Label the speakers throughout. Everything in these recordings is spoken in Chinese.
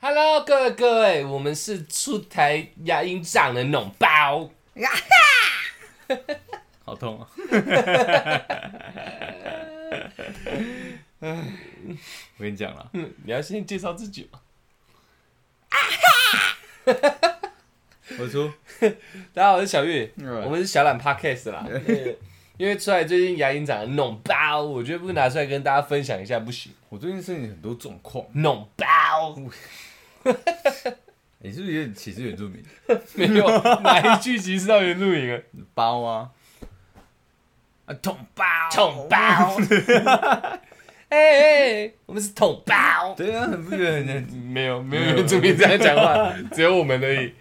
Speaker 1: Hello，各位各位，我们是出台牙龈长的脓包。
Speaker 2: 好痛 啊！我跟你讲了，
Speaker 1: 嗯，你要先介绍自己吗？
Speaker 2: 我出
Speaker 1: 大家好，我是小玉，
Speaker 2: 嗯
Speaker 1: 我们是小懒 Podcast 啦。对 因为出来最近牙龈长得脓包，我觉得不拿出来跟大家分享一下不行。
Speaker 2: 我最近身体很多状况，
Speaker 1: 脓包
Speaker 2: 你、是不是有点歧视原住民？
Speaker 1: 没有哪一句歧视到原住民了？
Speaker 2: 包啊，啊，捅包，
Speaker 1: 桶 包，哎哎，我们是桶包。
Speaker 2: 对啊，很不觉得很很
Speaker 1: 没有没有原住民这样讲 话，只有我们而已。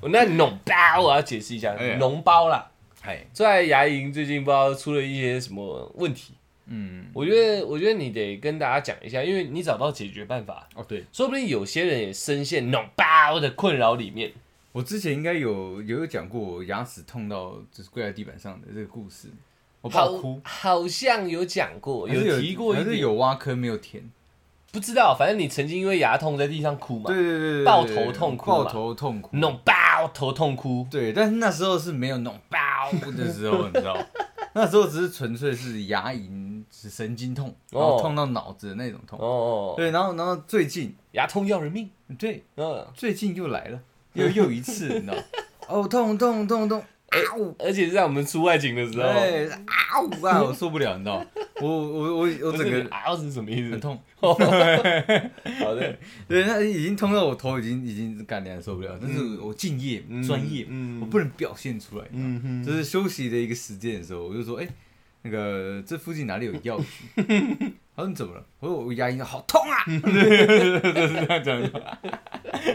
Speaker 1: 我那脓包，我要解释一下，
Speaker 2: 哎呀
Speaker 1: 脓包啦。
Speaker 2: 嗨，
Speaker 1: 在牙龈最近不知道出了一些什么问题，
Speaker 2: 嗯，
Speaker 1: 我觉得我觉得你得跟大家讲一下，因为你找到解决办法，
Speaker 2: 哦，对，
Speaker 1: 说不定有些人也深陷脓包的困扰里面。
Speaker 2: 我之前应该有有有讲过我牙齿痛到就是跪在地板上的这个故事，我怕我
Speaker 1: 好
Speaker 2: 哭，，
Speaker 1: 好像有讲过，
Speaker 2: 还是
Speaker 1: 有提过一
Speaker 2: 还是
Speaker 1: 点，
Speaker 2: 有挖坑没有填，
Speaker 1: 不知道，反正你曾经因为牙痛在地上哭嘛
Speaker 2: 对，对对对对，
Speaker 1: 抱
Speaker 2: 对
Speaker 1: 头痛哭
Speaker 2: 抱
Speaker 1: 嘛
Speaker 2: 头痛哭，
Speaker 1: 脓包头痛哭，
Speaker 2: 对，但是那时候是没有弄包的时候，你知道，那时候只是纯粹是牙龈是神经痛，然后
Speaker 1: 哦
Speaker 2: 痛到脑子的那种痛。
Speaker 1: 哦，哦
Speaker 2: 对，然后然后最近，
Speaker 1: 牙痛要人命，
Speaker 2: 对，
Speaker 1: 嗯，
Speaker 2: 最近又来了，又又一次，你知道，哦，痛痛痛痛，
Speaker 1: 哎
Speaker 2: 啊呜，
Speaker 1: 而且是在我们出外景的时候，
Speaker 2: 对，啊呜啊，我受不了，你知道，我我我我
Speaker 1: 不
Speaker 2: 整
Speaker 1: 是你
Speaker 2: 个
Speaker 1: 啊是什么意
Speaker 2: 很
Speaker 1: 思？
Speaker 2: 痛，
Speaker 1: 好的，
Speaker 2: 对，那已经痛到我头已经已经干凉受不了，但是我敬业
Speaker 1: 嗯
Speaker 2: 专业，
Speaker 1: 嗯
Speaker 2: 我不能表现出来，你知道
Speaker 1: 嗯哼，
Speaker 2: 就是休息的一个时间的时候，我就说，哎、那个这附近哪里有 药局？他说你怎么了？我说我牙龈好痛啊！就是这样讲的。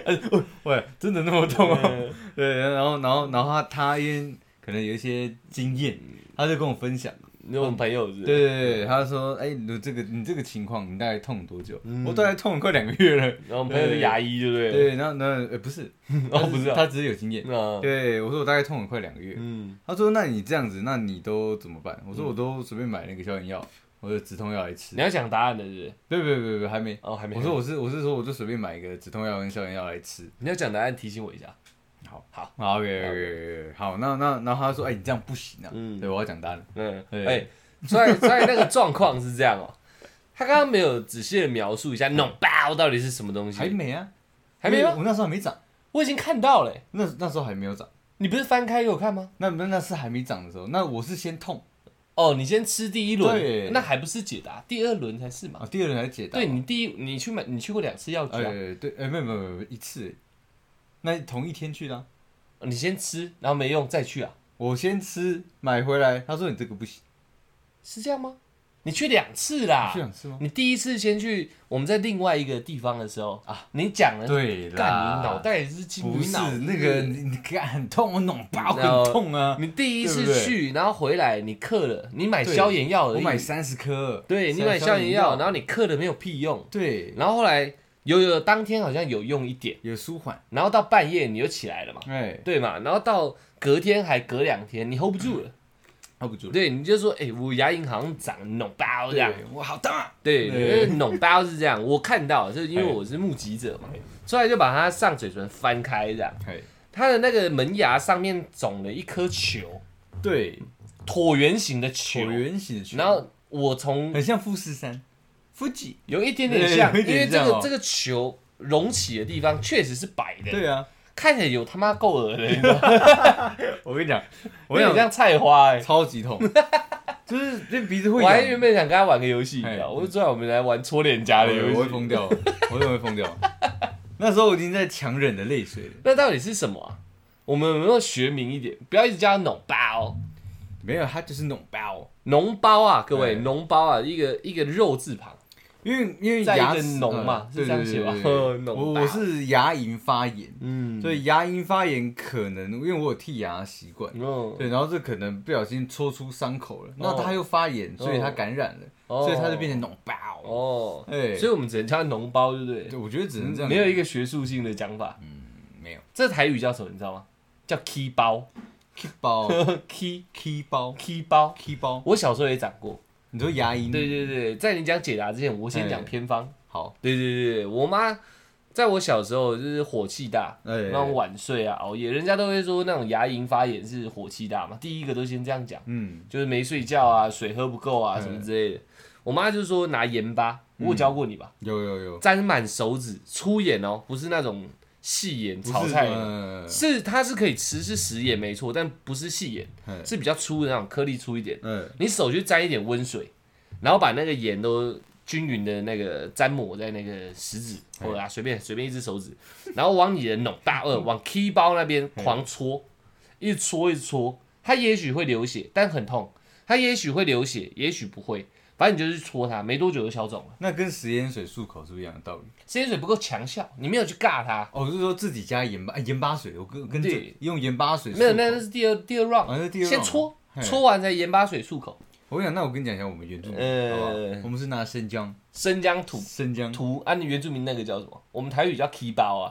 Speaker 2: 呃喂，真的那么痛 啊？对，然后然后然后他他因为可能有一些经验，
Speaker 1: 嗯
Speaker 2: 他就跟我分享。
Speaker 1: 你有朋友是不
Speaker 2: 对
Speaker 1: 是？
Speaker 2: 对对对，他就说，哎、你这个你这个情况，你大概痛多久？
Speaker 1: 嗯
Speaker 2: 我大概痛了快两个月了。
Speaker 1: 然后我们朋友是牙医，对不对？
Speaker 2: 对，然后然后呃不是，
Speaker 1: 哦
Speaker 2: 他只
Speaker 1: 不是啊嗯
Speaker 2: 他只是有经验。
Speaker 1: 那
Speaker 2: 对，我说我大概痛了快两个月。
Speaker 1: 嗯，
Speaker 2: 他说：“那你这样子，那你都怎么办？”我说：“我都随便买那个消炎药，我的止痛药来吃
Speaker 1: 你。要讲答案的是不是？”
Speaker 2: 对对对对，还没。
Speaker 1: 哦，还没。
Speaker 2: 我说我是我是说我就随便买一个止痛药跟消炎药来吃。
Speaker 1: 你要讲答案，提醒我一下。
Speaker 2: 好，
Speaker 1: 好，
Speaker 2: 好，OK OK OK，好，那那然后他说：“哎，你这样不行啊。”
Speaker 1: 嗯
Speaker 2: 对，我要讲单了。
Speaker 1: 嗯，
Speaker 2: 对
Speaker 1: 哎，所以所以那个状况是这样哦，他刚刚没有仔细的描述一下脓包到底是什么东西，
Speaker 2: 还没啊，
Speaker 1: 还嗯没
Speaker 2: 我
Speaker 1: 吗？
Speaker 2: 那时候还没长，
Speaker 1: 我已经看到了，欸
Speaker 2: 那那时候还没有长，
Speaker 1: 你不是翻开给我看吗？
Speaker 2: 那那那是还没长的时候，那我是先痛
Speaker 1: 哦，你先吃第一轮
Speaker 2: 对，
Speaker 1: 那还不是解答，第二轮才是嘛
Speaker 2: 啊，。第二轮才解答。
Speaker 1: 对你第一，你去买，你去过两次药局
Speaker 2: 哎，
Speaker 1: 啊？
Speaker 2: 哎对，哎，没有没有没有一次，那同一天去的啊。
Speaker 1: 你先吃，然后没用再去啊？
Speaker 2: 我先吃买回来，他说你这个不行，
Speaker 1: 是这样吗？你去两次啦
Speaker 2: 去？想吃吗？
Speaker 1: 你第一次先去，我们在另外一个地方的时候啊，你讲了，
Speaker 2: 对啦，
Speaker 1: 干你脑袋也是进
Speaker 2: 不是
Speaker 1: 脑
Speaker 2: 那个，你你看很痛，我弄包
Speaker 1: 然后
Speaker 2: 很痛啊！
Speaker 1: 你第一次
Speaker 2: 对不对
Speaker 1: 去，然后回来你嗑了，你买
Speaker 2: 对
Speaker 1: 消炎药而已，
Speaker 2: 我买三十颗，
Speaker 1: 对你买
Speaker 2: 消
Speaker 1: 消炎药，然后你嗑了没有屁用，
Speaker 2: 对，
Speaker 1: 然后后来有有当天好像有用一点，
Speaker 2: 有舒缓，
Speaker 1: 然后到半夜你又起来了嘛，
Speaker 2: 哎，
Speaker 1: 对嘛，然后到隔天还隔两天，你 hold 不住了，
Speaker 2: 靠不住，
Speaker 1: 对，你就说哎、我牙龈好像长脓包这样，
Speaker 2: 对，我好痛啊！
Speaker 1: 对，
Speaker 2: 对
Speaker 1: 因为脓包是这样，我看到，就是因为
Speaker 2: 哎
Speaker 1: 我是目击者嘛，所以就把它上嘴唇翻开这样，
Speaker 2: 哎，
Speaker 1: 它的那个门牙上面肿了一颗球，
Speaker 2: 对，
Speaker 1: 椭圆形的球
Speaker 2: 椭，圆形的球，
Speaker 1: 然后我从
Speaker 2: 很像富士山，富士，
Speaker 1: 有一点点像，
Speaker 2: 对有一
Speaker 1: 因为
Speaker 2: 点
Speaker 1: 这
Speaker 2: 像
Speaker 1: 个
Speaker 2: 哦
Speaker 1: 这个球隆起的地方确实是白的，
Speaker 2: 对啊，
Speaker 1: 看起来有他妈够恶的，你知道吗？
Speaker 2: 我跟你讲，
Speaker 1: 有
Speaker 2: 我跟
Speaker 1: 点像
Speaker 2: 你讲，
Speaker 1: 菜花哎、
Speaker 2: 超级 痛，就是这鼻子会
Speaker 1: 我还原
Speaker 2: 痒，
Speaker 1: 本想跟他玩个游戏，你
Speaker 2: 哎
Speaker 1: 知道，我就最好我们来玩搓脸颊的游
Speaker 2: 我会
Speaker 1: 戏。
Speaker 2: 疯掉， 我怎么会疯掉？那时候我已经在强忍的泪水了，
Speaker 1: 那到底是什么啊？我们有没有学名一点？不要一直叫它脓包，
Speaker 2: 没有，它就是弄包，
Speaker 1: 脓包啊，各位，
Speaker 2: 哎
Speaker 1: 脓包啊，一个一个肉字旁，
Speaker 2: 因为因为
Speaker 1: 再一
Speaker 2: 牙
Speaker 1: 个
Speaker 2: 齿
Speaker 1: 脓嘛
Speaker 2: 嗯
Speaker 1: 是这样写吧
Speaker 2: 对对对对
Speaker 1: 脓
Speaker 2: 我
Speaker 1: 吧
Speaker 2: 我是牙龈发炎，
Speaker 1: 嗯，
Speaker 2: 所以牙龈发炎可能因为我有剔牙习惯，
Speaker 1: 嗯，
Speaker 2: 对，然后这可能不小心戳出伤口了，那它又发炎，所以它感染了，
Speaker 1: 哦
Speaker 2: 所以它就变成脓包。
Speaker 1: 哦，
Speaker 2: 哎，
Speaker 1: 所以我们只能叫它脓包，对不对？
Speaker 2: 对我觉得只能这
Speaker 1: 嗯
Speaker 2: 样，
Speaker 1: 没有一个学术性的讲法，
Speaker 2: 没有
Speaker 1: 这台语叫什么？你知道吗？叫 key 包
Speaker 2: K 包
Speaker 1: ，key
Speaker 2: K 包
Speaker 1: key 包。
Speaker 2: K 包，
Speaker 1: 我小时候也长过。
Speaker 2: 你说牙龈
Speaker 1: 对对对，在你讲解答之前，我先讲偏方。
Speaker 2: 嗯好，
Speaker 1: 对对对，我妈在我小时候就是火气大，
Speaker 2: 哎
Speaker 1: 那种晚睡啊、熬夜，人家都会说那种牙龈发炎是火气大嘛，第一个都先这样讲，
Speaker 2: 嗯，
Speaker 1: 就是没睡觉啊、水喝不够啊
Speaker 2: 嗯
Speaker 1: 什么之类的。我妈就说拿盐巴，我有教过你吧，
Speaker 2: 有有有，
Speaker 1: 沾满手指，粗盐哦，不是那种细盐
Speaker 2: 不是
Speaker 1: 炒菜的，
Speaker 2: 呃
Speaker 1: 是它是可以吃，是食盐没错，但不是细盐，
Speaker 2: 哎
Speaker 1: 是比较粗的那种，颗粒粗一点。
Speaker 2: 哎
Speaker 1: 你手去沾一点温水，然后把那个盐都均匀的那个沾抹在那个食指或
Speaker 2: 哎
Speaker 1: 者啊随便随便一只手指，然后往你的脑大二往 K 包那边
Speaker 2: 哎
Speaker 1: 狂搓，一直搓一直搓，它也许会流血，但很痛；它也许会流血，也许不会，反正你就去搓它，没多久就消肿了。
Speaker 2: 那跟食盐水漱口是不是一样的道理？
Speaker 1: 食盐水不够强效，你没有去尬它，
Speaker 2: 哦，我是说自己加盐巴哎盐巴水，我跟跟
Speaker 1: 对
Speaker 2: 这用盐巴水漱口
Speaker 1: 没有，那那是第二第二 round，、
Speaker 2: 啊那第二
Speaker 1: 先
Speaker 2: round
Speaker 1: 搓
Speaker 2: 嘿
Speaker 1: 搓完才盐巴水漱口，
Speaker 2: 我想，那我跟你讲一下我们原住民，
Speaker 1: 呃
Speaker 2: 好不好？我们是拿生姜，
Speaker 1: 生姜土
Speaker 2: 生姜，
Speaker 1: 涂按啊原住民那个叫什么？我们台语叫 K 包啊。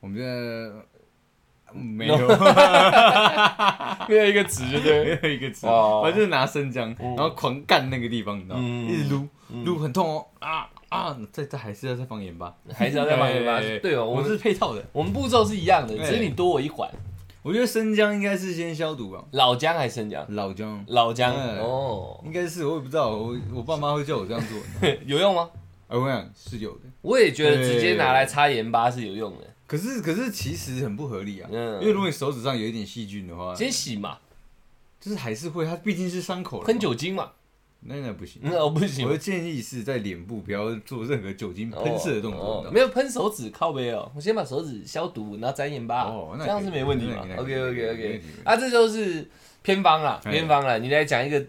Speaker 2: 我们这 没有
Speaker 1: 没有一个值，就对
Speaker 2: 没
Speaker 1: 了。
Speaker 2: 有一个词，
Speaker 1: 哦
Speaker 2: 反正就是拿生姜，然后狂干那个地方，你知道吗？
Speaker 1: 嗯
Speaker 2: 一直撸撸很痛哦，啊啊！这这还是要再放盐巴，
Speaker 1: 还是要再放盐巴
Speaker 2: 哎哎哎
Speaker 1: 对哦我
Speaker 2: 我
Speaker 1: 们
Speaker 2: 们是配套的。
Speaker 1: 我们步骤是一样的，
Speaker 2: 对
Speaker 1: 只是你多我一环。
Speaker 2: 我觉得生姜应该是先消毒吧，
Speaker 1: 老姜还是生姜？
Speaker 2: 老姜
Speaker 1: 老姜
Speaker 2: 嗯
Speaker 1: 哦，
Speaker 2: 应该是我也不知道，我我爸妈会叫我这样做。
Speaker 1: 有用吗？
Speaker 2: 哎，我想是有的，
Speaker 1: 我也觉得直接拿来擦盐巴是有用的，
Speaker 2: 可是可是其实很不合理啊，
Speaker 1: 嗯
Speaker 2: 因为如果你手指上有一点细菌的话，
Speaker 1: 先洗嘛，
Speaker 2: 就是还是会，它毕竟是伤口了嘛，
Speaker 1: 喷酒精嘛。
Speaker 2: 那那不行。
Speaker 1: 嗯，哦不行
Speaker 2: 我的，建议是在脸部不要做任何酒精
Speaker 1: 哦
Speaker 2: 喷射的动
Speaker 1: 哦
Speaker 2: 作，你知道吗
Speaker 1: 没有喷手指靠背哦。我先把手指消毒，然后沾盐巴
Speaker 2: 哦，那
Speaker 1: 这样是
Speaker 2: 可以
Speaker 1: 没问题
Speaker 2: 那
Speaker 1: 嘛
Speaker 2: 可以那可以
Speaker 1: ？OK OK
Speaker 2: 没问
Speaker 1: OK
Speaker 2: 题没问题。
Speaker 1: 啊，这就是偏方啦，
Speaker 2: 哎
Speaker 1: 偏方啦。你来讲一个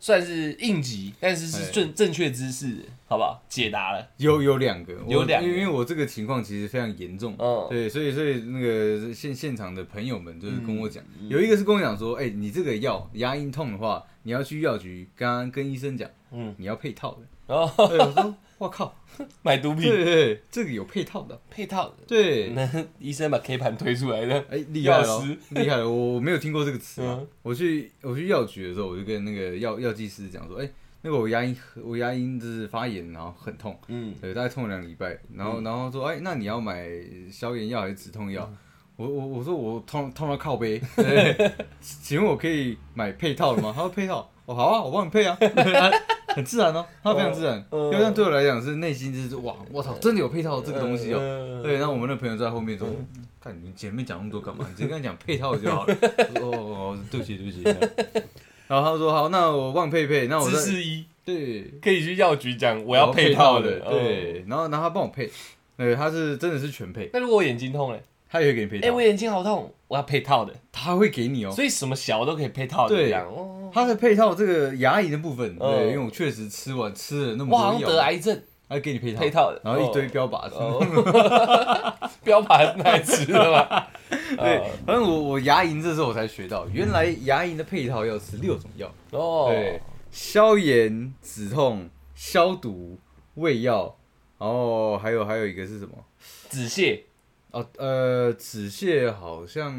Speaker 1: 算是应急，但是是
Speaker 2: 哎
Speaker 1: 正正确知识，好不好？解答了。
Speaker 2: 有有两个，我
Speaker 1: 有两个
Speaker 2: 因为因为我这个情况其实非常严重，
Speaker 1: 哦
Speaker 2: 对，所以所以那个现现场的朋友们就是跟我讲，
Speaker 1: 嗯
Speaker 2: 有一个是跟我讲说，哎、你这个药牙龈痛的话，你要去药局刚刚跟医生讲，
Speaker 1: 嗯
Speaker 2: 嗯，你要配套 的。
Speaker 1: 然后
Speaker 2: 对，我说我靠，
Speaker 1: 买毒
Speaker 2: 对
Speaker 1: 品
Speaker 2: 对对，这个有配套的，
Speaker 1: 配套，
Speaker 2: 对，
Speaker 1: 那医生把 K 盘推出来 的，
Speaker 2: 哎、厉害
Speaker 1: 药
Speaker 2: 了
Speaker 1: 师，
Speaker 2: 厉害了！我我没有听过这个词啊、
Speaker 1: 嗯
Speaker 2: 我去我去药局的时候，我就跟那个药药剂师讲说，哎、那个我牙龈我牙龈就是发炎，然后很痛，
Speaker 1: 嗯，
Speaker 2: 对，大概痛了两个礼拜。然后、然后说，哎、那你要买消炎药还是止痛药？
Speaker 1: 嗯
Speaker 2: 我我我说我痛痛到 靠背，对请问我可以买配套的吗？他说配套，哦好啊，我帮你配啊， 很自然哦，他非常自然，
Speaker 1: 嗯
Speaker 2: 因为这样对我来讲是内心就是哇，我操，真的有配套这个东西哦，
Speaker 1: 哦
Speaker 2: 对，然后我们的朋友在后面说：“看你前面讲那么多干嘛？你直接跟他讲配套 就好了。”我说：“哦哦，哦对不起，对不起。”然后他说：“好，那我忘佩佩，那我
Speaker 1: 知
Speaker 2: 再
Speaker 1: 识一
Speaker 2: 对
Speaker 1: 可以去药局讲我
Speaker 2: 我
Speaker 1: 要配套
Speaker 2: 的
Speaker 1: 的，，哦。
Speaker 2: 对。”然后然后他帮我配，对，他是真的是全配，
Speaker 1: 那如果我眼睛痛嘞？
Speaker 2: 他也会给你配
Speaker 1: 哎，
Speaker 2: 套
Speaker 1: 我，眼睛好痛，我要配套的，
Speaker 2: 他会给你哦。
Speaker 1: 所以什么小都可以配套的
Speaker 2: 对
Speaker 1: 这样。哦，
Speaker 2: 他的配套这个牙龈的部分，
Speaker 1: 哦
Speaker 2: 对，因为我确实吃完吃了那
Speaker 1: 我好
Speaker 2: 么
Speaker 1: 像
Speaker 2: 多
Speaker 1: 得
Speaker 2: 药，
Speaker 1: 癌症，
Speaker 2: 他给你配套，
Speaker 1: 配套的
Speaker 2: 然后一堆
Speaker 1: 哦
Speaker 2: 标靶子。
Speaker 1: 哦标靶太吃了 吧？
Speaker 2: 对，
Speaker 1: 哦
Speaker 2: 反正我我牙龈这时候我才学到，原来牙龈的配套药是六种药。
Speaker 1: 哦，
Speaker 2: 对，消炎、止痛、消毒、胃药，然后还有还有一个是什么？
Speaker 1: 止泻
Speaker 2: 哦，呃，止泻好像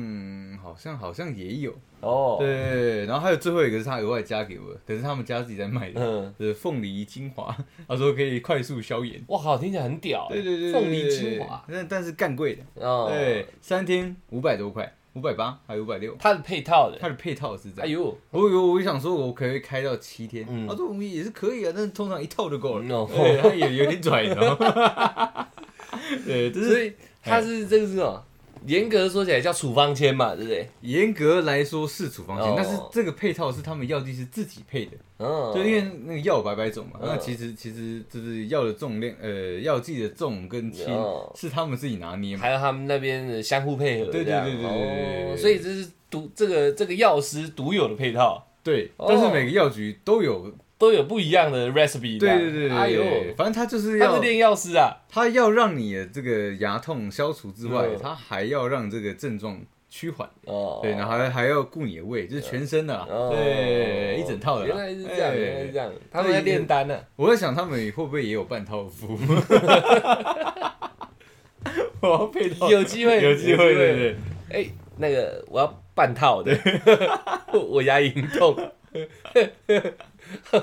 Speaker 2: 好像好像也有，
Speaker 1: 哦，
Speaker 2: 对，然后还有最后一个是他额外加给我的，可是他们家自己在卖 的，
Speaker 1: 嗯，
Speaker 2: 就是凤梨精华，他说可以快速消炎，
Speaker 1: 哇靠，听起来很屌欸，
Speaker 2: 对对对，对
Speaker 1: 凤梨
Speaker 2: 对
Speaker 1: 精华，
Speaker 2: 但但是干贵的，
Speaker 1: 哦，
Speaker 2: 对，，三天五百多块，五百八还有五百六，
Speaker 1: 它的配套的，
Speaker 2: 它的配套是这
Speaker 1: 哎
Speaker 2: 样，
Speaker 1: 呦，
Speaker 2: 我有哦我想说我可不可以开到七天，
Speaker 1: 嗯
Speaker 2: 他说我们也是可以啊，但是通常一套就够了。
Speaker 1: no，
Speaker 2: 对，他也有点拽，你知道吗？ 对，就
Speaker 1: 所
Speaker 2: 是哎
Speaker 1: 以它是这个是什么？严格说起来叫处方签嘛，对不对？
Speaker 2: 严格来说是处方
Speaker 1: 哦
Speaker 2: 签，但是这个配套是他们药剂师自己配的，
Speaker 1: 嗯，
Speaker 2: 就因为那个药有百百种嘛，
Speaker 1: 嗯
Speaker 2: 那其实其实就是药的重量，呃，药剂的重跟轻
Speaker 1: 哦
Speaker 2: 是他们自己拿捏嘛。
Speaker 1: 还有他们那边的相互配合这
Speaker 2: 对对
Speaker 1: 样，
Speaker 2: 对对对对对对
Speaker 1: 哦所以这是独这个这个药师独有的配套，
Speaker 2: 对，
Speaker 1: 哦
Speaker 2: 但是每个药局都有，
Speaker 1: 都有不一样的 recipe 这
Speaker 2: 对
Speaker 1: 样。
Speaker 2: 对对对，
Speaker 1: 哎
Speaker 2: 对
Speaker 1: 呦，
Speaker 2: 反正他就是
Speaker 1: 他
Speaker 2: 要
Speaker 1: 是练药师啊，
Speaker 2: 他要让你的这个牙痛消除之外
Speaker 1: 嗯，
Speaker 2: 他还要让这个症状趋缓。
Speaker 1: 哦，
Speaker 2: 对，然后还还要顾你的胃，就是全身的啦，
Speaker 1: 哦
Speaker 2: 对，一整套的啦。
Speaker 1: 原来是这样，
Speaker 2: 哎
Speaker 1: 原来是这样，他们在炼丹呢，
Speaker 2: 我在想他们会不会也有半套服 务？我要配套，
Speaker 1: 有机会
Speaker 2: 有机会，对对。
Speaker 1: 哎，那个我要半套的， 我我牙龈痛，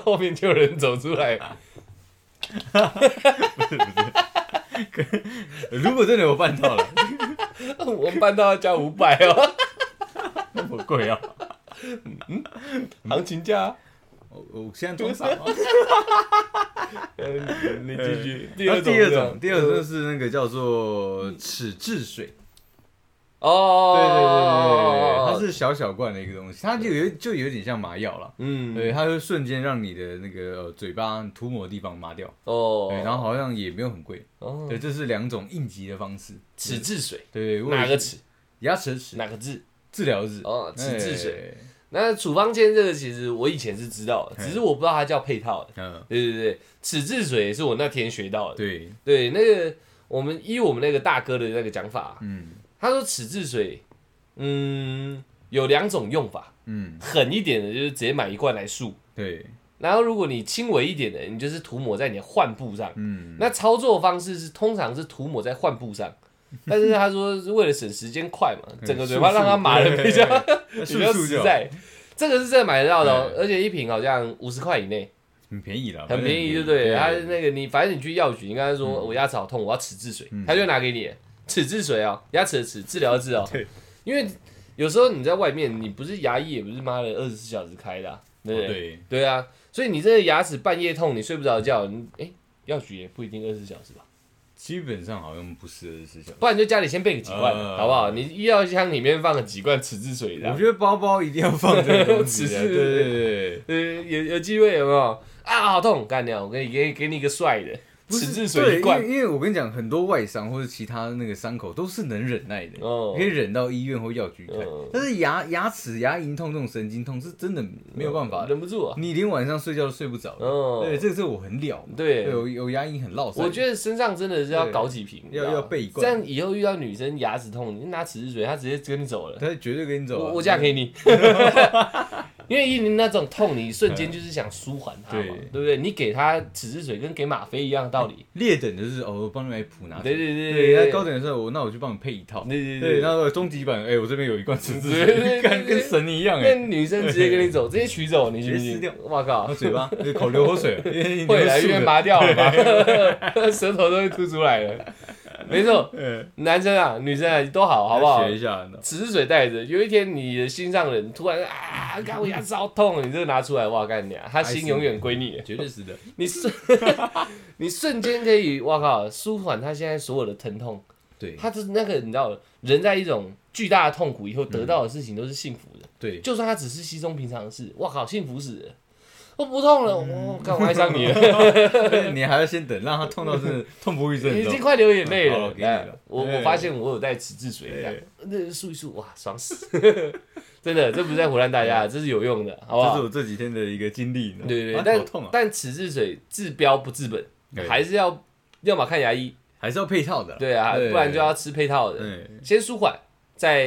Speaker 1: 后面就有人走出来，
Speaker 2: 对，不是不是如果真的有办到了，
Speaker 1: 我们办到要加五百哦，
Speaker 2: 那么贵啊！
Speaker 1: 行情价、啊。
Speaker 2: 我我现在 装傻吗？
Speaker 1: 嗯，你继续。第
Speaker 2: 然
Speaker 1: 二
Speaker 2: 后
Speaker 1: 种，嗯
Speaker 2: 第二种，第二种就是那个叫做豉治水。对对对对对
Speaker 1: 哦，
Speaker 2: 对，它是小小罐的一个东西，它就有就有点像麻药了。
Speaker 1: 嗯，
Speaker 2: 对，它会瞬间让你的那个呃嘴巴涂抹的地方麻掉，
Speaker 1: 哦，
Speaker 2: 哎对，然后好像也没有很贵，
Speaker 1: 哦
Speaker 2: 对，这是两种应急的方式，
Speaker 1: 齿治水，
Speaker 2: 对，为了
Speaker 1: 哪个齿？
Speaker 2: 牙齿的齿
Speaker 1: 哪个治？
Speaker 2: 治疗日
Speaker 1: 哦齿治水，
Speaker 2: 哎
Speaker 1: 那处方笺这个其实我以前是知道的，只是我不知道它叫配套的。
Speaker 2: 嗯，
Speaker 1: 对对对，齿治水也是我那天学到的。
Speaker 2: 对，
Speaker 1: 对，那个我们依我们那个大哥的那个讲法，啊
Speaker 2: 嗯
Speaker 1: 他说齿治水，嗯，有两种用法，
Speaker 2: 嗯，
Speaker 1: 狠一点的就是直接买一罐来漱，
Speaker 2: 对，
Speaker 1: 然后如果你轻微一点的，你就是涂抹在你的患部上。
Speaker 2: 嗯
Speaker 1: 那操作方式是通常是涂抹在患部上，但是他说是为了省时间快嘛，整个嘴巴让它麻的比较比
Speaker 2: 速
Speaker 1: 较
Speaker 2: 速
Speaker 1: 实
Speaker 2: 就好哎
Speaker 1: 在。这个是真的买得到的、哦，
Speaker 2: 对
Speaker 1: 而且一瓶好像五十块以内，
Speaker 2: 很便宜了，
Speaker 1: 很便宜，对不对？
Speaker 2: 哎
Speaker 1: 他那个你反正你去药局，你跟他
Speaker 2: 嗯
Speaker 1: 说我牙齿好痛，我要齿治水，他就拿给你齿治水哦，牙齿的齿治疗的治哦
Speaker 2: 对，
Speaker 1: 因为有时候你在外面，你不是牙医也不是妈的二十四小时开的啊、对不对？
Speaker 2: 哦对，
Speaker 1: 对啊，所以你这个牙齿半夜痛，你睡不着觉，你哎，药局也不一定二十四小时吧，
Speaker 2: 基本上好像不是二十四小时。
Speaker 1: 不然你就家里先备个几罐，
Speaker 2: 呃
Speaker 1: 好不好？你医药箱里面放个几罐齿治水的
Speaker 2: 我
Speaker 1: 啊，
Speaker 2: 觉得包包一定要放这个东西
Speaker 1: 齿
Speaker 2: 啊，
Speaker 1: 治
Speaker 2: 对对对，
Speaker 1: 呃，有有机会有没有啊？好痛，干掉！我给你给给你一个帅的
Speaker 2: 不是
Speaker 1: 齿治水一罐
Speaker 2: 对，因为因为我跟你讲，很多外伤或者其他那个伤口都是能忍耐的，
Speaker 1: 哦
Speaker 2: 你可以忍到医院或药局看。
Speaker 1: 嗯
Speaker 2: 但是牙牙齿、牙龈痛这种神经痛是真的没有办法的，
Speaker 1: 忍不住啊。
Speaker 2: 你连晚上睡觉都睡不着的。
Speaker 1: 哦
Speaker 2: 对，这个是我很了，
Speaker 1: 对
Speaker 2: 对，我有牙龈很落腮。
Speaker 1: 我觉得身上真的是要搞几瓶，
Speaker 2: 要
Speaker 1: 你知道吗
Speaker 2: 要备一罐
Speaker 1: 这样以后遇到女生牙齿痛，你拿齿治水，她直接跟你走了。
Speaker 2: 他绝对跟你走啊，
Speaker 1: 我我嫁给你， 因为伊林那种痛，你瞬间就是想舒缓它嘛，
Speaker 2: 对
Speaker 1: 对不对？你给她齿治水，跟给吗啡一样的道理。
Speaker 2: 劣等就是哦，我帮你买普拿疼。
Speaker 1: 对对对
Speaker 2: 对，
Speaker 1: 对
Speaker 2: 那高等的时候，我那我就帮你配一套。
Speaker 1: 对对对
Speaker 2: 对，然后终极版，哎，我这边有一罐吃治
Speaker 1: 对对对
Speaker 2: 水，干跟神一样
Speaker 1: 那
Speaker 2: 哎。
Speaker 1: 女生直接跟你走，直接取走，你信不
Speaker 2: 直接
Speaker 1: 信
Speaker 2: 撕掉？
Speaker 1: 我
Speaker 2: 然
Speaker 1: 靠
Speaker 2: 后，嘴巴口流 口水，因为你
Speaker 1: 会来
Speaker 2: 是素
Speaker 1: 越
Speaker 2: 的
Speaker 1: 麻掉了吧， 舌头都会凸出来了。没错，
Speaker 2: 嗯
Speaker 1: 男生啊，女生啊都好，好不好
Speaker 2: 要？学一下，
Speaker 1: 止水带着，有一天你的心上人突然啊，干我牙齿好痛，你这个拿出来，哇干你啊，他心永远归你，
Speaker 2: 绝对是的。
Speaker 1: 你瞬 你瞬间可以，哇靠，舒缓他现在所有的疼痛，
Speaker 2: 对
Speaker 1: 他就是那个你知道，人在一种巨大的痛苦以后得到的事情都是幸福的，
Speaker 2: 对，
Speaker 1: 就算他只是稀松平常的事，哇靠，幸福死了，我不痛了，我干我爱上你了，
Speaker 2: 你还要先等，让他痛到是痛不欲生，
Speaker 1: 已
Speaker 2: 你知
Speaker 1: 经
Speaker 2: 道
Speaker 1: 快流眼泪
Speaker 2: 好了
Speaker 1: 了
Speaker 2: 我给，你
Speaker 1: 哎
Speaker 2: 了
Speaker 1: 我
Speaker 2: 哎
Speaker 1: 我发现我有带齿治水，这样
Speaker 2: 哎
Speaker 1: 那漱一漱，哇，爽死， 真的，这不是在胡乱大家，这是有用的，好不
Speaker 2: 吗？这
Speaker 1: 好
Speaker 2: 是？我这几天的一个经历呢。
Speaker 1: 对对对，
Speaker 2: 啊好
Speaker 1: 但
Speaker 2: 痛啊，
Speaker 1: 但此治水治标不治本，
Speaker 2: 对
Speaker 1: 还是要要么看牙医，
Speaker 2: 还是要配套的。
Speaker 1: 对啊，不然就要吃配套的，
Speaker 2: 对，
Speaker 1: 先舒缓再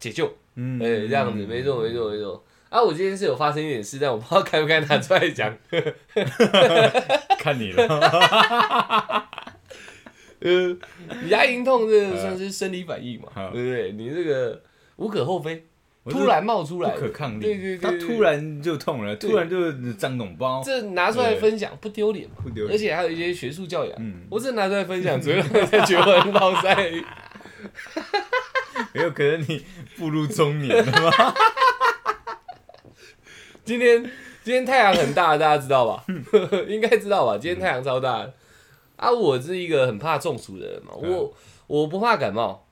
Speaker 1: 解救，
Speaker 2: 嗯
Speaker 1: 哎，这样子没错没错没错。啊，我今天是有发生一点事，但我不知道该不该拿出来 讲。
Speaker 2: 看你了。
Speaker 1: 呃，牙龈痛这个算是生理反应嘛，
Speaker 2: 嗯好
Speaker 1: 对不对？你这个无可厚非，
Speaker 2: 我就
Speaker 1: 突然冒出
Speaker 2: 不
Speaker 1: 来的，
Speaker 2: 可抗力，
Speaker 1: 对对对，
Speaker 2: 他
Speaker 1: 对
Speaker 2: 突然就痛了，突然就长脓包，
Speaker 1: 这拿出来分享不丢脸嘛，
Speaker 2: 不丢
Speaker 1: 而
Speaker 2: 脸。
Speaker 1: 且还有一些学术教养。
Speaker 2: 嗯，
Speaker 1: 我只拿出来分享，只会让大家觉得我很老塞而已。
Speaker 2: 没有可能你步入中年了吗？
Speaker 1: 今天今天太阳很大，大家知道吧？
Speaker 2: 嗯
Speaker 1: 应该知道吧？今天太阳超大的啊！我是一个很怕中暑的人嘛，
Speaker 2: 嗯
Speaker 1: 我我不怕感冒，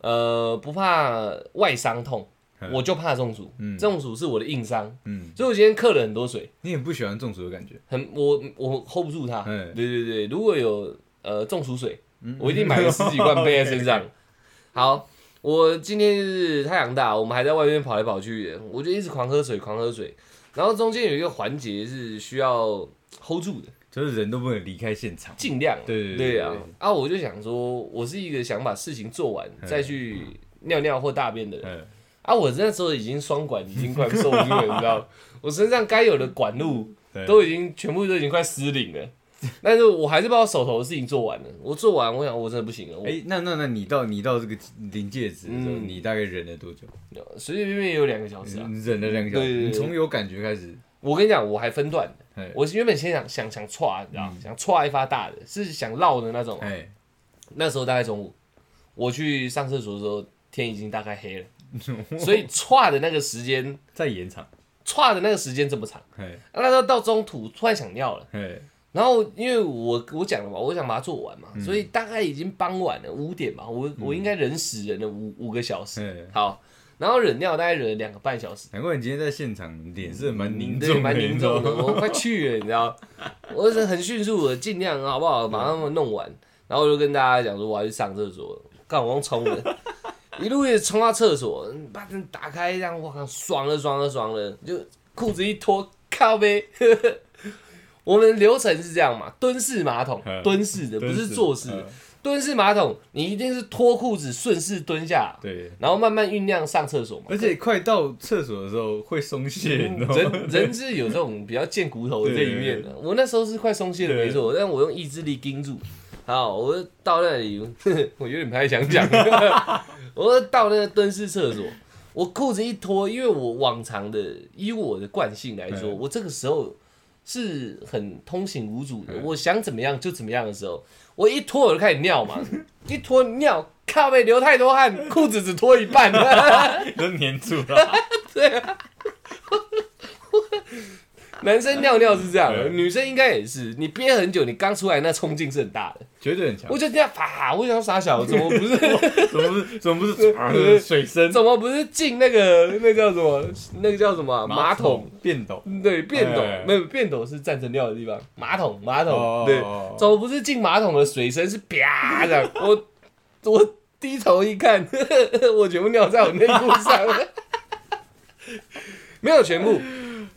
Speaker 1: 呃，不怕外伤痛，
Speaker 2: 嗯
Speaker 1: 我就怕中暑。
Speaker 2: 嗯
Speaker 1: 中暑是我的硬伤，
Speaker 2: 嗯，
Speaker 1: 所以我今天克了很多水，
Speaker 2: 你很不喜欢中暑的感觉，
Speaker 1: 很我我 hold 不住它。
Speaker 2: 嗯
Speaker 1: 对对对，如果有呃中暑水，我一定买个十几 罐备在身上。好，我今天就是太阳大，我们还在外面跑来跑去的，我就一直狂喝水，狂喝水。然后中间有一个环节是需要 hold 住的，
Speaker 2: 就是人都不能离开现场。
Speaker 1: 尽量啊。
Speaker 2: 对对对
Speaker 1: 对啊
Speaker 2: 对对！
Speaker 1: 啊，我就想说，我是一个想把事情做完再去尿尿或大便的人。
Speaker 2: 嗯，
Speaker 1: 啊，我那时候已经双管已经 快受不住了，你知道吗，我身上该有的管路
Speaker 2: 对
Speaker 1: 都已经全部都已经快失灵了，但是我还是把我手头的事情做完了。我做完，我想我真的不行了，我
Speaker 2: 哎，那那那你到你到这个临界值的时候，
Speaker 1: 嗯
Speaker 2: 你大概忍了多久？
Speaker 1: 随随便便也有两个小时啊。
Speaker 2: 嗯你忍了两个小
Speaker 1: 对
Speaker 2: 时，
Speaker 1: 对对
Speaker 2: 你从有感觉开始，
Speaker 1: 我跟你讲，我还分段的
Speaker 2: 嘿嗯
Speaker 1: 我是原本先想想想歘，你知道吗？想歘一发大的，是想绕的那种。
Speaker 2: 哎，
Speaker 1: 那时候大概中午，我去上厕所的时候，天已经大概 黑了，所以歘的那个时间，
Speaker 2: 再延长，
Speaker 1: 歘的那个时间这么长。
Speaker 2: 嘿，
Speaker 1: 那时候到中途突然想尿了，
Speaker 2: 嘿，
Speaker 1: 然后因为我我讲了嘛，我想把它做完
Speaker 2: 嗯
Speaker 1: 嘛，所以大概已经傍晚了五点嘛，我我应该忍死忍了五五个小时，
Speaker 2: 嘿，
Speaker 1: 好，然后忍尿大概忍了两个半小时，
Speaker 2: 难怪你今天在现场脸色蛮凝
Speaker 1: 嗯
Speaker 2: 重
Speaker 1: 对，
Speaker 2: 的，
Speaker 1: 蛮凝重的，
Speaker 2: 你知道吗。
Speaker 1: 我 快去了，你知道，我是很迅速的，尽量啊好不好，马上弄完，然后我就跟大家讲说我要去上厕所了，干我用冲了，一路也冲到厕所，把灯打开，这样我靠，爽了爽了爽了，就裤子一脱，靠呗。 我们流程是这样嘛，蹲式马桶
Speaker 2: 嗯，
Speaker 1: 蹲式的不
Speaker 2: 真
Speaker 1: 是坐式嗯的
Speaker 2: 呃，
Speaker 1: 蹲式马桶你一定是脱裤子顺势蹲下，
Speaker 2: 对，
Speaker 1: 然后慢慢酝酿上厕所嘛。
Speaker 2: 而且快到厕所的时候会松懈，你知道吗？
Speaker 1: 嗯人人是有这种比较贱骨头的这一面的。我那时候是快松懈了，
Speaker 2: 对
Speaker 1: 没错，但我用意志力盯住。好，我就到那里， 我有点不太想讲。我就到那个蹲式厕所，我裤子一脱，因为我往常的依我的惯性来说，
Speaker 2: 嗯
Speaker 1: 我这个时候是很通行无阻的，
Speaker 2: 嗯
Speaker 1: 我想怎么样就怎么样的时候，我一脱我就开始尿嘛，一脱尿，靠背流太多汗，裤子只脱一半。
Speaker 2: 都黏住了，
Speaker 1: 男生尿尿是这样的，
Speaker 2: 对
Speaker 1: 女生应该也是。你憋很久，你刚出来那冲劲是很大的。
Speaker 2: 绝对很强
Speaker 1: 我。就这样啪，我想傻小，怎么 不是
Speaker 2: 怎么不是怎么不是呃水声？
Speaker 1: 怎么不是进那个那叫什么那个叫什么啊马桶？嗯
Speaker 2: 变抖。
Speaker 1: 对，便斗
Speaker 2: 哎
Speaker 1: 没有便斗是站着尿的地方，马桶马桶
Speaker 2: 哦
Speaker 1: 对
Speaker 2: 哦哦，
Speaker 1: 怎么不是进马桶的水声是啪这 样？我我低头一看， 我全部尿在我内裤上 了，没有全部，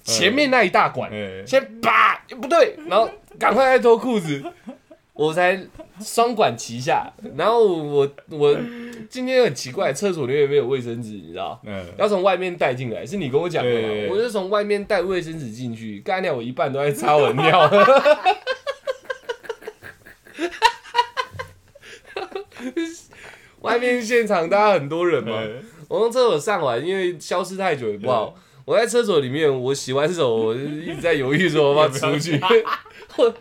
Speaker 1: 前面那一大管。
Speaker 2: 哎，
Speaker 1: 先拔，不对，然后赶快再脱裤子，我才双管齐下。然后我我今天很奇怪，厕所里面没有卫生纸，你知道？
Speaker 2: 嗯，
Speaker 1: 要从外面带进来，是你跟我讲的嘛
Speaker 2: 对？
Speaker 1: 我就从外面带卫生纸进去，干掉我一半都在擦我尿。 外面现场大家很多人嘛，
Speaker 2: 哎
Speaker 1: 我从厕所上完，因为消失太久也不好。我在厕所里面，我洗完手，我 就一直在犹豫说我要不要出去。 我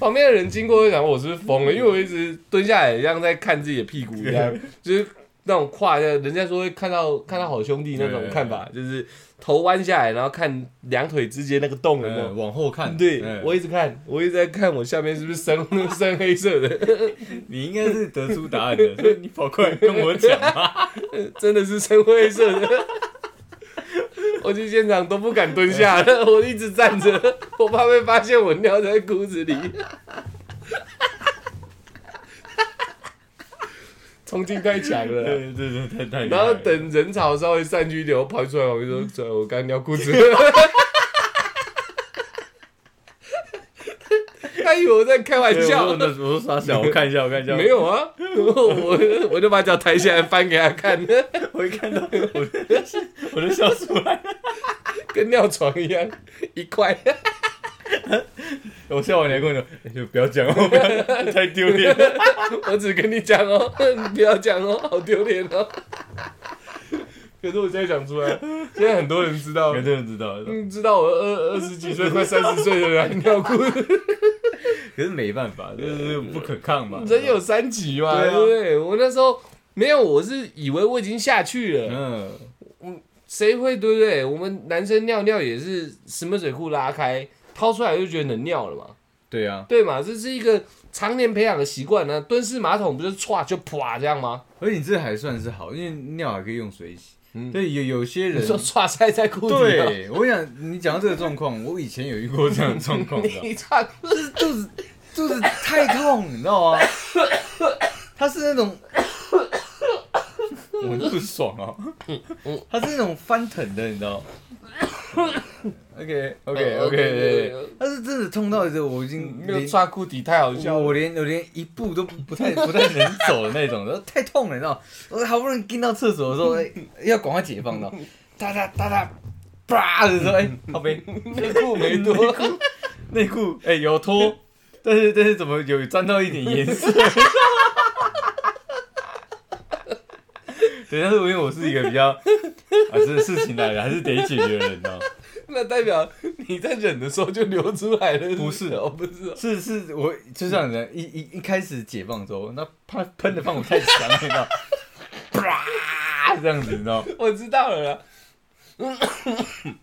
Speaker 1: 旁边的人经过就想我是不是疯了，因为我一直蹲下来，像在看自己的屁股一样，就是那种胯下，人家说会看到看到好兄弟那种
Speaker 2: 对
Speaker 1: 看法，就是头弯下来，然后看两腿之间那个洞有没有
Speaker 2: 呃往后看，
Speaker 1: 对
Speaker 2: 哎，
Speaker 1: 我一直看，我一直在看我下面是不是深 深黑色的，
Speaker 2: 你应该是得出答案 的，所以你跑过来跟我讲嘛。
Speaker 1: 真的是深灰色的。 我去现场都不敢蹲下， 我一直站着，我怕被发现我尿在裤子里。 冲劲太强了，
Speaker 2: 对对对，太太厉害
Speaker 1: 啊然后
Speaker 2: 了。
Speaker 1: 等人潮稍微散去一点，我跑出来，我就说：“出来，我刚尿 裤子。”他以为我在开玩
Speaker 2: 对
Speaker 1: 笑，
Speaker 2: 我说我说傻小，我看一下，我看一下。
Speaker 1: 没有啊，我我就把脚抬起来翻给他看，
Speaker 2: 我一看到我就我就笑出来，
Speaker 1: 跟尿床一样，一块。
Speaker 2: 我笑完你还跟我讲，哎就不要讲哦，不要讲太丢 脸了。
Speaker 1: 我只跟你讲哦， 你不要讲哦，好丢脸哦。可是我现在讲出来，现在很多人知道
Speaker 2: 有，的人知道，知道
Speaker 1: 嗯，知道我二二十几岁、 快三十岁的人还尿裤子，
Speaker 2: 可是没办法，就是不可抗嘛。
Speaker 1: 人有三级嘛，对
Speaker 2: 对啊
Speaker 1: 不对？我那时候没有，我是以为我已经下去了，
Speaker 2: 嗯，
Speaker 1: 谁会对不对？我们男生尿尿也是什么水库拉开，掏出来就觉得能尿了嘛。
Speaker 2: 对啊，
Speaker 1: 对嘛？这是一个常年培养的习惯呢。蹲式马桶不就是歘就啪这样吗？
Speaker 2: 而且你这还算是好，因为尿还可以用水洗。
Speaker 1: 嗯
Speaker 2: 对，有有些
Speaker 1: 你
Speaker 2: 人
Speaker 1: 说歘塞在裤子里啊，
Speaker 2: 对，我想你讲到这个状况，我以前有遇过这样的状况，你知道吗
Speaker 1: 你歘
Speaker 2: 就是肚子肚子太痛，你知 道吗？他是那种，我很不爽啊，他是那种翻腾的，你知道吗？OK OK
Speaker 1: 呃
Speaker 2: OK，
Speaker 1: 呃
Speaker 2: 他是真的痛到一个我已经
Speaker 1: 嗯没有
Speaker 2: 连
Speaker 1: 歘裤底太好笑了。
Speaker 2: 我连我连一步都不太不太能走的那种，然后太痛了，你知道吗？我好不容易进到厕所的时候，哎要赶快解放到，哒哒哒哒，啪的时候，哎，好呗，
Speaker 1: 内裤没多，
Speaker 2: 内裤哎有脱， 但是但是怎么有沾到一点颜色？ 对，但是我因为我是一个比较啊，这事情来了还是得解决的人，你知道吗？
Speaker 1: 那代表你在忍的时候就流出来了，
Speaker 2: 不
Speaker 1: 是
Speaker 2: 是
Speaker 1: 哦，不是哦，
Speaker 2: 是是，我就像人一一一开始解放之后，那怕喷的放我太强了，你知道，啪这样子，你知道，
Speaker 1: 我知道了啦。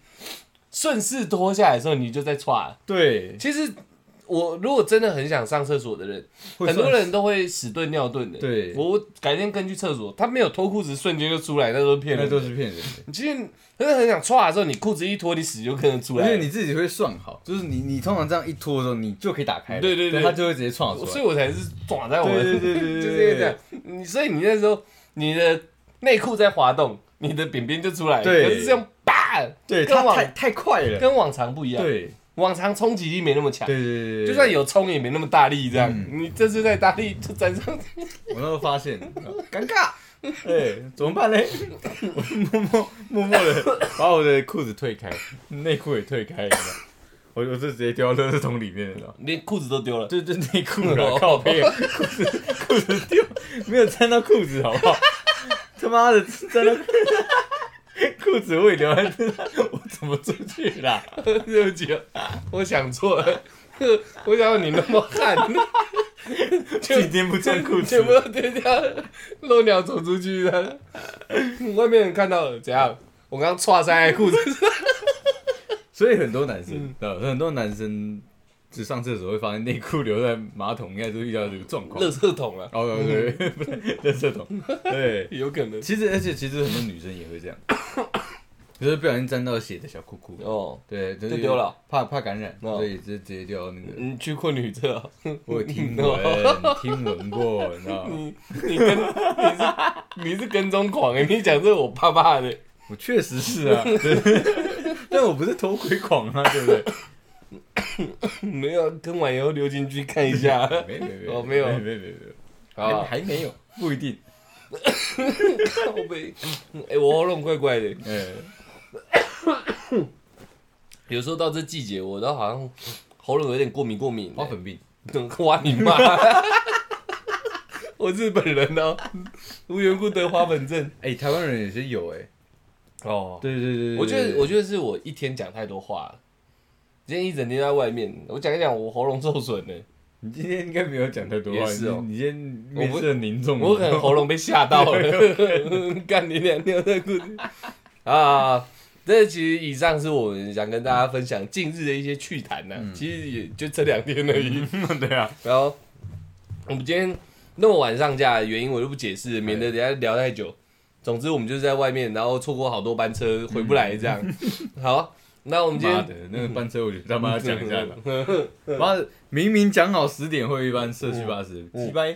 Speaker 1: 顺势脱下来的时候，你就在歘了。
Speaker 2: 对，
Speaker 1: 其实我如果真的很想上厕所的人，
Speaker 2: 会
Speaker 1: 很多
Speaker 2: 算
Speaker 1: 人都会屎遁尿遁的。
Speaker 2: 对
Speaker 1: 我改天跟去厕所，他没有脱裤子瞬间就出来，那都是骗
Speaker 2: 那
Speaker 1: 人
Speaker 2: 都
Speaker 1: 的。
Speaker 2: 是骗人的，
Speaker 1: 其实真的很想歘的时候，你裤子一脱，你屎就跟着出
Speaker 2: 而
Speaker 1: 来
Speaker 2: 且
Speaker 1: 了。
Speaker 2: 你自己会算好，就是你你通常这样一拖的时候，你就可以打开了，
Speaker 1: 对对对
Speaker 2: 它就会直接创出
Speaker 1: 所
Speaker 2: 来，
Speaker 1: 以我才是抓在我的，
Speaker 2: 对对对对对
Speaker 1: 就是这样。你所以你那时候你的内裤在滑动，你的扁扁就出来了，
Speaker 2: 对
Speaker 1: 可是这样叭，
Speaker 2: 对，
Speaker 1: 跟
Speaker 2: 它太
Speaker 1: 往
Speaker 2: 太快了，
Speaker 1: 跟往常不一样，
Speaker 2: 对
Speaker 1: 往常冲击力没那么强
Speaker 2: 对对。对对，嗯
Speaker 1: 就算有冲也没那么大力，这样、你这次在大力就沾上，
Speaker 2: 我那时候发现，啊尴 尬，哎，怎么办呢？我 默默默默 的把我的裤子退开，内裤也退开，你知道我我就直接丢到垃圾桶里面了你知道。
Speaker 1: 连裤子都丢了。
Speaker 2: 就就内裤了
Speaker 1: 哦，
Speaker 2: 靠背，裤子裤子丢，没有沾到裤子，好不 好？他妈的，沾到裤子我也留在这，我怎么出去啦？
Speaker 1: 对不起，啊我想错了， 我想要你那么 汗，
Speaker 2: 几天不穿裤子
Speaker 1: 全部，都丢掉了，漏鸟走出去的，外面人看到了，怎样？我刚刚歘塞在裤 子
Speaker 2: 所以很多男生，呃，很多男生只上厕所会发现内裤留在马桶，应该是遇到这个状况
Speaker 1: 垃。圾桶了，
Speaker 2: 哦，对，对 不对，垃圾桶。对，
Speaker 1: 有可能
Speaker 2: 其实而且其实很多女生也会这样，就是不小心沾到血的小裤裤。
Speaker 1: 哦。
Speaker 2: 对，就
Speaker 1: 就是丢了，
Speaker 2: 怕怕感染，
Speaker 1: 哦嗯
Speaker 2: 所以就直接掉到那个。
Speaker 1: 你去过女厕、 哦，
Speaker 2: 我有听闻， 听闻过，你知道吗？
Speaker 1: 你你跟你是你是跟踪狂哎、你讲这我怕怕的，
Speaker 2: 我确实是啊， 对但我不是偷窥狂啊，对不对？
Speaker 1: 没有啊跟完以后溜进去看一 下，
Speaker 2: 没没没，
Speaker 1: 哦没有哦
Speaker 2: 没没没没，
Speaker 1: 好啊
Speaker 2: 还还没有，不一定。
Speaker 1: 靠背，哎、我喉咙怪怪的，
Speaker 2: 哎，
Speaker 1: 有时候到这季节，我都好像喉咙有点过敏过敏的、
Speaker 2: 花粉病，
Speaker 1: 花你妈！ 我日本人哦，无缘故得花粉症
Speaker 2: 哎，台湾人也是有哎，
Speaker 1: 哦。
Speaker 2: 对对对，对
Speaker 1: 我觉
Speaker 2: 对
Speaker 1: 得，
Speaker 2: 对
Speaker 1: 我觉得是我一天讲太多话了。今天一整天在外面，我讲一讲，我喉咙受损了，
Speaker 2: 你今天应该没有讲太多话，
Speaker 1: 也是哦
Speaker 2: 你你今
Speaker 1: 我
Speaker 2: 天
Speaker 1: 不
Speaker 2: 面试很凝重，
Speaker 1: 我可能喉咙被吓到 了。干你俩尿在裤子啊！这其实以上是我们想跟大家分享近日的一些趣谈呢、
Speaker 2: 嗯
Speaker 1: 其实也就这两天而已。
Speaker 2: 对啊，
Speaker 1: 然后我们今天那么晚上架的原因我就不解释了，免得等一下聊太久。总之我们就是在外面，然后错过好多班车回不来这样。 好，那我们今
Speaker 2: 嗯妈
Speaker 1: 天
Speaker 2: 的，那个班车我就他妈讲一下吧，
Speaker 1: 了，
Speaker 2: 妈的，明明讲好十点会有一班社区巴
Speaker 1: 嗯
Speaker 2: 士，鸡掰，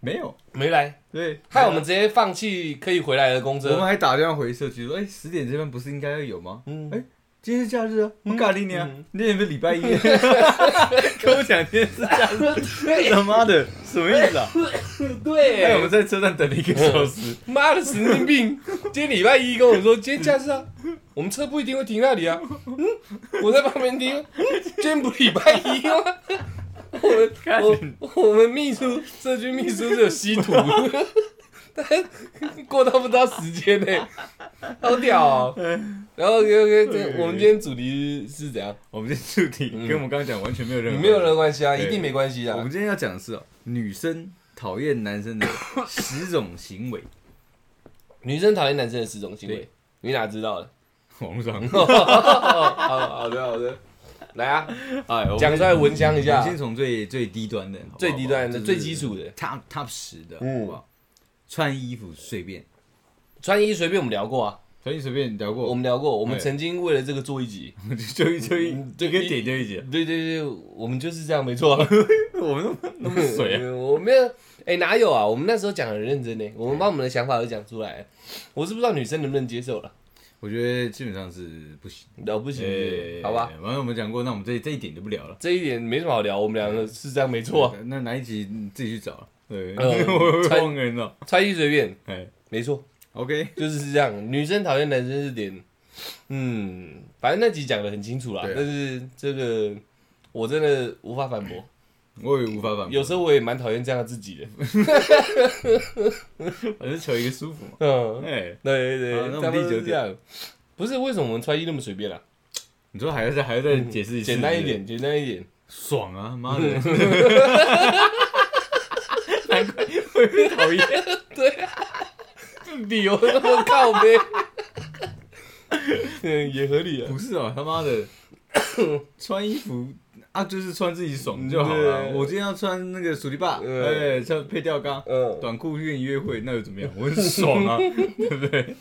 Speaker 2: 没有，
Speaker 1: 没来，
Speaker 2: 对，
Speaker 1: 害我们直接放弃可以回来的公
Speaker 2: 我们
Speaker 1: 车。
Speaker 2: 还打电话回社区说，哎、十点这边不是应该要有吗？
Speaker 1: 嗯
Speaker 2: 嗯，哎、今天是假日啊，我咖喱你啊，那天不是 礼拜一，跟我讲今天是 假日，
Speaker 1: 对
Speaker 2: 他妈的什么意思啊？哎、我们
Speaker 1: 对，
Speaker 2: 在车站等了一个小时，
Speaker 1: 妈的神经病！ 今天礼拜一跟我说今天假日啊，我们车不一定会停那里啊。嗯，我在旁边听，嗯，今天不礼拜一吗？ 我们
Speaker 2: 看
Speaker 1: 我我们秘书社区秘书是有吸毒， 他过到不知道时间呢、好屌哦、然后 OK OK，这我们今天主题是怎样？
Speaker 2: 我们这主题跟我们刚刚讲完全嗯没有任何，
Speaker 1: 没有人。关系啊，
Speaker 2: 对
Speaker 1: 一定没关系
Speaker 2: 我
Speaker 1: 啊
Speaker 2: 们。今天要讲的是哦，女生讨厌男生的十种行为，
Speaker 1: 女生讨厌男生的十种行为
Speaker 2: 对，
Speaker 1: 你哪知 道的？
Speaker 2: 网络上。
Speaker 1: 好好的好的，来啊，
Speaker 2: 哎，我们
Speaker 1: 讲出来闻香一
Speaker 2: 我
Speaker 1: 下
Speaker 2: 们。先从最最低端的，好不好
Speaker 1: 最低端的
Speaker 2: 就是
Speaker 1: 最基础的
Speaker 2: ，top top 十的，
Speaker 1: 嗯
Speaker 2: 好不好？穿衣服随便，
Speaker 1: 穿衣随便我们聊过啊，
Speaker 2: 穿衣随便聊过，
Speaker 1: 我们聊过，我们
Speaker 2: 对
Speaker 1: 曾经为了这个做一集。
Speaker 2: 就就一就一
Speaker 1: 嗯
Speaker 2: 就跟点就 一节，
Speaker 1: 对对对，我们就是这样，没错啊。
Speaker 2: 我们那么那么 水啊，
Speaker 1: 嗯我没有，哎、哪有啊？我们那时候讲得很认真呢，我们把我们的想法都讲出来。我是不知道女生能不能接受了，
Speaker 2: 我觉得基本上是不行，
Speaker 1: 了不起，
Speaker 2: 哎
Speaker 1: 好吧？。
Speaker 2: 反正我们讲过，那我们这这一点就不聊了。
Speaker 1: 这一点没什么好聊，我们
Speaker 2: 哎
Speaker 1: 两个是这样没错啊。
Speaker 2: 那哪一集你自己去找啊，对，
Speaker 1: 呃
Speaker 2: 我
Speaker 1: 穿
Speaker 2: 会忘人了。
Speaker 1: 穿衣随便，
Speaker 2: 哎
Speaker 1: 没错，
Speaker 2: ，OK，
Speaker 1: 就是这样。女生讨厌男生是点，嗯，反正那集讲的很清楚啦。
Speaker 2: 对啊
Speaker 1: 但是这个我真的无法反驳，
Speaker 2: 我也无法反驳，
Speaker 1: 有时候我也蛮讨厌这样的自己的。
Speaker 2: 反正求一个舒服嘛。
Speaker 1: 嗯，
Speaker 2: 哎，
Speaker 1: 对对
Speaker 2: 好
Speaker 1: 对，
Speaker 2: 那我们
Speaker 1: 差不多
Speaker 2: 第九
Speaker 1: 是这样。不是为什么我们穿衣那么随便啊？
Speaker 2: 你说还要再还要再解释一次，
Speaker 1: 简单一，点，简单一点。
Speaker 2: 爽 啊！妈的，难怪会被讨 厌。啊
Speaker 1: 理由那么 靠背，嗯，也合理啊。
Speaker 2: 不是哦，他 妈的，穿衣服啊，就是穿自己爽就好了。
Speaker 1: 嗯对嗯
Speaker 2: 我今天要穿那个鼠力霸，
Speaker 1: 对
Speaker 2: 哎，穿配吊钢，
Speaker 1: 嗯，
Speaker 2: 短裤去约会，那又怎么样？我很 爽啊，对不对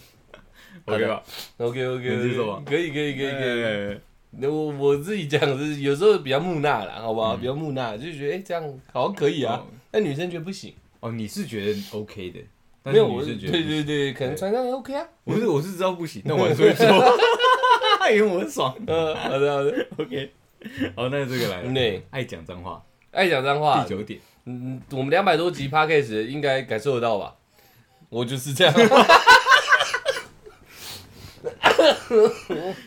Speaker 1: 好的
Speaker 2: ？OK 吧？
Speaker 1: OK OK，
Speaker 2: 能接受吧
Speaker 1: 可以可以可以可以。
Speaker 2: 哎
Speaker 1: 那我我自己讲是有时候比较木讷啦，好不好？比较木讷，就觉得哎、这样好像可以啊
Speaker 2: 哦，
Speaker 1: 但女生觉得不行。
Speaker 2: 哦，你是觉得 OK 的，但
Speaker 1: 没
Speaker 2: 是
Speaker 1: 有，
Speaker 2: 你
Speaker 1: 我
Speaker 2: 是
Speaker 1: 是
Speaker 2: 觉得
Speaker 1: 对
Speaker 2: 不行
Speaker 1: 对对，可能穿上也 OK 啊。
Speaker 2: 我是我是知道不行，但我还是会做， 因为我很爽。
Speaker 1: 呃，好的好的，
Speaker 2: OK，好，那这个来了，
Speaker 1: 对，啊
Speaker 2: 爱讲脏话，
Speaker 1: 爱讲脏话
Speaker 2: 第，九点，
Speaker 1: 嗯，我们两百多集 podcast 应该感受得到吧？我就是这样，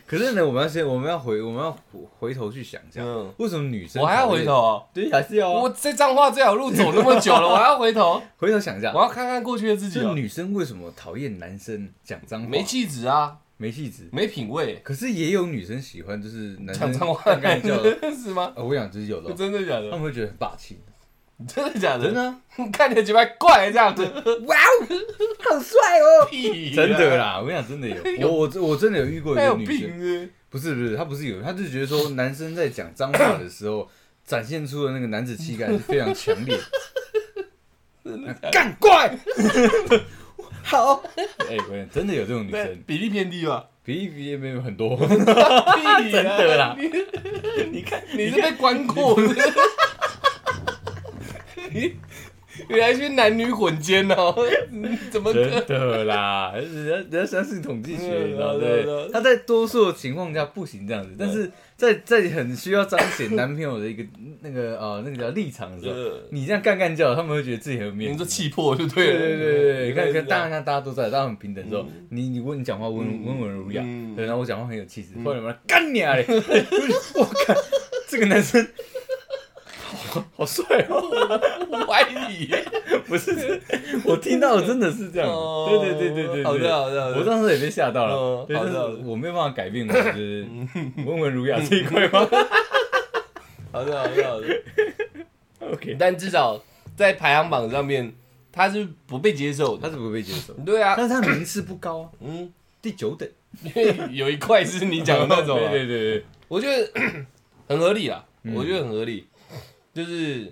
Speaker 2: 可是呢，我们要先，我们要回，我们要回回头去想一下，
Speaker 1: 嗯
Speaker 2: 为什么女 生
Speaker 1: 我还要
Speaker 2: 讨厌
Speaker 1: 回头、哦。
Speaker 2: 对，还是要啊
Speaker 1: 我在脏话这条路走那么久 了，我还要回头，
Speaker 2: 回头想一下
Speaker 1: 我，要看看过去的自己、
Speaker 2: 就
Speaker 1: 哦。
Speaker 2: 女生为什么讨厌男生讲脏话，
Speaker 1: 没气质啊，
Speaker 2: 没气质？
Speaker 1: 没品味，
Speaker 2: 可是也有女生喜欢，就是男
Speaker 1: 讲
Speaker 2: 生
Speaker 1: 脏话
Speaker 2: 干嗯干叫的，
Speaker 1: 是吗？
Speaker 2: 呃我想就是有的哦，
Speaker 1: 真的假
Speaker 2: 他
Speaker 1: 的？
Speaker 2: 们会觉得很霸气，
Speaker 1: 真的假的？
Speaker 2: 真的啊，
Speaker 1: 看起来几百怪这 样子，
Speaker 2: 哇哦，好帅哦，
Speaker 1: 屁
Speaker 2: 真的！啦，我跟你讲，真的 有，我我真我真的有遇过一
Speaker 1: 还
Speaker 2: 个
Speaker 1: 有
Speaker 2: 女生
Speaker 1: 病。是
Speaker 2: 不是不是，他不是有，他就觉得 说男生在讲脏话的时候，展现出的那个男子气概是非常强 烈。干 怪，好，哎、我跟你讲真的有这种女
Speaker 1: 不是，
Speaker 2: 生，
Speaker 1: 比例偏低吧？
Speaker 2: 比一比也没有很 多。
Speaker 1: 真
Speaker 2: 真的啦
Speaker 1: 你你看，你是被关过的。你 原来是男女混奸哦？ 嗯怎么可
Speaker 2: 真的啦，人家人家相信统计学，
Speaker 1: 嗯
Speaker 2: 你知道
Speaker 1: 对
Speaker 2: 对
Speaker 1: 对对
Speaker 2: 他在多数的情况下不行这样子，但是在在很需要彰显男朋友的一个那个呃那个叫立场的时候，
Speaker 1: 能？
Speaker 2: 你这样干干叫，他们会觉得自己很有面
Speaker 1: 你
Speaker 2: 子
Speaker 1: 说。气魄就对
Speaker 2: 对
Speaker 1: 了。
Speaker 2: 对对对，你看看大
Speaker 1: 家
Speaker 2: 家大家都在，大家很平等之后，你你问你讲话温温文儒雅，
Speaker 1: 嗯
Speaker 2: 对，然后我讲话很有气质，后来我们干你 啊嘞！我靠，这个男生好好帅哦！
Speaker 1: 怀疑。
Speaker 2: 不是，我听到的真的是这样，
Speaker 1: 哦
Speaker 2: 对对对对对对，
Speaker 1: 好的好的好的
Speaker 2: 我当时也被吓到了
Speaker 1: 嗯，
Speaker 2: 对，
Speaker 1: 好
Speaker 2: 但
Speaker 1: 的
Speaker 2: 是
Speaker 1: 好嗯的
Speaker 2: 我没有办法改变我就是温文儒雅这一 块吗
Speaker 1: 好的，好的，好的。
Speaker 2: ？OK，
Speaker 1: 但至少在排行榜上面，他是不被接受
Speaker 2: 他
Speaker 1: 的。
Speaker 2: 是不被接受，
Speaker 1: 对啊，
Speaker 2: 但是他名次不高啊，
Speaker 1: 嗯，
Speaker 2: 第九等，
Speaker 1: 因为有一块是你讲的那种、啊，
Speaker 2: 对对嗯对对，
Speaker 1: 我觉得很合理啦，我觉得很合理，就是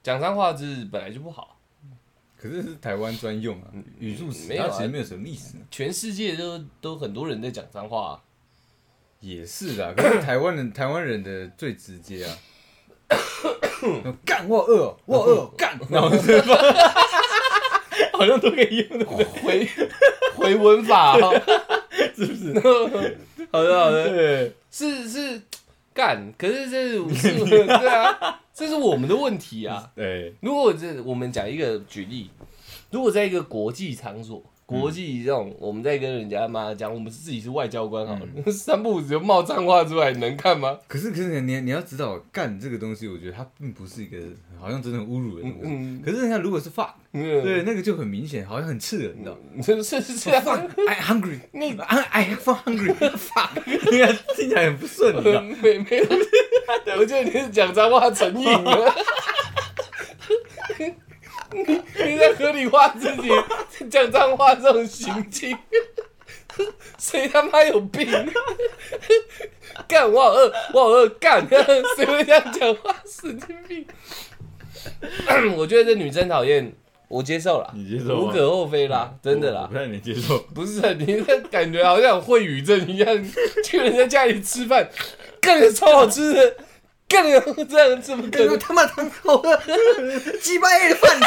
Speaker 1: 讲脏话是本来就不好，
Speaker 2: 可是是台湾专用啊，语助词，
Speaker 1: 没有啊
Speaker 2: 它其实没有什么意思呢。
Speaker 1: 全世界都都很多人在讲脏话啊、
Speaker 2: 也是
Speaker 1: 啊
Speaker 2: 啦，可是台湾人台湾人的最直接 啊，干我饿哦，我饿 哦干，然后是吧？ 好像都可以用的，
Speaker 1: 回 回文法、哦，
Speaker 2: 是不是？
Speaker 1: 好的好的，
Speaker 2: 对，
Speaker 1: 是是干，可是这是是对啊，这是我们的问题啊。
Speaker 2: 对，
Speaker 1: 如果这我们讲一个举例，如果在一个国际场所。国际这种，我们在跟人家妈讲，我们自己是外交官好了，三不五时就冒脏话出来，能看吗？
Speaker 2: 可是可是你你要知道，干这个东西，我觉得它并不是一个好像真的很侮辱人的东西。
Speaker 1: 嗯嗯
Speaker 2: 可是人家如果是 fuck，
Speaker 1: 嗯，
Speaker 2: 对，那个就很明显，好像很刺耳，你知道。
Speaker 1: 是是是啊这样，
Speaker 2: I hungry，
Speaker 1: 嗯那
Speaker 2: I I f o hungry fuck，你看听起来很不顺，啊你知道。
Speaker 1: 没没有，我觉得你是讲脏话成瘾了。你你在合理化自己讲脏话这种行径，谁他妈有病？干我好饿，我好饿，干！谁会这样讲话？神经病！我觉得这女生讨厌，我接受了，
Speaker 2: 你接受
Speaker 1: 无
Speaker 2: 吗
Speaker 1: 可厚非啦， 真的
Speaker 2: 我
Speaker 1: 啦
Speaker 2: 不。太能接受。
Speaker 1: 不是、啊，你那感觉好像有秽语症一样，去人家家里吃饭，干的超好吃的，干的这样怎么可能？
Speaker 2: 他妈汤好喝，鸡巴 A 的饭呢？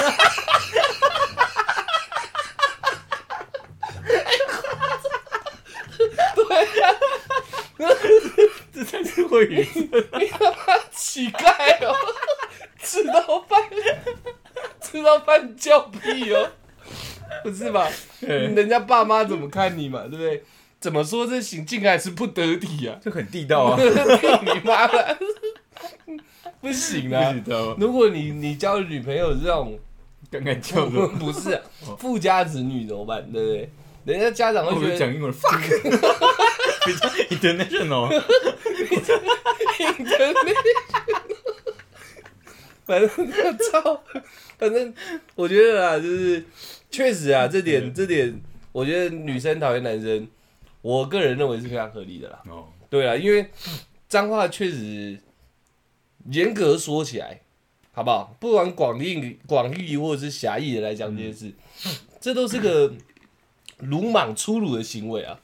Speaker 1: 对啊，
Speaker 2: 这才是会语。
Speaker 1: 你他妈乞丐哦， 吃到饭，吃到饭叫屁哦，不是吧？人家爸妈怎么看你嘛，对不对？怎么说这行径还是不得体啊！
Speaker 2: 就很地道 啊，
Speaker 1: 你妈的，不行啊
Speaker 2: 你！知道吗？
Speaker 1: 如果你你交的女朋友是这种
Speaker 2: 刚刚叫什么？
Speaker 1: 不是、富家子女怎么办？对不对？人家家长
Speaker 2: 我
Speaker 1: 会
Speaker 2: 就
Speaker 1: 觉
Speaker 2: 讲
Speaker 1: 得
Speaker 2: 英文，fuck，比较 international，
Speaker 1: 哎反正操，反正我觉得啊，就是确实啊，这点这点，我觉得女生讨厌男生，我个人认为是非常合理的啦。
Speaker 2: 哦，
Speaker 1: 对啊，因为脏话确实严格说起来，好不好？不管广义、广义或者是狭义的来讲这件事，这都是个鲁莽粗鲁的行为啊。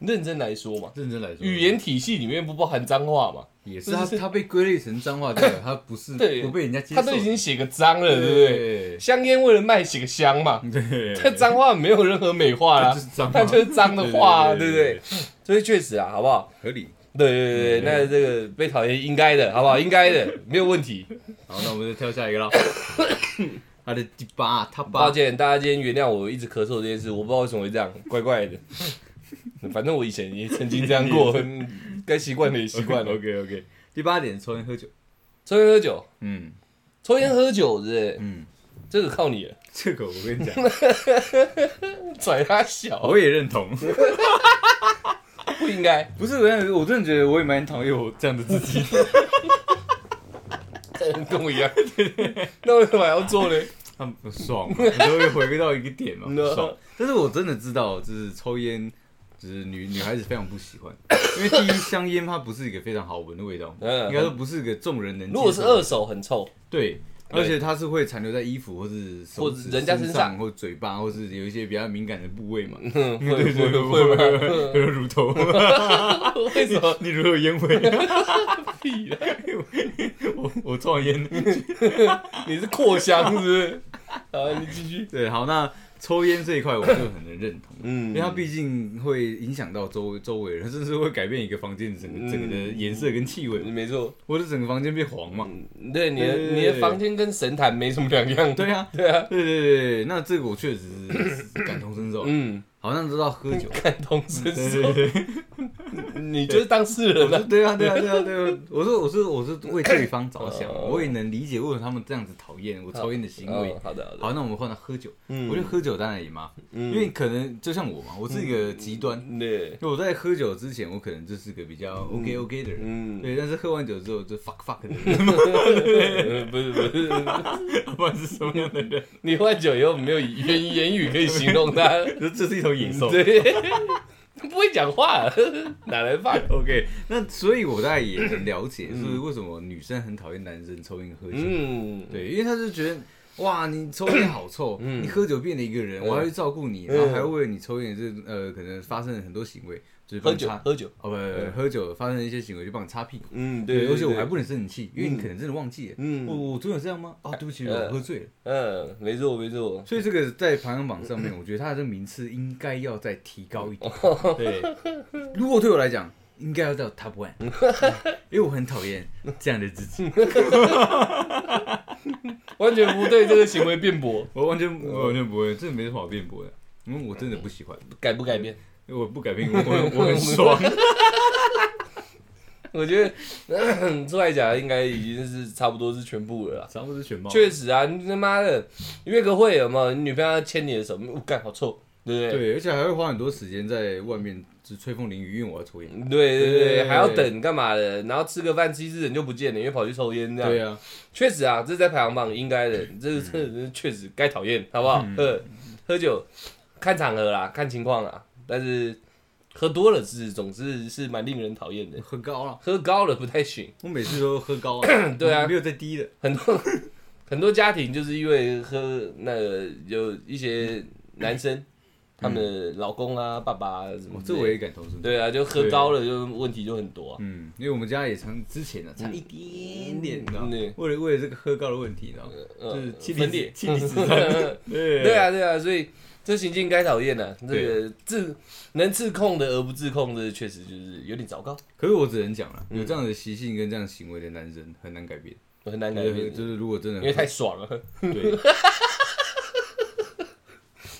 Speaker 1: 认真来说嘛，
Speaker 2: 认真来说，
Speaker 1: 语言体系里面不包含脏话嘛？
Speaker 2: 也是他，他被归类成脏话，代表他不是
Speaker 1: 对
Speaker 2: 不被人家接受，
Speaker 1: 他都已经写个脏了，对不对？香烟为了卖写个香嘛，
Speaker 2: 对对，
Speaker 1: 这脏话没有任何美化
Speaker 2: 他
Speaker 1: 啦
Speaker 2: 就，是脏话，
Speaker 1: 它就是脏的话啊，对
Speaker 2: 对
Speaker 1: 不
Speaker 2: 对
Speaker 1: 对？所以确实啊，好不好？
Speaker 2: 合理。
Speaker 1: 对对对，对那这个被讨厌应该的，好不 好？应该的，没有问 题。
Speaker 2: 好，那我们就跳下一个 了。他的第八，他
Speaker 1: 抱
Speaker 2: 八，
Speaker 1: 歉，大家今天原谅我一直咳嗽这件事，我不知道为什么会这样，怪怪 的。反正我以前也曾经这样 过，嗯该习惯的也习 惯了。
Speaker 2: OK OK。第八点，抽烟喝酒。
Speaker 1: 抽烟喝酒，
Speaker 2: 嗯
Speaker 1: 抽烟喝酒是不是
Speaker 2: 嗯，
Speaker 1: 这个靠你了，
Speaker 2: 这个我跟你讲，
Speaker 1: 拽他小
Speaker 2: 我也认同。
Speaker 1: 不应该，
Speaker 2: 不是，我真的我真的觉得我也蛮讨厌我这样的自己。
Speaker 1: 这人跟我 一样，那为什么还要做呢？
Speaker 2: 他们爽嘛，你都会回归到一个点 嘛
Speaker 1: No，
Speaker 2: 爽。但是我真的知道，就是抽烟，就是女女孩子非常不喜欢，因为第一香烟它不是一个非常好闻的味 道，
Speaker 1: 嗯
Speaker 2: 应该说不是一个众人能接
Speaker 1: 如
Speaker 2: 受。
Speaker 1: 果是二手很臭，
Speaker 2: 对，
Speaker 1: 对
Speaker 2: 而且它是会残留在衣服或是手
Speaker 1: 或
Speaker 2: 指
Speaker 1: 者人家身
Speaker 2: 身
Speaker 1: 上
Speaker 2: 或嘴巴，或是有一些比较敏感的部位嘛。
Speaker 1: 嗯，会
Speaker 2: 对
Speaker 1: 会
Speaker 2: 对对
Speaker 1: 会
Speaker 2: 会
Speaker 1: 吧
Speaker 2: 会会乳头，
Speaker 1: 嗯？ 为什么？
Speaker 2: 你如果有烟味，
Speaker 1: 啊
Speaker 2: 我我抽完烟。
Speaker 1: 你是扩香是不 是？好，你继续。
Speaker 2: 对，好，那抽烟这一块我就很能认同。
Speaker 1: 嗯
Speaker 2: 因为它毕竟会影响到周周围人，甚至会改变一个房间整
Speaker 1: 嗯
Speaker 2: 个整个的颜色跟气味，
Speaker 1: 没错，
Speaker 2: 或者整个房间变黄嘛。
Speaker 1: 对你的
Speaker 2: 对对对
Speaker 1: 你的房间跟神坛没什么两样。
Speaker 2: 对啊，
Speaker 1: 对啊，
Speaker 2: 对对对对，那这个我确实是 感同身受。
Speaker 1: 嗯，
Speaker 2: 好像知道喝 酒，
Speaker 1: 感同身
Speaker 2: 对
Speaker 1: 受，
Speaker 2: 对对对，
Speaker 1: 你就是当事人
Speaker 2: 我
Speaker 1: 了
Speaker 2: 是。 对啊对啊对啊对啊， 我说我是我是为对方着 想，
Speaker 1: 哦
Speaker 2: 我也能理解为什么他们这样子讨厌我抽烟的行为
Speaker 1: 哦。好的好的，
Speaker 2: 好，那我们换到喝酒，
Speaker 1: 嗯
Speaker 2: 我觉得喝酒当然也麻烦，因为可能就像我嘛，我是一个极端，
Speaker 1: 对，
Speaker 2: 因为我在喝酒之前，我可能就是个比较 OK OK 的人，
Speaker 1: 嗯，
Speaker 2: 对，但是喝完酒之后就 fuck fuck 的人，
Speaker 1: 不是不是，
Speaker 2: 不管是什么样的 人，
Speaker 1: 你换酒以后没有言言语可以形容他，
Speaker 2: 这这是一头野兽。
Speaker 1: 对，不会讲话， 哪来饭？
Speaker 2: OK，那所以我大概也很了解，是为什么女生很讨厌男生抽烟喝酒，
Speaker 1: 嗯，
Speaker 2: 对，因为她就觉得。哇，你抽烟好臭！你喝酒变了一个
Speaker 1: 嗯
Speaker 2: 人，我还会照顾你，然后还会为你抽烟这呃，可能发生了很多行为，就是
Speaker 1: 喝
Speaker 2: 帮你
Speaker 1: 酒
Speaker 2: 擦
Speaker 1: 喝酒，
Speaker 2: 哦不不不，喝酒发生一些行为就帮你擦屁股，
Speaker 1: 嗯，
Speaker 2: 对，
Speaker 1: 对，
Speaker 2: 而且我还
Speaker 1: 对
Speaker 2: 不能生你气，因为你可能真的忘记了，哦
Speaker 1: 嗯
Speaker 2: 我我昨天有这样吗？啊，对不起，
Speaker 1: 呃
Speaker 2: 我喝醉了。
Speaker 1: 嗯，没错没错，
Speaker 2: 所以这个在排行榜上
Speaker 1: 嗯
Speaker 2: 面，我觉得他的这个名次应该要再提高一点。
Speaker 1: 哦
Speaker 2: 对，如果对我来讲，应该要到 top one，嗯因为我很讨厌这样的自己，
Speaker 1: 完全不对这个行为辩 驳，
Speaker 2: 我
Speaker 1: 嗯
Speaker 2: 完全我完全不会，这没什么好辩驳的，因为我真的不喜欢，
Speaker 1: 改不改变？
Speaker 2: 因为我不改变，我 我我很爽。
Speaker 1: 我觉得出来讲应该已经是差不多是全部了啦。
Speaker 2: 咱们是全貌，
Speaker 1: 确实啊，你他妈的约个会有没有？你女朋友要牵你的手，我干好臭，对不对？
Speaker 2: 对，而且还会花很多时间在外面就吹风淋雨，因为我要抽烟。
Speaker 1: 对对对
Speaker 2: 对
Speaker 1: 还要等干嘛的？然后吃个饭，吃一次人就不见了，因为跑去抽烟这样。
Speaker 2: 对啊，
Speaker 1: 确实啊，这在排行榜应该的，这这这确实该讨厌，好不好？
Speaker 2: 嗯
Speaker 1: 喝喝酒看场合啦，看情况啦，但是喝多了是总之是蛮令人讨厌的，
Speaker 2: 喝高了，
Speaker 1: 喝高了不太行。。
Speaker 2: 我每次都喝高了
Speaker 1: 对啊
Speaker 2: 没有再低的。
Speaker 1: 很多 很多家庭就是因为喝那个有一些男生，他们的老公啊、爸爸啊什么
Speaker 2: 哦，
Speaker 1: 之
Speaker 2: 这
Speaker 1: 类的，
Speaker 2: 我也感同身受。
Speaker 1: 对啊，就喝高了就问题就很多啊。
Speaker 2: 嗯，因为我们家也常之前呢、啊，差一点点，你知道吗
Speaker 1: 嗯，
Speaker 2: 为了为了这个喝高的问题，你知道吗？
Speaker 1: 呃
Speaker 2: 就是妻
Speaker 1: 分
Speaker 2: 离
Speaker 1: 裂
Speaker 2: 子妻离 子散，嗯对
Speaker 1: 对，啊，对啊，所以这行径该讨厌的，这
Speaker 2: 对
Speaker 1: 个自能自控的而不自控的，确实就是有点糟糕，
Speaker 2: 可是我只能讲了，
Speaker 1: 嗯
Speaker 2: 有这样的习性跟这样行为的男生很难改变，
Speaker 1: 很难改
Speaker 2: 对，
Speaker 1: 变，
Speaker 2: 就是如果真的
Speaker 1: 因为太爽了。
Speaker 2: 对，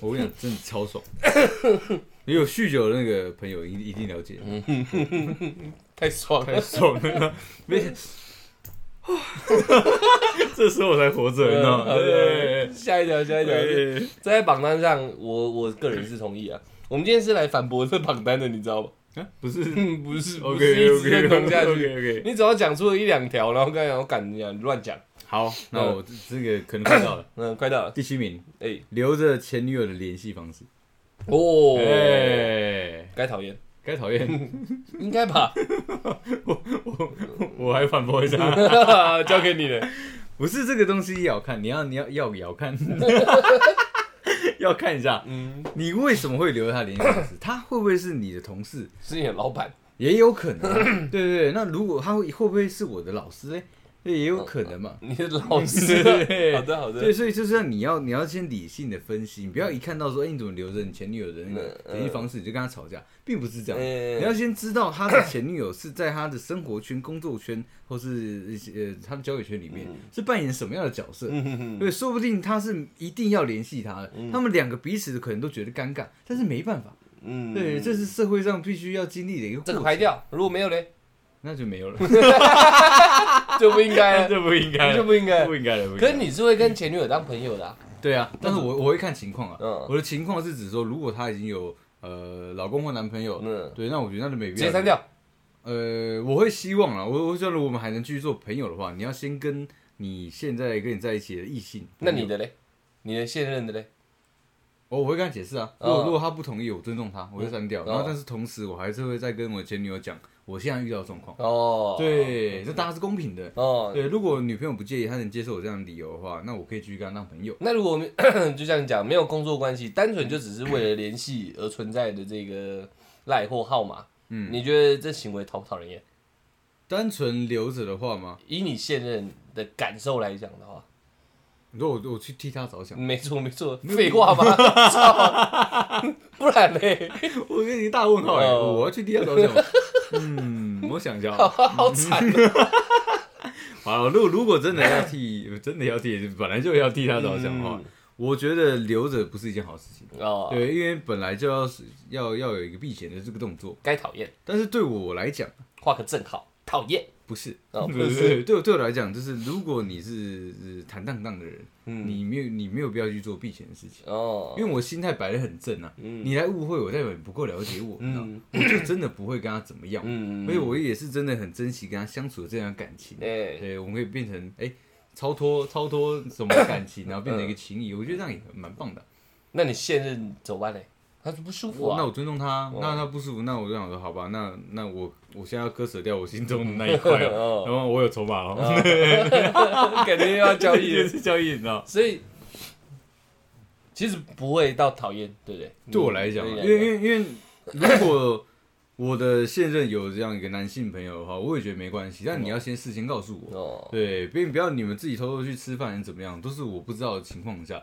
Speaker 2: 我跟你讲，真的超爽。你有酗酒的那个朋友一一定了解，
Speaker 1: 嗯太爽
Speaker 2: 太
Speaker 1: 了，
Speaker 2: 爽了， 没想，这时候我才活着，你知道吗？
Speaker 1: 嗯
Speaker 2: 对，
Speaker 1: 下一条，下一条，
Speaker 2: 对，
Speaker 1: 在榜单上，我我个人是同意啊。我们今天是来反驳这榜单的，你知道吗？
Speaker 2: 啊，不是
Speaker 1: 嗯，不 是，不是一
Speaker 2: OK
Speaker 1: 直在
Speaker 2: OK
Speaker 1: 弄
Speaker 2: OK
Speaker 1: 下去。
Speaker 2: OK，
Speaker 1: 你只要讲出了一两条，然后跟他讲，我敢讲乱讲，
Speaker 2: 好，那我这这个可能快到了
Speaker 1: 嗯，快到了，
Speaker 2: 第七名，
Speaker 1: 哎，
Speaker 2: 留着前女友的联系方式。
Speaker 1: 哦，
Speaker 2: 哎，
Speaker 1: 该讨厌，
Speaker 2: 该讨 厌，
Speaker 1: 应该吧，
Speaker 2: 我还反驳一下，
Speaker 1: 交给你了。
Speaker 2: 不是这个东西要看，你要你要要 要看，要看一下，
Speaker 1: 嗯，
Speaker 2: 你为什么会留他联系方式？他会不会是你的同事？
Speaker 1: 是你的老板，
Speaker 2: 也有可能 啊，对对对。那如果他会会不会是我的老师嘞？这也有可能嘛。
Speaker 1: 你的老 师。
Speaker 2: 对
Speaker 1: 好的，好
Speaker 2: 对，
Speaker 1: 的。
Speaker 2: 所以就是你要你要先理性的分
Speaker 1: 嗯
Speaker 2: 析，你不要一看到说，哎、你怎么留着你前女友的那个联系方式，你就跟他吵架，并不是这样。
Speaker 1: 嗯
Speaker 2: 你要先知道他的前女友是在他的生活圈、工作圈，或是一些呃他的交友圈里面
Speaker 1: 嗯
Speaker 2: 是扮演什么样的角色。对，说不定他是一定要联系他的，他们两个彼此可能都觉得尴尬，但是没办法，
Speaker 1: 嗯，
Speaker 2: 对，这是社会上必须要经历的一个
Speaker 1: 这个
Speaker 2: 过程，
Speaker 1: 排掉，如果没有嘞，
Speaker 2: 那就没 有了，
Speaker 1: 就不应该啊了，
Speaker 2: 这不应
Speaker 1: 就不应该。
Speaker 2: 不应该了。不 应
Speaker 1: 可
Speaker 2: 该
Speaker 1: 是你是会跟前女友当朋友的啊，
Speaker 2: 对啊，但是我我会看情况啊。
Speaker 1: 嗯
Speaker 2: 我的情况是指说，如果她已经有呃老公或男朋友，
Speaker 1: 嗯
Speaker 2: 对，那我觉得那就没
Speaker 1: 直
Speaker 2: 必要。
Speaker 1: 接删。掉。
Speaker 2: 呃，我会希望啊，我我觉得我们还能继续做朋友的话，你要先跟你现在跟你在一起的异性。
Speaker 1: 那你的嘞，你的现任的嘞，
Speaker 2: 哦，我会跟他解释啊。如果、
Speaker 1: 嗯
Speaker 2: 如果他不同意，我尊重他，我就删掉。
Speaker 1: 嗯
Speaker 2: 然后，但是同时我还是会再跟我前女友讲，我现在遇到的状况。
Speaker 1: 哦，，
Speaker 2: 对，这大家是公平的。
Speaker 1: 哦，
Speaker 2: 对，如果女朋友不介意，她能接受我这样的理由的话，那我可以继续跟她当朋友。
Speaker 1: 那如果我们 就像你讲，没有工作关系，单纯就只是为了联系而存在的这个赖或号码，嗯，你觉得这行为讨不讨人厌？
Speaker 2: 单纯留着的话吗？
Speaker 1: 以你现任的感受来讲的话，
Speaker 2: 你说我我去替她着想。
Speaker 1: 没错没错，废话 吗？操， 不然嘞，
Speaker 2: 我给你一大问号哎、
Speaker 1: 哦
Speaker 2: 我要去第二找想。嗯，我想一下 啊。
Speaker 1: 好惨啊。
Speaker 2: 好了，如果如果真的要替，真的要替，本来就要替他着想的话，
Speaker 1: 嗯
Speaker 2: 我觉得留着不是一件好事情。
Speaker 1: 哦，
Speaker 2: 对，因为本来就要是要要有一个避嫌的这个动作，
Speaker 1: 该讨厌，
Speaker 2: 但是对我来讲
Speaker 1: 画个正号，讨厌。
Speaker 2: 不是，
Speaker 1: 哦不
Speaker 2: 对
Speaker 1: 是
Speaker 2: 对对我对我来讲就是，如果你是是坦荡荡的人，
Speaker 1: 嗯
Speaker 2: 你没有你没有必要去做避嫌的事情。
Speaker 1: 哦，
Speaker 2: 因为我心态摆得很正啊，你来误会我，代表你不够了解我，
Speaker 1: 嗯
Speaker 2: 你知道我就真的不会跟他怎么样，
Speaker 1: 嗯，
Speaker 2: 所以我也是真的很珍惜跟他相处的这段感情。
Speaker 1: 哎，
Speaker 2: 对，我们可以变成哎、超脱超脱什么感情，然后变成一个情谊，我觉得这样也蛮棒的。啊
Speaker 1: 那你现任怎么办嘞？他说不舒服
Speaker 2: 我那
Speaker 1: 啊。
Speaker 2: 我尊重他，那他不舒服，那我就想说，好吧，那那我我现在要割舍掉我心中的那 一块
Speaker 1: 哦
Speaker 2: 哦，然后我有筹码了，
Speaker 1: 肯定要交易
Speaker 2: 也
Speaker 1: 了，
Speaker 2: 是 交易，你知道？
Speaker 1: 所以其实不会到讨厌，对不对？
Speaker 2: 对我来讲，
Speaker 1: 嗯对
Speaker 2: 啊因
Speaker 1: 你
Speaker 2: 为因为因为如果我的现任有这样一个男性朋友的话，我也觉得没关系，但你要先事先告诉我，
Speaker 1: 哦，
Speaker 2: 对，并不要你们自己偷偷去吃饭，怎么样，都是我不知道的情况下，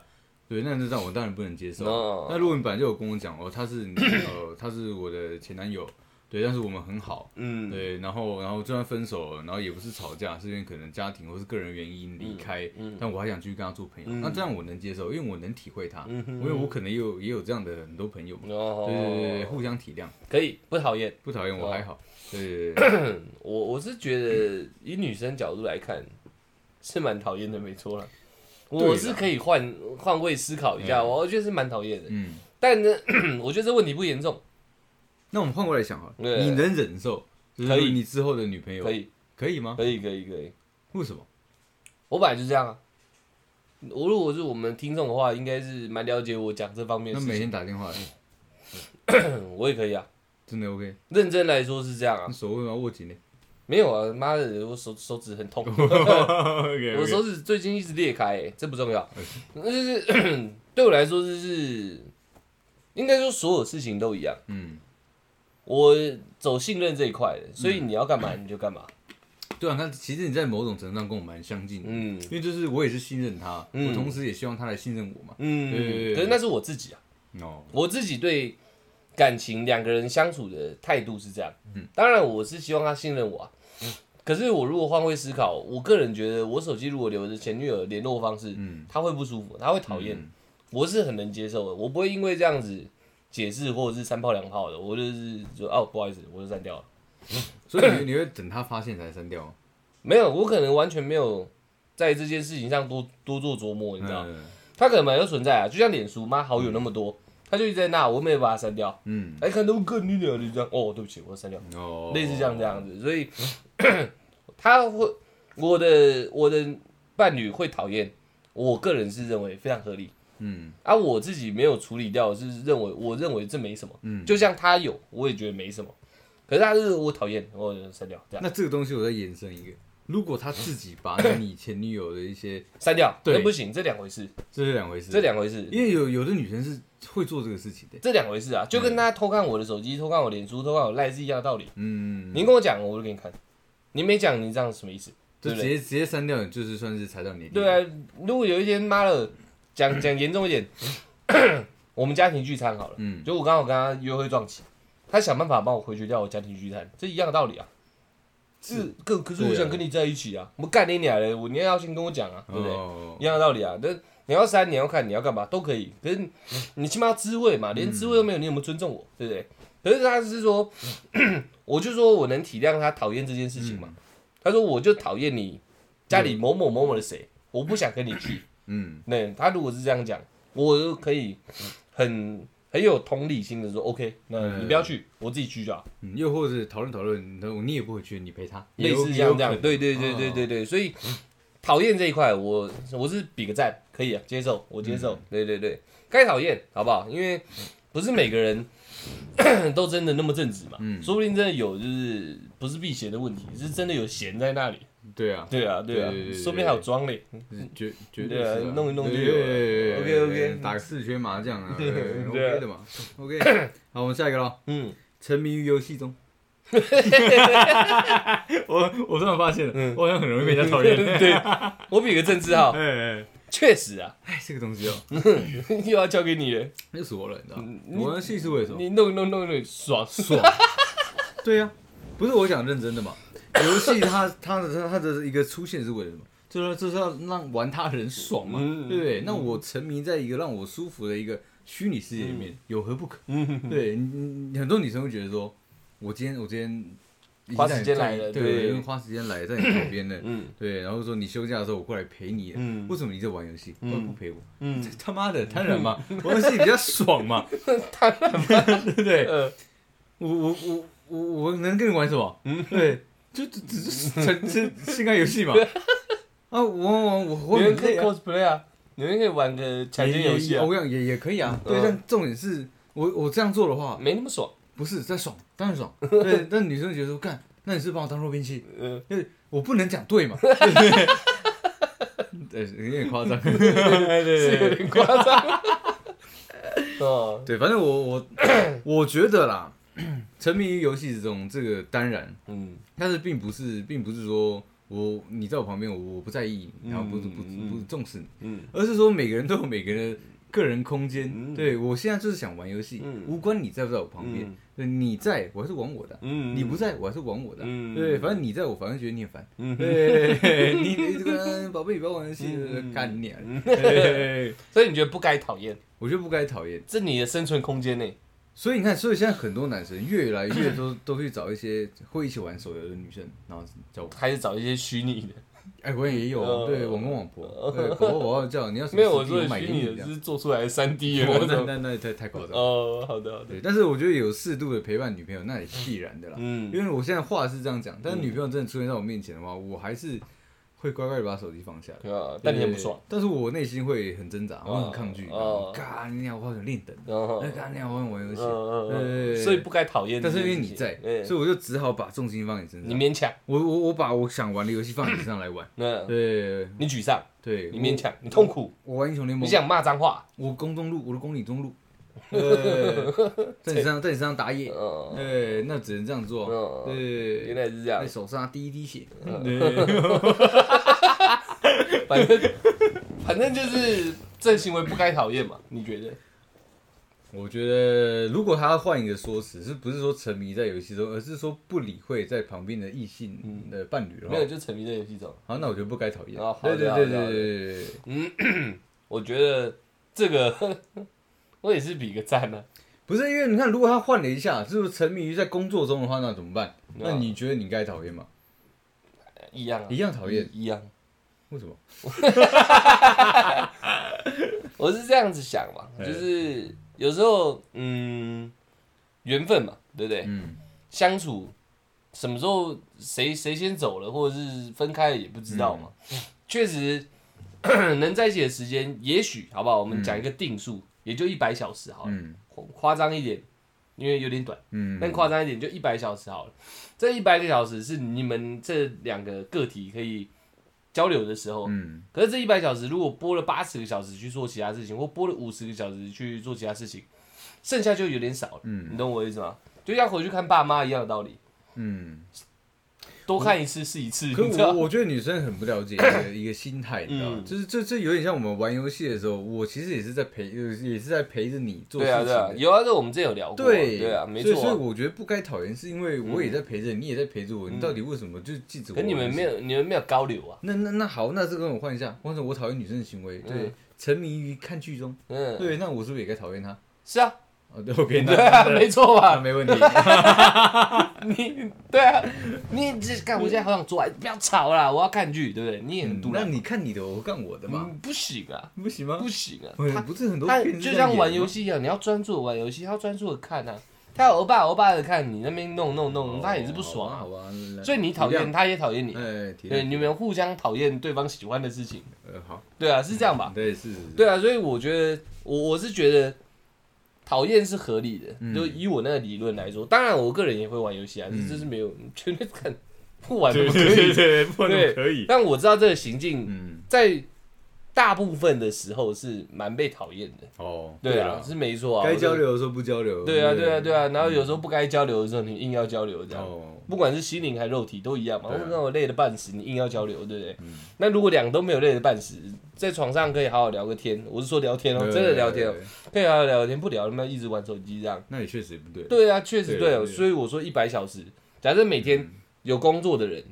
Speaker 2: 对，那这样我当然不能接受。啊
Speaker 1: 哦
Speaker 2: 那如果你本来就有跟我讲哦，他是你呃，他是我的前男友，对，但是我们很好，
Speaker 1: 嗯，
Speaker 2: 对，然后然后就算分手了，然后也不是吵架，是因为可能家庭或是个人原因
Speaker 1: 嗯
Speaker 2: 离开，但我还想继续跟他做朋友，那这样我能接受，因为我能体会他，
Speaker 1: 嗯
Speaker 2: 因为我可能也有也有这样的很多朋友嘛，
Speaker 1: 哦，
Speaker 2: 对对对对，互相体谅，
Speaker 1: 可以不讨厌。
Speaker 2: 不讨厌我
Speaker 1: 哦
Speaker 2: 还好，对对对，
Speaker 1: 我我是觉得以女生角度来看，是蛮讨厌的，没错了。
Speaker 2: 对
Speaker 1: 我
Speaker 2: 啦
Speaker 1: 是可以换换位思考一下，我觉得是蛮讨厌的。
Speaker 2: 嗯。
Speaker 1: 但呢，我觉得这问题不严重，
Speaker 2: 那我们换过来想好了，
Speaker 1: 对
Speaker 2: 你能忍受，就
Speaker 1: 可
Speaker 2: 是
Speaker 1: 以
Speaker 2: 你之后的女朋友
Speaker 1: 可以，
Speaker 2: 可以吗？
Speaker 1: 可以，可以，可以。
Speaker 2: 为什么？
Speaker 1: 我本来就这样啊。我如果是我们听众的话，应该是蛮了解我讲这方面
Speaker 2: 那
Speaker 1: 的事
Speaker 2: 每
Speaker 1: 情。嗯
Speaker 2: 天打电话
Speaker 1: 我也可以啊，
Speaker 2: 真的 OK？
Speaker 1: 认真来说是这样啊
Speaker 2: 那。手为什么要握紧 呢
Speaker 1: 没有啊，妈的，我手手指很痛，
Speaker 2: ？OK，
Speaker 1: 我手指最近一直裂开、欸，这不重要，
Speaker 2: 哎
Speaker 1: 那就是 对我来说就是，应该说所有事情都一样，
Speaker 2: 嗯，
Speaker 1: 我走信任这一块的，所以你要干嘛你就干嘛，
Speaker 2: 对啊，那其实你在某种程度上跟我蛮相近的，
Speaker 1: 嗯
Speaker 2: 因为就是我也是信任他，
Speaker 1: 嗯
Speaker 2: 我同时也希望他来信任我嘛。对对
Speaker 1: 嗯，
Speaker 2: 对
Speaker 1: 可是那是我自己啊，
Speaker 2: 哦，
Speaker 1: 我自己对感情两个人相处的态度是这样，
Speaker 2: 嗯
Speaker 1: 当然我是希望他信任我啊。可是我如果换位思考，我个人觉得，我手机如果留着前女友的联络方式，
Speaker 2: 嗯
Speaker 1: 他会不舒服，他会讨厌，
Speaker 2: 嗯
Speaker 1: 我是很能接受的，我不会因为这样子解释或者是三炮两炮的，我就是说哦，不好意思，我就删掉了。
Speaker 2: 所以你你会等他发现才删掉哦，
Speaker 1: 没有，我可能完全没有在这件事情上多多做琢磨，你知道，
Speaker 2: 嗯
Speaker 1: 他可能本来就存在啊，就像脸书妈好友那么多，他就一直在那，我没有把它删掉。
Speaker 2: 嗯，
Speaker 1: 哎，看到更你鸟，就这样，哦，对不起，我删掉，
Speaker 2: 哦，
Speaker 1: 类似这样这样子，所以 他会我的我的伴侣会讨厌，我个人是认为非常合理。
Speaker 2: 嗯
Speaker 1: 啊，我自己没有处理掉，是认为我认为这没什么，
Speaker 2: 嗯，
Speaker 1: 就像他有，我也觉得没什么。可是他是我讨厌，我就删掉，这样
Speaker 2: 那这个东西我再延伸一个，如果他自己把 你前女友的一些，
Speaker 1: 删掉，
Speaker 2: 对
Speaker 1: 那不行，这两回事，
Speaker 2: 这是两回事，
Speaker 1: 这，两回事，
Speaker 2: 因为有有的女生是会做这个事情的，
Speaker 1: 这两回事啊，就跟他偷看我的手机、偷看我脸书、偷看我赖是一样的道理。
Speaker 2: 嗯，
Speaker 1: 您跟我讲，我就给你看；您没讲，你这样什么意思？对
Speaker 2: 就直
Speaker 1: 不对？
Speaker 2: 接直接删掉，就是算是踩到你的
Speaker 1: 对啊，如果有一天妈的， 讲讲严重一点， 我们家庭聚餐好了，
Speaker 2: 嗯
Speaker 1: 就我刚好跟他约会撞起，他想办法帮我回绝掉我家庭聚餐，这一样的道理啊。是，可可是我
Speaker 2: 对啊
Speaker 1: 想跟你在一起啊，我干你俩嘞，我你要先跟我讲啊，对不对？
Speaker 2: 哦
Speaker 1: 一样的道理啊。那你要删，你要看，你要干嘛都可以，可是你起码要知会嘛，连知会都没有，你有没有尊重我，对不对？可是他是说， 我就说我能体谅他讨厌这件事情嘛。
Speaker 2: 嗯
Speaker 1: 他说我就讨厌你家里某某某某的谁，我不想跟你去。
Speaker 2: 嗯
Speaker 1: 那他如果是这样讲，我就可以很很有同理心的说，OK，那你不要去，我自己去就好。
Speaker 2: 嗯，又或者讨论讨论，然后你也不会去，你陪他，
Speaker 1: 类似
Speaker 2: 也
Speaker 1: 像
Speaker 2: 有
Speaker 1: 这样，对对对对对，对，所以讨厌这一块，我我是比个赞，可以啊，接受，我接受，对对对，该讨厌好不好？因为不是每个人 都真的那么正直嘛，
Speaker 2: 嗯
Speaker 1: 说不定真的有就是不是避嫌的问题，是真的有嫌在那里，
Speaker 2: 有可能对啊，
Speaker 1: 对啊对啊
Speaker 2: 对对，对
Speaker 1: 说不定还有装嘞，
Speaker 2: 是嗯绝绝
Speaker 1: 对啊
Speaker 2: 是啊
Speaker 1: 弄一弄就有
Speaker 2: 对
Speaker 1: 了
Speaker 2: 对对对
Speaker 1: OK，OK
Speaker 2: 对打个四圈麻将 啊对对对
Speaker 1: 对啊
Speaker 2: ，OK 的嘛，OK。好，我们下一个喽，
Speaker 1: 嗯，
Speaker 2: 沉迷于游 戏中。我我突然发现了，我好像很容易被人家讨厌。
Speaker 1: 嗯哦 对，我比个正字哈，
Speaker 2: 哎，
Speaker 1: 确实啊，
Speaker 2: 哎，这个东西哦，
Speaker 1: 又要交给你了，
Speaker 2: 又是我了，你知道吗？
Speaker 1: 嗯你
Speaker 2: 我的系数为什么？
Speaker 1: 你弄一弄弄一弄爽
Speaker 2: 爽。对呀、不是我讲认真的嘛。游戏它它的它的一个出现是为了什么？就是就是要让玩它的人爽嘛，
Speaker 1: 嗯
Speaker 2: 对不对？那我沉迷在一个让我舒服的一个虚拟世界里面，有何不可？
Speaker 1: 嗯
Speaker 2: 对，你你很多女生会觉得说，我今天我今天已经
Speaker 1: 花
Speaker 2: 在
Speaker 1: 时间
Speaker 2: 在
Speaker 1: 来了
Speaker 2: 对，
Speaker 1: 对
Speaker 2: 因为花时间来在你旁边呢，
Speaker 1: 嗯
Speaker 2: 对，然后说你休假的时候我过来陪你，
Speaker 1: 嗯
Speaker 2: 为什么你在玩游戏？为什么不陪我？
Speaker 1: 嗯
Speaker 2: 这， 他妈的，当然嘛，玩游戏比较爽嘛，
Speaker 1: 他那
Speaker 2: 对不对？
Speaker 1: 呃
Speaker 2: 我我我我我能跟你玩什么？嗯，对，就只只是是性爱游戏 嘛。啊，我玩玩我
Speaker 1: 你们
Speaker 2: 会很
Speaker 1: 可
Speaker 2: 累
Speaker 1: 以
Speaker 2: 啊，
Speaker 1: cosplay 啊，你们可以玩个抢劫游戏
Speaker 2: 也
Speaker 1: 啊
Speaker 2: 也，我跟你讲也也可以啊。
Speaker 1: 嗯
Speaker 2: 对，但重点是我我这样做的话，
Speaker 1: 没那么 爽。
Speaker 2: 不是在爽，当然爽。 对，但女生觉得说，干，那你是把我当弱兵器，
Speaker 1: 嗯，
Speaker 2: 因为我不能讲 对嘛。 对不对对，有点夸张。对对
Speaker 1: 是
Speaker 2: 对
Speaker 1: 有
Speaker 2: 对
Speaker 1: 点夸张。 哦，
Speaker 2: 对，反正我我我觉得啦， 沉迷于游戏之中，这个当然
Speaker 1: 嗯，
Speaker 2: 但是并不是，并不是说我你在我旁边，我我不在意你，然后不不
Speaker 1: 嗯
Speaker 2: 不不重视你，
Speaker 1: 嗯，
Speaker 2: 而是说每个人都有每个人的个人空间。
Speaker 1: 嗯
Speaker 2: 对我现在就是想玩游戏，
Speaker 1: 嗯
Speaker 2: 无关你在不在我旁边，
Speaker 1: 嗯
Speaker 2: 对你在我还是玩我的啊，
Speaker 1: 嗯
Speaker 2: 你不，在我还是玩我的啊，
Speaker 1: 嗯
Speaker 2: 对，反正你在我反而觉得你很烦。
Speaker 1: 嗯，
Speaker 2: 对，你你这个宝贝，你不要玩游戏
Speaker 1: 嗯，
Speaker 2: 干你啊！对
Speaker 1: 所以你觉得不该讨厌，
Speaker 2: 我觉得不该讨厌。
Speaker 1: 这你的生存空间内。
Speaker 2: 所以你看，所以现在很多男生越来越都都去找一些会一起玩手游的女生，然后交往。
Speaker 1: 还是找一些虚拟的，
Speaker 2: 哎，我也有，
Speaker 1: 呃
Speaker 2: 对，网公网婆，对，婆婆我要叫你要什么
Speaker 1: 没有我
Speaker 2: 视
Speaker 1: 说
Speaker 2: 频
Speaker 1: 的
Speaker 2: 买
Speaker 1: 虚
Speaker 2: 给
Speaker 1: 拟
Speaker 2: 你这
Speaker 1: 的
Speaker 2: 样。
Speaker 1: 是做出来三 D 的
Speaker 2: 我
Speaker 1: 那
Speaker 2: 那
Speaker 1: 种。
Speaker 2: 那那太太夸张了。
Speaker 1: 哦，好的好的，
Speaker 2: 对，但是我觉得有适度的陪伴女朋友，那也是必然的啦。因
Speaker 1: 嗯
Speaker 2: 为我现在话是这样讲，但是女朋友真的出现在我面前的话，我还是会乖乖的把手机放下来。
Speaker 1: 啊，但你很不爽。啊
Speaker 2: 对，但是我内心会很挣扎，我很抗拒。
Speaker 1: 哦
Speaker 2: 干你娘，我好想练等。
Speaker 1: 嗯
Speaker 2: 哎，干你娘，我想玩游
Speaker 1: 嗯
Speaker 2: 戏。
Speaker 1: 嗯，所以不该讨厌。
Speaker 2: 但是因为你在，所以我就只好把重心放你身
Speaker 1: 哎你
Speaker 2: 上。
Speaker 1: 勉强，
Speaker 2: 我我我把我想玩的游戏放你身上来玩。
Speaker 1: 那
Speaker 2: 对
Speaker 1: 你沮丧，嗯
Speaker 2: 对，
Speaker 1: 你勉强，你痛苦，
Speaker 2: 我玩英雄联
Speaker 1: 你
Speaker 2: 盟，
Speaker 1: 想骂脏话，
Speaker 2: 我公中路，我的公里 中路，呃，在你身上，在你身上打野，
Speaker 1: 嗯，
Speaker 2: 对，那只能这样做，
Speaker 1: 嗯原
Speaker 2: 对，
Speaker 1: 来嗯是这样
Speaker 2: 在。手上滴一滴血，
Speaker 1: 反正 反正就是这行为不该讨厌嘛？你觉得？
Speaker 2: 我觉得如果他要换一个说辞，是不是说沉迷在游戏中，而是说不理会在旁边的异性的伴侣的话
Speaker 1: 没有，，就沉迷在游戏中。
Speaker 2: 好，那我觉得不该讨厌
Speaker 1: 嗯哦，好
Speaker 2: 对对
Speaker 1: 了
Speaker 2: 对
Speaker 1: 解
Speaker 2: 对
Speaker 1: 了解
Speaker 2: 对对，
Speaker 1: 我觉得这个 我也是比个赞啊呢、
Speaker 2: 不是因为你看，如果他换了一下，就是沉迷于在工作中的话，那怎么办？那你觉得你该讨厌吗？
Speaker 1: 一嗯样啊，
Speaker 2: 一样讨厌，
Speaker 1: 一样。
Speaker 2: 为什么？
Speaker 1: 我是这样子想嘛，
Speaker 2: 嗯
Speaker 1: 就是有时候嗯，缘分嘛，对不对？
Speaker 2: 嗯，
Speaker 1: 相处什么时候谁谁先走了，或者是分开了也不知道嘛。
Speaker 2: 嗯
Speaker 1: 确实 能在一起的时间，也许好不好？我们讲一个定数，也就一百小时好了，
Speaker 2: 嗯
Speaker 1: 夸夸张一点，因为有点短。
Speaker 2: 嗯，
Speaker 1: 但夸张一点，就一百小时好了。这一百个小时是你们这两个个体可以交流的时候。
Speaker 2: 嗯
Speaker 1: 可是这一百小时，如果播了八十个小时去做其他事情，或播了五十个小时去做其他事情，剩下就有点少了。
Speaker 2: 嗯
Speaker 1: 你懂我意思吗？就像回去看爸妈一样的道理，
Speaker 2: 嗯，
Speaker 1: 多看一次是一次。
Speaker 2: 可
Speaker 1: 你知道
Speaker 2: 我我觉得女生很不了解 一个一个心态，你知道吗？
Speaker 1: 嗯
Speaker 2: 就是这这有点像我们玩游戏的时候，我其实也是在陪，呃也是在陪着你做 事
Speaker 1: 对啊
Speaker 2: 情
Speaker 1: 对啊，
Speaker 2: 的。
Speaker 1: 有啊，这我们之前有聊过啊。
Speaker 2: 对
Speaker 1: 对啊，没
Speaker 2: 所以
Speaker 1: 错
Speaker 2: 所以
Speaker 1: 啊。嗯
Speaker 2: 我觉得不该讨厌，是因为我也在陪着你，你也在陪着我，你到底为什么就记着我？
Speaker 1: 可你们没有你们没有交流啊。
Speaker 2: 那那那好，那这个我换一下，换成我讨厌女生的行为，对，沉迷于看剧中，
Speaker 1: 嗯，
Speaker 2: 对，那我是不是也该讨厌她？
Speaker 1: 是啊，
Speaker 2: 哦，对，我偏
Speaker 1: 对啊，
Speaker 2: 她，
Speaker 1: 没错
Speaker 2: 那
Speaker 1: 吧？
Speaker 2: 没问题。
Speaker 1: 你对啊，你这干，我现在好想做，哎不要吵啦，我要看剧，对不对？你也很
Speaker 2: 嗯
Speaker 1: 堵
Speaker 2: 那
Speaker 1: 然，
Speaker 2: 你看你的，我看我的嘛，
Speaker 1: 嗯，不行啊，
Speaker 2: 不行吗？
Speaker 1: 不行啊，
Speaker 2: 不
Speaker 1: 他
Speaker 2: 不是很多
Speaker 1: 他
Speaker 2: 片是
Speaker 1: 就
Speaker 2: 这
Speaker 1: 像
Speaker 2: 样演
Speaker 1: 玩
Speaker 2: 的
Speaker 1: 游
Speaker 2: 吗，
Speaker 1: 戏一样，你要专注地玩游戏，他要专注的看啊，他要欧巴欧巴的看你那边弄弄弄，嗯他也是不爽
Speaker 2: 哦好
Speaker 1: 啊，
Speaker 2: 吧？
Speaker 1: 所以你讨厌
Speaker 2: 体
Speaker 1: 他也讨厌你
Speaker 2: 谅，，哎，体
Speaker 1: 对，
Speaker 2: 谅，
Speaker 1: 你们互相讨厌对方喜欢的事情，
Speaker 2: 呃，好，
Speaker 1: 对啊，是这样吧？
Speaker 2: 对，是，，
Speaker 1: 对啊，所以我觉得我我是觉得讨厌是合理的，
Speaker 2: 嗯
Speaker 1: 就以我那个理论来说，当然我个人也会玩游戏啊，
Speaker 2: 嗯
Speaker 1: 这是没有绝对看不玩
Speaker 2: 对
Speaker 1: 啊不可
Speaker 2: 对对
Speaker 1: 以，
Speaker 2: 对，不
Speaker 1: 对
Speaker 2: 能可以，
Speaker 1: 但我知道这个行径
Speaker 2: 嗯，
Speaker 1: 在大部分的时候是蛮被讨厌的，
Speaker 2: 哦，
Speaker 1: 对啊，
Speaker 2: 了，
Speaker 1: 是没错啊，
Speaker 2: 该
Speaker 1: 我
Speaker 2: 交
Speaker 1: 就
Speaker 2: 流的时候不交流，
Speaker 1: 对啊，对啊，啊对啊。然后有时候不该交流的时候，你硬要交流，这样，
Speaker 2: 哦，
Speaker 1: 不管是心灵还是肉体都一样嘛。
Speaker 2: 对啊
Speaker 1: 让我累得半死，你硬要交流，对不对
Speaker 2: 嗯？
Speaker 1: 那如果两个都没有累得半死，在床上可以好好聊个天，我是说聊天哦，真的聊天哦
Speaker 2: 对，，对对
Speaker 1: 可以好好聊个天，不聊他妈一直玩手机这样。
Speaker 2: 那也确实不对，
Speaker 1: 对啊，确实
Speaker 2: 对嗯
Speaker 1: 对
Speaker 2: 啊
Speaker 1: 哦。
Speaker 2: 对啊
Speaker 1: 所以我说一百小时，假设每天有工作的人，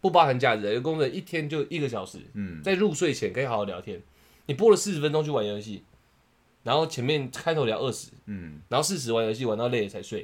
Speaker 1: 不包含假日，啊有工作的人一天就一个小时，
Speaker 2: 嗯，
Speaker 1: 在入睡前可以好好聊天。你播了四十分钟去玩游戏，然后前面开头聊二十，
Speaker 2: 嗯，
Speaker 1: 然后四十玩游戏玩到累了才睡，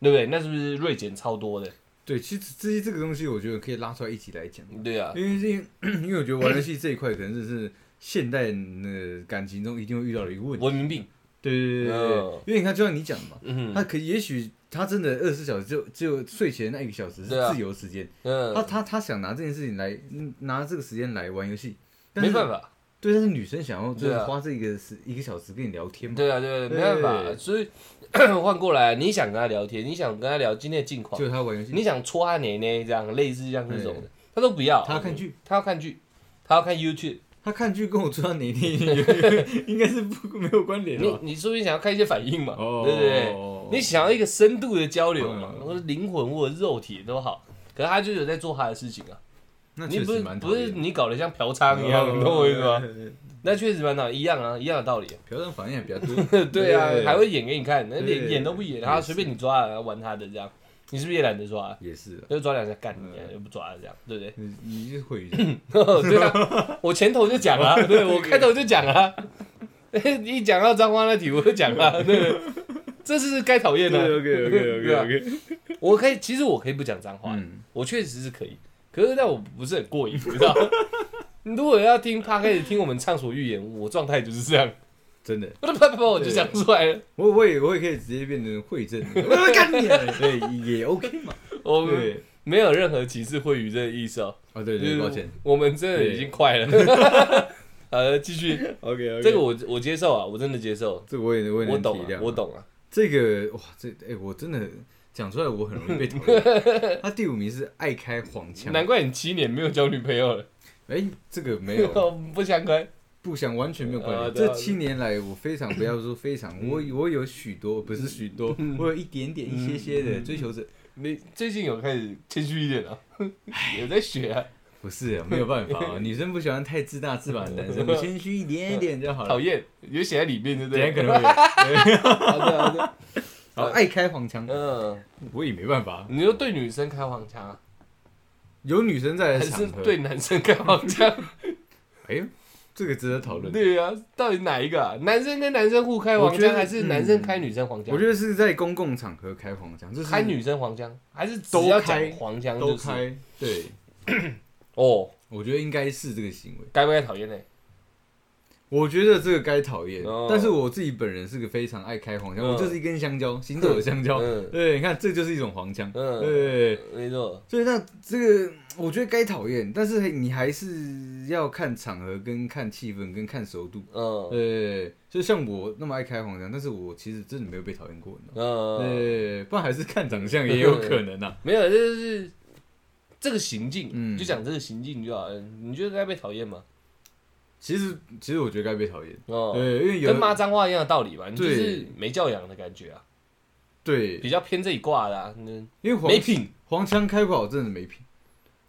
Speaker 1: 对不对？那是不是锐减超多的？
Speaker 2: 对，其实这些这个东西，我觉得可以拉出来一起来讲，
Speaker 1: 对啊，
Speaker 2: 因为是因为 因为我觉得玩游戏这一块，可能就是现代人的感情中一定会遇到的一个问题。
Speaker 1: 文明病。
Speaker 2: 对对对对对
Speaker 1: 嗯，
Speaker 2: 因为你看，就像你讲的嘛，
Speaker 1: 嗯
Speaker 2: 他可也许他真的二十四小时就只有睡前那一个小时是
Speaker 1: 对啊
Speaker 2: 自由时间，他
Speaker 1: 嗯，
Speaker 2: 他他想拿这件事情来嗯拿这个时间来玩游戏，但
Speaker 1: 没
Speaker 2: 是
Speaker 1: 办，法，
Speaker 2: 对，但是女生想要就
Speaker 1: 对
Speaker 2: 是
Speaker 1: 啊
Speaker 2: 花这个时一个小时跟你聊天嘛，
Speaker 1: 对啊，对啊，没办法。
Speaker 2: 对
Speaker 1: 所以 换过来，啊你想跟他聊天，你想跟他聊今天的近况
Speaker 2: 就，是他玩游戏，
Speaker 1: 你想戳他奶奶这样，类似像这种的，他都不要。
Speaker 2: 他要看剧，
Speaker 1: 他要看剧，他要看 YouTube。
Speaker 2: 他看剧跟我坐到哪天 应该是不没有关联
Speaker 1: 你
Speaker 2: 吧？
Speaker 1: 你说不定想要看一些反应嘛，
Speaker 2: 哦
Speaker 1: 对不对？你想要一个深度的交流嘛，
Speaker 2: 嗯
Speaker 1: 或者灵魂或者肉体都好。可是他就有在做他的事情啊，
Speaker 2: 那
Speaker 1: 你
Speaker 2: 确
Speaker 1: 不
Speaker 2: 实
Speaker 1: 是
Speaker 2: 蛮
Speaker 1: 不
Speaker 2: 讨
Speaker 1: 是
Speaker 2: 厌的。哦
Speaker 1: 你搞得像嫖娼一样，你懂我意思 吗？
Speaker 2: 吗？
Speaker 1: 那确实蛮好，一样啊，一样的道 理、。
Speaker 2: 嫖娼反应也比较多
Speaker 1: 对啊，还会演给你看，那
Speaker 2: 对
Speaker 1: 连演都不演，然后随便你抓，然后玩他的这样，你是不是也懒得抓、
Speaker 2: 也是啊，
Speaker 1: 就抓两下干你啊，
Speaker 2: 嗯
Speaker 1: 又不抓这样，对不对？
Speaker 2: 你你是 会语
Speaker 1: 对啊，我前头就讲 了、对我开头就讲了、 一讲到脏话那题我就讲了、 对不对？这是该讨厌的、 对啊
Speaker 2: OK。
Speaker 1: 我可以，其实我可以不讲脏话，
Speaker 2: 嗯，
Speaker 1: 我确实是可以，可是但我不是很过瘾， 你知道吗？你如果要听 p 开始听我们畅所欲言，我状态就是这样，
Speaker 2: 真的，
Speaker 1: 我啪啪啪我就
Speaker 2: 对
Speaker 1: 讲出来了。
Speaker 2: 我我也我也可以直接变成会 政，我干你啊！对，也 OK 嘛。
Speaker 1: 我们
Speaker 2: 对，
Speaker 1: 没有任何歧视会语这个意思哦，
Speaker 2: 哦对
Speaker 1: 就
Speaker 2: 对，
Speaker 1: 是
Speaker 2: 抱歉。
Speaker 1: 我们真的已经快了。 呃，继续，
Speaker 2: OK OK，
Speaker 1: 这个我我接受啊，我真的接受，
Speaker 2: 这个我也我也
Speaker 1: 我
Speaker 2: 能体
Speaker 1: 懂啊
Speaker 2: 谅，，
Speaker 1: 我。懂啊，
Speaker 2: 这个哇，这哎，我真的讲出来我很容易被讨厌。 他第五名是爱开黄腔，
Speaker 1: 难怪你七年没有交女朋友了，
Speaker 2: 哎，这个没有
Speaker 1: 不相干。
Speaker 2: 不想完全没有关
Speaker 1: 呃
Speaker 2: 联。
Speaker 1: 对啊嗯
Speaker 2: 这七年来，我非常不要说非常，我我有许多不是许多，我有一点点一些些
Speaker 1: 嗯
Speaker 2: 的追求者。
Speaker 1: 你最近有开始谦虚一点了、有在学啊，
Speaker 2: 不是啊，没有办法啊， 女生不喜欢太自大自满的男生，我谦虚一点点就好
Speaker 1: 讨
Speaker 2: 了。
Speaker 1: 厌，有写在里面，对啊不
Speaker 2: 等一
Speaker 1: 对？
Speaker 2: 下可能 会有，
Speaker 1: 好的，好的。
Speaker 2: 好爱开黄腔，
Speaker 1: 嗯，
Speaker 2: 我也没办法。
Speaker 1: 你就对女生开黄腔啊，
Speaker 2: 有女生
Speaker 1: 还
Speaker 2: 在的
Speaker 1: 是
Speaker 2: 场合，
Speaker 1: 对，男生开黄腔？
Speaker 2: 哎呦，这个值得讨论。
Speaker 1: 对啊，到底哪一个啊？男生跟男生互开黄
Speaker 2: 我觉
Speaker 1: 腔，
Speaker 2: 得嗯
Speaker 1: 还是男生开女生黄腔？
Speaker 2: 我觉得是在公共场合开黄腔，就是
Speaker 1: 开女生黄腔，还是只
Speaker 2: 都
Speaker 1: 要
Speaker 2: 开
Speaker 1: 讲黄腔
Speaker 2: 都
Speaker 1: 就是？
Speaker 2: 开，对，
Speaker 1: 哦，
Speaker 2: 我觉得应该是这个行为。
Speaker 1: 该不该讨厌呢？
Speaker 2: 我觉得这个该讨厌
Speaker 1: 哦，
Speaker 2: 但是我自己本人是个非常爱开黄腔，
Speaker 1: 嗯
Speaker 2: 我就是一根香蕉，行走的香蕉。
Speaker 1: 嗯
Speaker 2: 对，你看，这就是一种黄腔。
Speaker 1: 嗯
Speaker 2: 对，
Speaker 1: 没错，
Speaker 2: 所以那这个我觉得该讨厌，但是你还是要看场合、跟看气氛、跟看熟度。
Speaker 1: 嗯
Speaker 2: 对，就像我那么爱开黄腔，但是我其实真的没有被讨厌过，你知道吗
Speaker 1: 嗯，
Speaker 2: 对，不然还是看长相也有可能啊。
Speaker 1: 没有，这就是这个行径，
Speaker 2: 嗯
Speaker 1: 就讲这个行径就好了。你觉得该被讨厌吗？
Speaker 2: 其实，其实我觉得该被讨厌。
Speaker 1: 哦，
Speaker 2: 呃对，因为有
Speaker 1: 跟骂脏话一样的道理吧，你就
Speaker 2: 对
Speaker 1: 是没教养的感觉啊，
Speaker 2: 对，
Speaker 1: 比较偏这一挂的啊，嗯
Speaker 2: 因为黄
Speaker 1: 没品。
Speaker 2: 黄腔开不好，真的没品。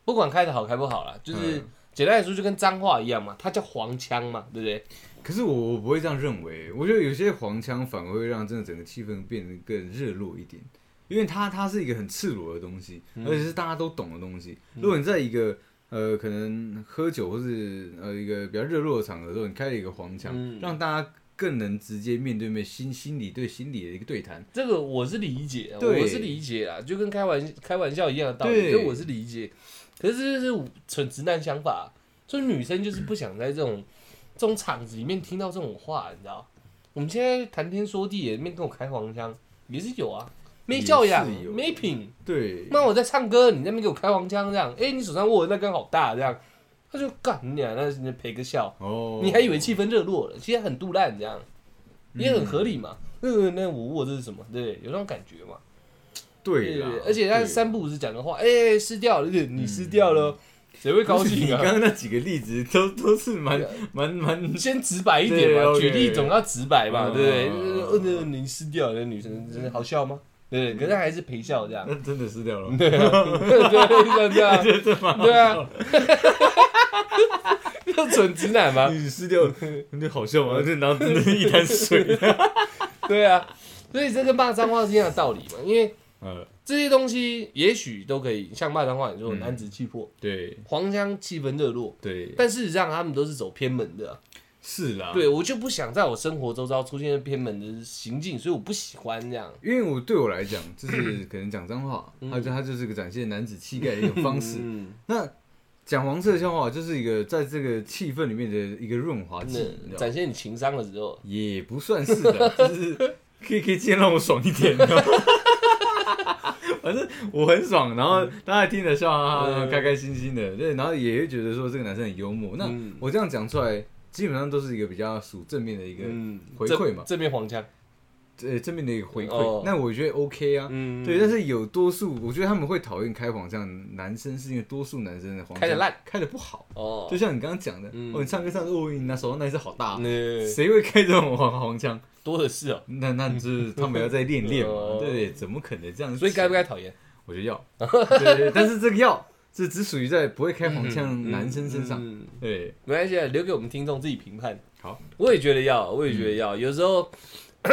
Speaker 1: 不管开的好开不好啦，就是
Speaker 2: 嗯
Speaker 1: 简单来说，就跟脏话一样嘛，它叫黄腔嘛，对不对？
Speaker 2: 可是我我不会这样认为，我觉得有些黄腔反而会让真的整个气氛变得更热络一点，因为它它是一个很赤裸的东西，而
Speaker 1: 嗯
Speaker 2: 且是大家都懂的东西。如果你在一个呃可能喝酒或是呃一个比较热络的场合的时候，你开了一个黄腔，
Speaker 1: 嗯
Speaker 2: 让大家更能直接面对面心心理对心理的一个对谈，
Speaker 1: 这个我是理解，啊
Speaker 2: 对
Speaker 1: 我是理解啦，就跟开玩开玩笑一样的道理，
Speaker 2: 对
Speaker 1: 这我是理解。可是这就是蠢直男想法，啊所以女生就是不想在这种这种场子里面听到这种话，你知道？我们现在谈天说地，也面跟我开黄腔也是有啊，没教养
Speaker 2: 也是，有
Speaker 1: 没品。
Speaker 2: 对，
Speaker 1: 那我在唱歌，你在那边给我开黄腔这样，哎、你手上握的那根好大这样，他就干你俩，那你赔个笑。
Speaker 2: 哦，
Speaker 1: 你还以为气氛热络了，其实很肚烂这样，也很合理嘛。嗯、那我握这是什么？对不对，有那种感觉嘛。
Speaker 2: 对啦
Speaker 1: 对，而且他
Speaker 2: 对嗯
Speaker 1: 三不五时讲个话，哎、失掉了，对你失掉了，谁会高
Speaker 2: 你
Speaker 1: 兴
Speaker 2: 刚
Speaker 1: 啊？
Speaker 2: 刚那几个例子都都是蛮蛮蛮
Speaker 1: 你先直白一点嘛，
Speaker 2: 对
Speaker 1: 举例
Speaker 2: OK
Speaker 1: 总要直白嘛，
Speaker 2: 嗯
Speaker 1: 对不对？
Speaker 2: 嗯
Speaker 1: 就是呃，那你失掉了，那女生真的好笑吗？对，可是还是陪笑这 样，
Speaker 2: 那真的失掉了，
Speaker 1: 对啊，对这样这样，
Speaker 2: 这蛮好
Speaker 1: 对啊， 就蠢直男嘛，
Speaker 2: 你失掉了，你好笑吗？这然后真的是一滩水。
Speaker 1: 对啊，所以这跟骂脏话是一样的道理嘛，因为
Speaker 2: 呃，
Speaker 1: 这些东西也许都可以像骂脏话，你说
Speaker 2: 嗯
Speaker 1: 男子气魄、
Speaker 2: 对
Speaker 1: 黄腔气氛热络，
Speaker 2: 对，嗯
Speaker 1: 但事实上他们都是走偏门的啊、
Speaker 2: 是啦，
Speaker 1: 对，我就不想在我生活周遭出现偏门的行径，所以我不喜欢这样。
Speaker 2: 因为我对我来讲，就是可能讲脏话，还有就它就是个展现男子气概的一种方式。
Speaker 1: 嗯，
Speaker 2: 那讲黄色笑话，就是一个在这个气氛里面的一个润滑剂，你知
Speaker 1: 那
Speaker 2: 道吗
Speaker 1: 展现你情商的时候，
Speaker 2: 也不算是的， 就是可以可以尽量让我爽一点。你知道吗 反正我很爽，然后大家听得笑哈哈，
Speaker 1: 嗯
Speaker 2: 开开心心的，对，然后也会觉得说这个男生很幽默。那
Speaker 1: 嗯
Speaker 2: 我这样讲出来，基本上都是一个比较属正面的一个
Speaker 1: 嗯，
Speaker 2: 回
Speaker 1: 正
Speaker 2: 馈嘛
Speaker 1: 正面黄腔，
Speaker 2: 呃正面的一个回
Speaker 1: 哦
Speaker 2: 馈。那我觉得 OK 啊，
Speaker 1: 嗯，
Speaker 2: 对。但是有多数，我觉得他们会讨厌开黄腔，男生是因为多数男生的黄腔
Speaker 1: 开得烂，
Speaker 2: 开的不好。
Speaker 1: 哦
Speaker 2: 就，像你刚刚讲的，
Speaker 1: 嗯
Speaker 2: 哦，你唱歌唱得哦，你拿手上那一只好大，
Speaker 1: 那
Speaker 2: 谁会开这种黄黄腔？
Speaker 1: 多的是哦，
Speaker 2: 那那 就是他们要再练练
Speaker 1: 哦
Speaker 2: 嘛，对，怎么可能这样？
Speaker 1: 所以该不？该讨厌？
Speaker 2: 我觉得 要，对对，但是这个要，这只属于在不会开黄腔
Speaker 1: 嗯
Speaker 2: 男生身上，
Speaker 1: 嗯
Speaker 2: 对，
Speaker 1: 没关系啊，留给我们听众自己评判。
Speaker 2: 好，嗯
Speaker 1: 我也觉得要，我也觉得要。有时候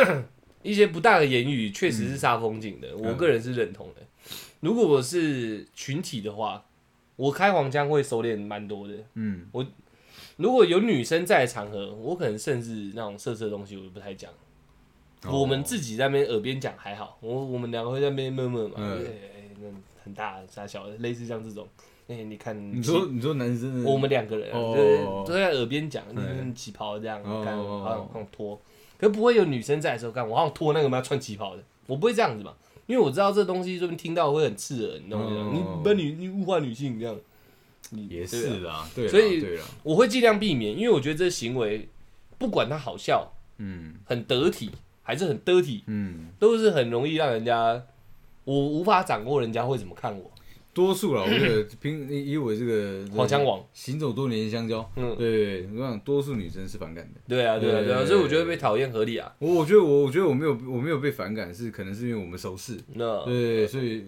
Speaker 1: 一些不当的言语确
Speaker 2: 嗯
Speaker 1: 实是煞风景的，我个人是认同的。如果我是群体的话，我开黄腔会收敛蛮多的。
Speaker 2: 嗯，
Speaker 1: 如果有女生在的场合，我可能甚至那种色色的东西我就不太讲。
Speaker 2: 哦
Speaker 1: 我们自己在那边耳边讲还好，我我们两个会在那边闷闷嘛，
Speaker 2: 嗯
Speaker 1: 对，哎那很大傻小的，类似像这种，哎、你看
Speaker 2: 你说你说男生的
Speaker 1: 我们两个人啊、
Speaker 2: 嗯哦
Speaker 1: 就是都在耳边讲，你
Speaker 2: 嗯
Speaker 1: 看旗袍这样，
Speaker 2: 哦
Speaker 1: 看好想好想脱，可不会有女生在的时候干，我好想脱那个嘛穿旗袍的，我不会这样子嘛，因为我知道这东西这边听到会很刺耳，你懂我意思吗？
Speaker 2: 哦
Speaker 1: 你把女你物化女性这样，你
Speaker 2: 也
Speaker 1: 对
Speaker 2: 是
Speaker 1: 啊
Speaker 2: 啦，对啦，
Speaker 1: 所以
Speaker 2: 对啦，
Speaker 1: 我会尽量避免，因为我觉得这行为不管它好笑、
Speaker 2: 嗯
Speaker 1: 很得体还是很得体，
Speaker 2: 嗯，
Speaker 1: 都是很容易让人家我无法掌握人家会怎么看我，
Speaker 2: 多数啦，我觉得凭以以我这个
Speaker 1: 黄腔王，
Speaker 2: 行走多年的香蕉，
Speaker 1: 嗯
Speaker 2: 对，我想多数女生是反感的。
Speaker 1: 对啊对啊对啊，
Speaker 2: 对
Speaker 1: 所以我觉得被讨厌合理啊，
Speaker 2: 我我觉得我我觉得我没有我没有被反感，是可能是因为我们熟识，
Speaker 1: 那。
Speaker 2: 对，所以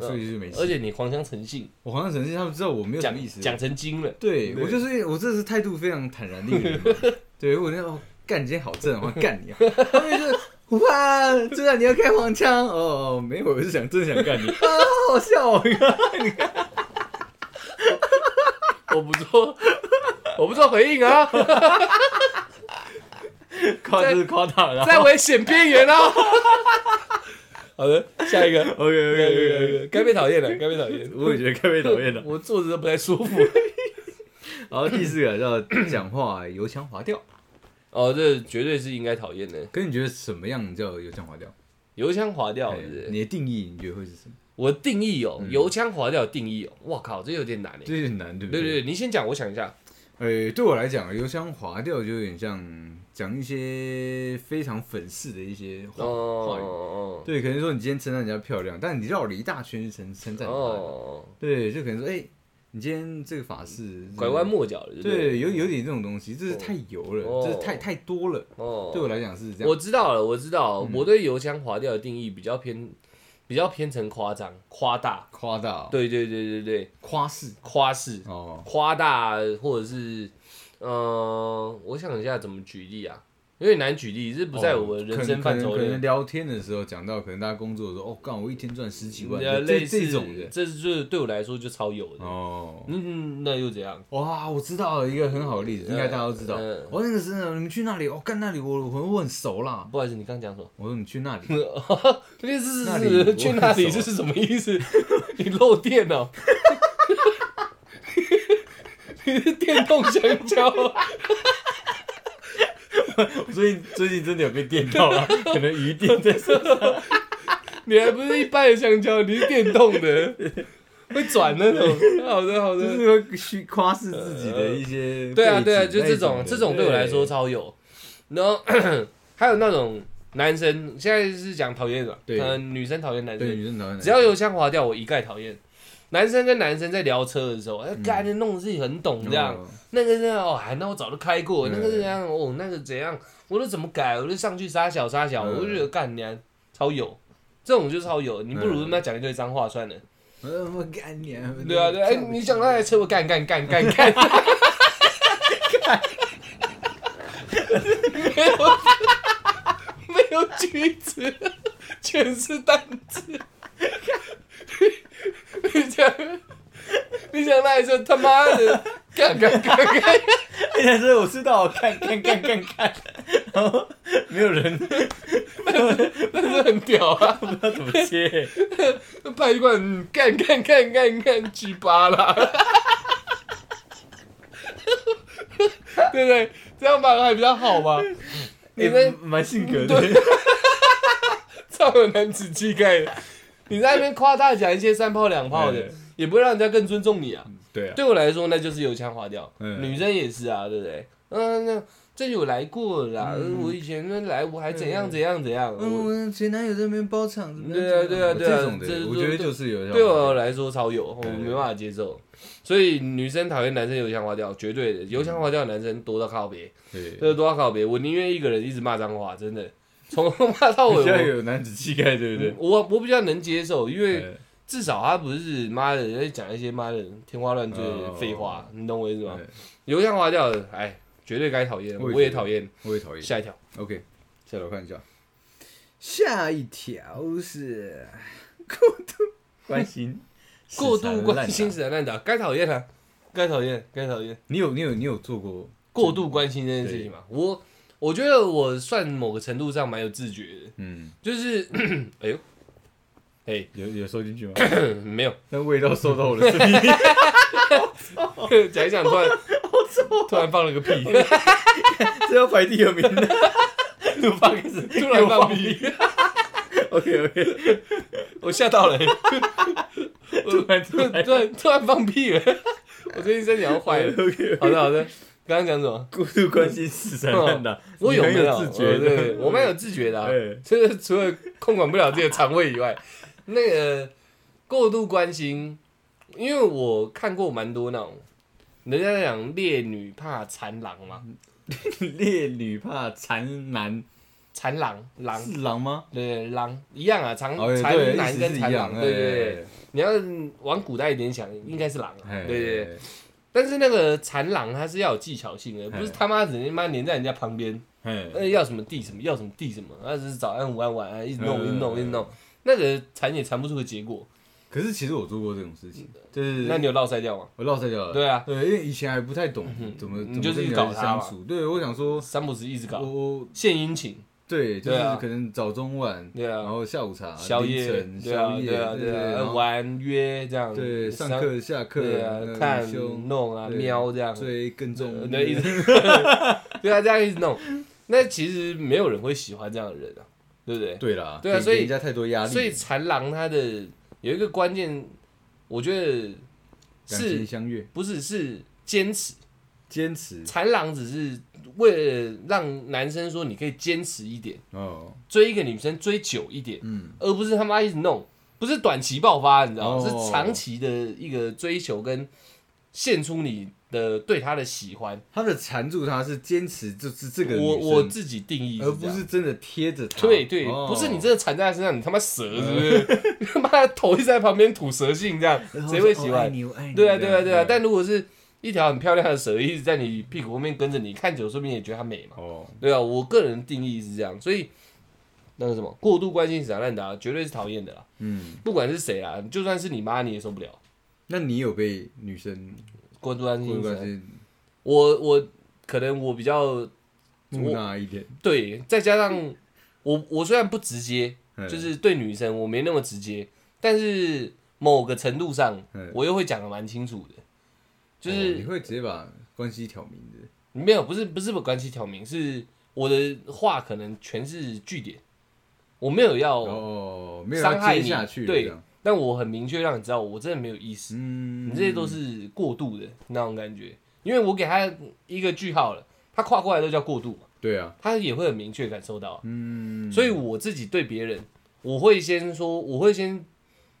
Speaker 2: 所以就没事
Speaker 1: 呃而。且你狂腔成性，
Speaker 2: 我好像曾经他们知道我没有什
Speaker 1: 讲
Speaker 2: 么意思，
Speaker 1: 讲成精了，
Speaker 2: 对
Speaker 1: 对
Speaker 2: 我就是我这是态度非常坦然的一个人嘛， 对我那种干你今天好正，我要干你、啊，他们就是哇，知道你要开黄腔哦，没有，我是想真的想干 你啊，好好笑哦，
Speaker 1: 我不做，我不做回应啊，
Speaker 2: 夸
Speaker 1: 在
Speaker 2: 这是夸大了
Speaker 1: 在危险边缘啊。好的，下一个，
Speaker 2: ，OK OK
Speaker 1: 下一个
Speaker 2: OK
Speaker 1: 下一
Speaker 2: OK，
Speaker 1: 个该被讨厌了，该被讨厌，
Speaker 2: 我也觉得该被 讨厌了。
Speaker 1: 我坐着都不太舒服。
Speaker 2: 然后第四个叫讲话油腔滑调，
Speaker 1: 哦，这绝对是应该讨厌的。
Speaker 2: 可是你觉得什么样叫油腔滑调？
Speaker 1: 油腔滑调，是不
Speaker 2: 哎
Speaker 1: 是
Speaker 2: 你的定义你觉得会是什么？
Speaker 1: 我的定义哦，油腔滑调的定义哦，哇靠，这有点难诶。
Speaker 2: 这很难，对不
Speaker 1: 对对对，你先讲，我想一下。
Speaker 2: 呃，对我来讲，油腔滑调就有点像讲一些非常粉饰的一些话、
Speaker 1: 哦
Speaker 2: 话语。
Speaker 1: 哦
Speaker 2: 对，可能说你今天称赞人家漂亮，但你绕了一大圈去称称
Speaker 1: 哦
Speaker 2: 赞她。
Speaker 1: 哦，
Speaker 2: 对，就可能说，哎、你今天这个法式
Speaker 1: 拐弯，抹角了，对不
Speaker 2: 对，
Speaker 1: 对嗯
Speaker 2: 有有点这种东西，这是太油了，
Speaker 1: 哦
Speaker 2: 这是太太多了。
Speaker 1: 哦，
Speaker 2: 对我来讲是这样。嗯
Speaker 1: 我知道了，我知道，我对油腔滑调的定义比较偏，比较偏成夸张、夸大。
Speaker 2: 夸大哦、
Speaker 1: 对对对对对，
Speaker 2: 夸饰
Speaker 1: 夸饰、
Speaker 2: 哦，
Speaker 1: 夸大，或者是，呃，我想一下怎么举例啊，有点难举例，这不在我的人生范畴
Speaker 2: 哦可能可能可能
Speaker 1: 内。
Speaker 2: 聊天的时候讲到，可能大家工作的时候，哦，干我一天赚十几万，
Speaker 1: 呃，
Speaker 2: 这
Speaker 1: 类似
Speaker 2: 这种的
Speaker 1: 这是就是对我来说就超有的。
Speaker 2: 哦。
Speaker 1: 嗯，那又怎样？
Speaker 2: 哇，我知道了一个很好的例子，
Speaker 1: 嗯
Speaker 2: 应该大家都知道。
Speaker 1: 嗯
Speaker 2: 我那个是你们去那里，哦，干那里我我我很熟啦。
Speaker 1: 不好意思，你刚讲什么？
Speaker 2: 我说你去那里，
Speaker 1: 那是
Speaker 2: 那里
Speaker 1: 是去那里
Speaker 2: 我很熟
Speaker 1: 这是什么意思？ 你漏电哦、你是电动香蕉啊？
Speaker 2: 最近最近真的有被电到 了，可能鱼电在身上。
Speaker 1: 你还不是一般的香蕉，你是电动的，会转那种。好的，好
Speaker 2: 就
Speaker 1: 的。
Speaker 2: 是会虚夸饰自己的一些背景、
Speaker 1: 对啊，对啊，就
Speaker 2: 那
Speaker 1: 这
Speaker 2: 一
Speaker 1: 种，
Speaker 2: 的
Speaker 1: 这种对我来说，超有。然后 还有那种男生，现在是讲讨厌的，
Speaker 2: 对
Speaker 1: 呃，女生讨厌男
Speaker 2: 对
Speaker 1: 生，
Speaker 2: 女生讨厌男生，
Speaker 1: 只要油腔滑调，我一概讨厌。男生跟男生在聊车的时候，哎，干的弄得自己很懂这样，
Speaker 2: 哦
Speaker 1: 那个那样哦，哎，那我早就开过，
Speaker 2: 嗯
Speaker 1: 那个怎样哦，那个怎样，我都怎么改，我就上去杀小杀小，
Speaker 2: 嗯
Speaker 1: 我就觉得干娘超有，这种就超有，你不如
Speaker 2: 嗯
Speaker 1: 他妈讲一堆脏话算了。
Speaker 2: 呃我干你啊！
Speaker 1: 对啊，对啊，哎，你想那台车我干干干 干干。没有，没有橘子，全是单字。 你想，你想那台车他妈的干干干干，
Speaker 2: 哎呀，这我知道，我看看看看看，然后没有人
Speaker 1: 那是很屌啊！
Speaker 2: 不知道怎么接，
Speaker 1: 拍一罐嗯干干干干干鸡巴啦，对不对？这样吧还比较好吧？ 你
Speaker 2: 哎
Speaker 1: 们
Speaker 2: 蛮性格的，
Speaker 1: 超有男子气概的。你在那边夸大讲一些三炮两炮的
Speaker 2: 嗯，
Speaker 1: 也不会让人家更尊重你啊。
Speaker 2: 对啊，
Speaker 1: 对我来说，那就是油腔滑调。
Speaker 2: 嗯
Speaker 1: 女生也是啊，对不对？嗯，那这有来过啦，
Speaker 2: 嗯
Speaker 1: 我以前那来我还怎样怎样怎样。
Speaker 2: 嗯，
Speaker 1: 我
Speaker 2: 我前男友在那边包场，怎么样
Speaker 1: 对啊对啊
Speaker 2: 怎
Speaker 1: 对啊
Speaker 2: 么样这
Speaker 1: 这
Speaker 2: 种的，我觉得就是有
Speaker 1: 对我来说超有，我
Speaker 2: 对
Speaker 1: 没办法接受。所以女生讨厌男生油腔滑调，绝对的。油腔滑调的男生多到靠别，
Speaker 2: 嗯对
Speaker 1: 这，个多到靠别。我宁愿一个人一直骂脏话，真 的，从头骂到尾
Speaker 2: 比较
Speaker 1: 我。嗯
Speaker 2: 有男子气概，对不对？
Speaker 1: 我我比较能接受，因为
Speaker 2: 对，
Speaker 1: 至少他不是妈的在讲一些妈的天花乱坠
Speaker 2: 哦
Speaker 1: 的废话，你懂我意思吗？油腔滑调的，哎，绝对该讨厌，
Speaker 2: 我也
Speaker 1: 我也
Speaker 2: 觉得
Speaker 1: 讨厌。
Speaker 2: 我也讨厌。
Speaker 1: 下一条，
Speaker 2: OK，下来我看一下，下一条 是过度关心，
Speaker 1: 过 度关心
Speaker 2: 死缠烂
Speaker 1: 死缠
Speaker 2: 打。
Speaker 1: 烂打，该讨厌啊，该讨厌，该讨厌。
Speaker 2: 你有你有你有做过？
Speaker 1: 过度关心这件事情嘛，我我觉得我算某个程度上蛮有自觉的，
Speaker 2: 嗯，
Speaker 1: 就是 哎呦，哎、嗯
Speaker 2: 有有收进去 吗？
Speaker 1: 没有
Speaker 2: 那味道受到我的身体，
Speaker 1: 讲一讲，突 然突然放了个屁，
Speaker 2: 这 要排第 二名的。突发开始，
Speaker 1: 突然 放屁，
Speaker 2: OK OK，
Speaker 1: 我吓到了、
Speaker 2: 突然突
Speaker 1: 突然
Speaker 2: 然
Speaker 1: 突然突然放屁了，我最近身体要坏了。
Speaker 2: OK，
Speaker 1: 好的好的，刚刚讲什么？
Speaker 2: 过度关心死缠烂打，
Speaker 1: 我有
Speaker 2: 你
Speaker 1: 没
Speaker 2: 很
Speaker 1: 有
Speaker 2: 自觉
Speaker 1: 我对，
Speaker 2: 的？哎
Speaker 1: 我蛮有自觉的啊
Speaker 2: 对。
Speaker 1: 这个除了控管不了自己的肠胃以外， 那个过度关心，因为我看过蛮多那种，人家在讲烈女怕缠狼嘛，
Speaker 2: 嗯烈女怕缠男
Speaker 1: 缠狼狼。
Speaker 2: 是狼吗？
Speaker 1: 对狼一样啊，缠
Speaker 2: 哦，
Speaker 1: 缠
Speaker 2: 对，
Speaker 1: 男
Speaker 2: 意思
Speaker 1: 跟
Speaker 2: 是
Speaker 1: 缠
Speaker 2: 一
Speaker 1: 狼，
Speaker 2: 样，
Speaker 1: 对对对
Speaker 2: 哎，，
Speaker 1: 你要往古代一点想，应该是狼啊
Speaker 2: 哎，
Speaker 1: 对对对。，但是那个缠狼它是要有技巧性的，不是
Speaker 2: 哎
Speaker 1: 他妈只他妈黏在人家旁边，
Speaker 2: 哎
Speaker 1: 呃，要什么地什么，要什么地什么，那只是早安、午安、晚安，一直弄、
Speaker 2: 嗯
Speaker 1: 一直弄、一直弄，那个缠也缠不出个结果。
Speaker 2: 可是其实我做过这种事情，就是
Speaker 1: 那你有落塞掉吗？
Speaker 2: 我落塞掉了。
Speaker 1: 对啊嗯
Speaker 2: 对，因为以前还不太懂怎么
Speaker 1: 你
Speaker 2: 怎么
Speaker 1: 就是
Speaker 2: 跟
Speaker 1: 去
Speaker 2: 人
Speaker 1: 搞
Speaker 2: 家
Speaker 1: 他嘛
Speaker 2: 相处。对，我想说，
Speaker 1: 三不时一直
Speaker 2: 我
Speaker 1: 搞，
Speaker 2: 我
Speaker 1: 献殷勤，
Speaker 2: 对，就
Speaker 1: 对啊
Speaker 2: 是可能早中晚，
Speaker 1: 对啊
Speaker 2: 然后下午茶、
Speaker 1: 宵
Speaker 2: 哦凌
Speaker 1: 夜
Speaker 2: 晨，
Speaker 1: 对
Speaker 2: 宵
Speaker 1: 啊，
Speaker 2: 夜，
Speaker 1: 对啊，对
Speaker 2: 然
Speaker 1: 啊，
Speaker 2: 后
Speaker 1: 玩约这样，
Speaker 2: 对上课、下课，
Speaker 1: 对啊
Speaker 2: 那，
Speaker 1: 看
Speaker 2: 午休
Speaker 1: 弄啊，
Speaker 2: 对
Speaker 1: 瞄这样，
Speaker 2: 追跟
Speaker 1: 呃
Speaker 2: 踪，
Speaker 1: 对，一 直，对啊，这样一直弄，那其实没有人会喜欢这样的人啊，对不 对？
Speaker 2: 对啦，
Speaker 1: 对啊
Speaker 2: 给
Speaker 1: 所以
Speaker 2: 给人家太多压力，
Speaker 1: 所以豺狼它的有一个关键，我觉得
Speaker 2: 两情
Speaker 1: 是
Speaker 2: 相悦，
Speaker 1: 不是是坚持？
Speaker 2: 坚持
Speaker 1: 豺狼只是为了让男生说你可以坚持一点，
Speaker 2: 哦，
Speaker 1: 追一个女生追久一点，
Speaker 2: 嗯，
Speaker 1: 而不是他妈一直弄，不是短期爆发，你知道吗？
Speaker 2: 哦
Speaker 1: 是长期的一个追求跟献出你的对她的喜欢。
Speaker 2: 他的缠住他是坚持，就是这个
Speaker 1: 我
Speaker 2: 女生
Speaker 1: 我自己定义是这
Speaker 2: 而
Speaker 1: 样，
Speaker 2: 不是真的贴着他，
Speaker 1: 对对，
Speaker 2: 哦
Speaker 1: 不是你真的缠在她身上，你他妈蛇是不是？你 他妈的头一直在旁边吐蛇信这样，谁会喜
Speaker 2: 哦爱
Speaker 1: 欢？
Speaker 2: 你我爱你
Speaker 1: 对啊对啊对啊，
Speaker 2: 这样
Speaker 1: 但如果是一条很漂亮的蛇一直在你屁股后面跟着你，看久了说不定也觉得它美嘛。
Speaker 2: 哦，
Speaker 1: 对啊，我个人定义是这样，所以那个什么过度关心死缠烂打绝对是讨厌的啦，
Speaker 2: 嗯，
Speaker 1: 不管是谁啦，就算是你妈你也受不了。
Speaker 2: 那你有被女生
Speaker 1: 过度关
Speaker 2: 过
Speaker 1: 心
Speaker 2: 关
Speaker 1: 死，
Speaker 2: 心
Speaker 1: 我我可能我比较
Speaker 2: 木讷一点，
Speaker 1: 对，再加上我我虽然不直接，
Speaker 2: 嗯
Speaker 1: 就是对女生我没那么直接，但是某个程度上
Speaker 2: 嗯
Speaker 1: 我又会讲的蛮清楚的，就
Speaker 2: 哦你
Speaker 1: 是
Speaker 2: 会直接把关系挑明的，
Speaker 1: 没有不是不是把关系挑明，是我的话可能全是据点，我没有要。
Speaker 2: 哦，没有
Speaker 1: 伤害
Speaker 2: 要
Speaker 1: 你
Speaker 2: 接下去，
Speaker 1: 对
Speaker 2: 这样，
Speaker 1: 但我很明确让你知道，我真的没有意思。
Speaker 2: 嗯，
Speaker 1: 你这些都是过度的那种感觉，因为我给他一个句号了，他跨过来都叫过度嘛，
Speaker 2: 对啊，
Speaker 1: 他也会很明确感受到啊、
Speaker 2: 嗯，
Speaker 1: 所以我自己对别人，我会先说，我会先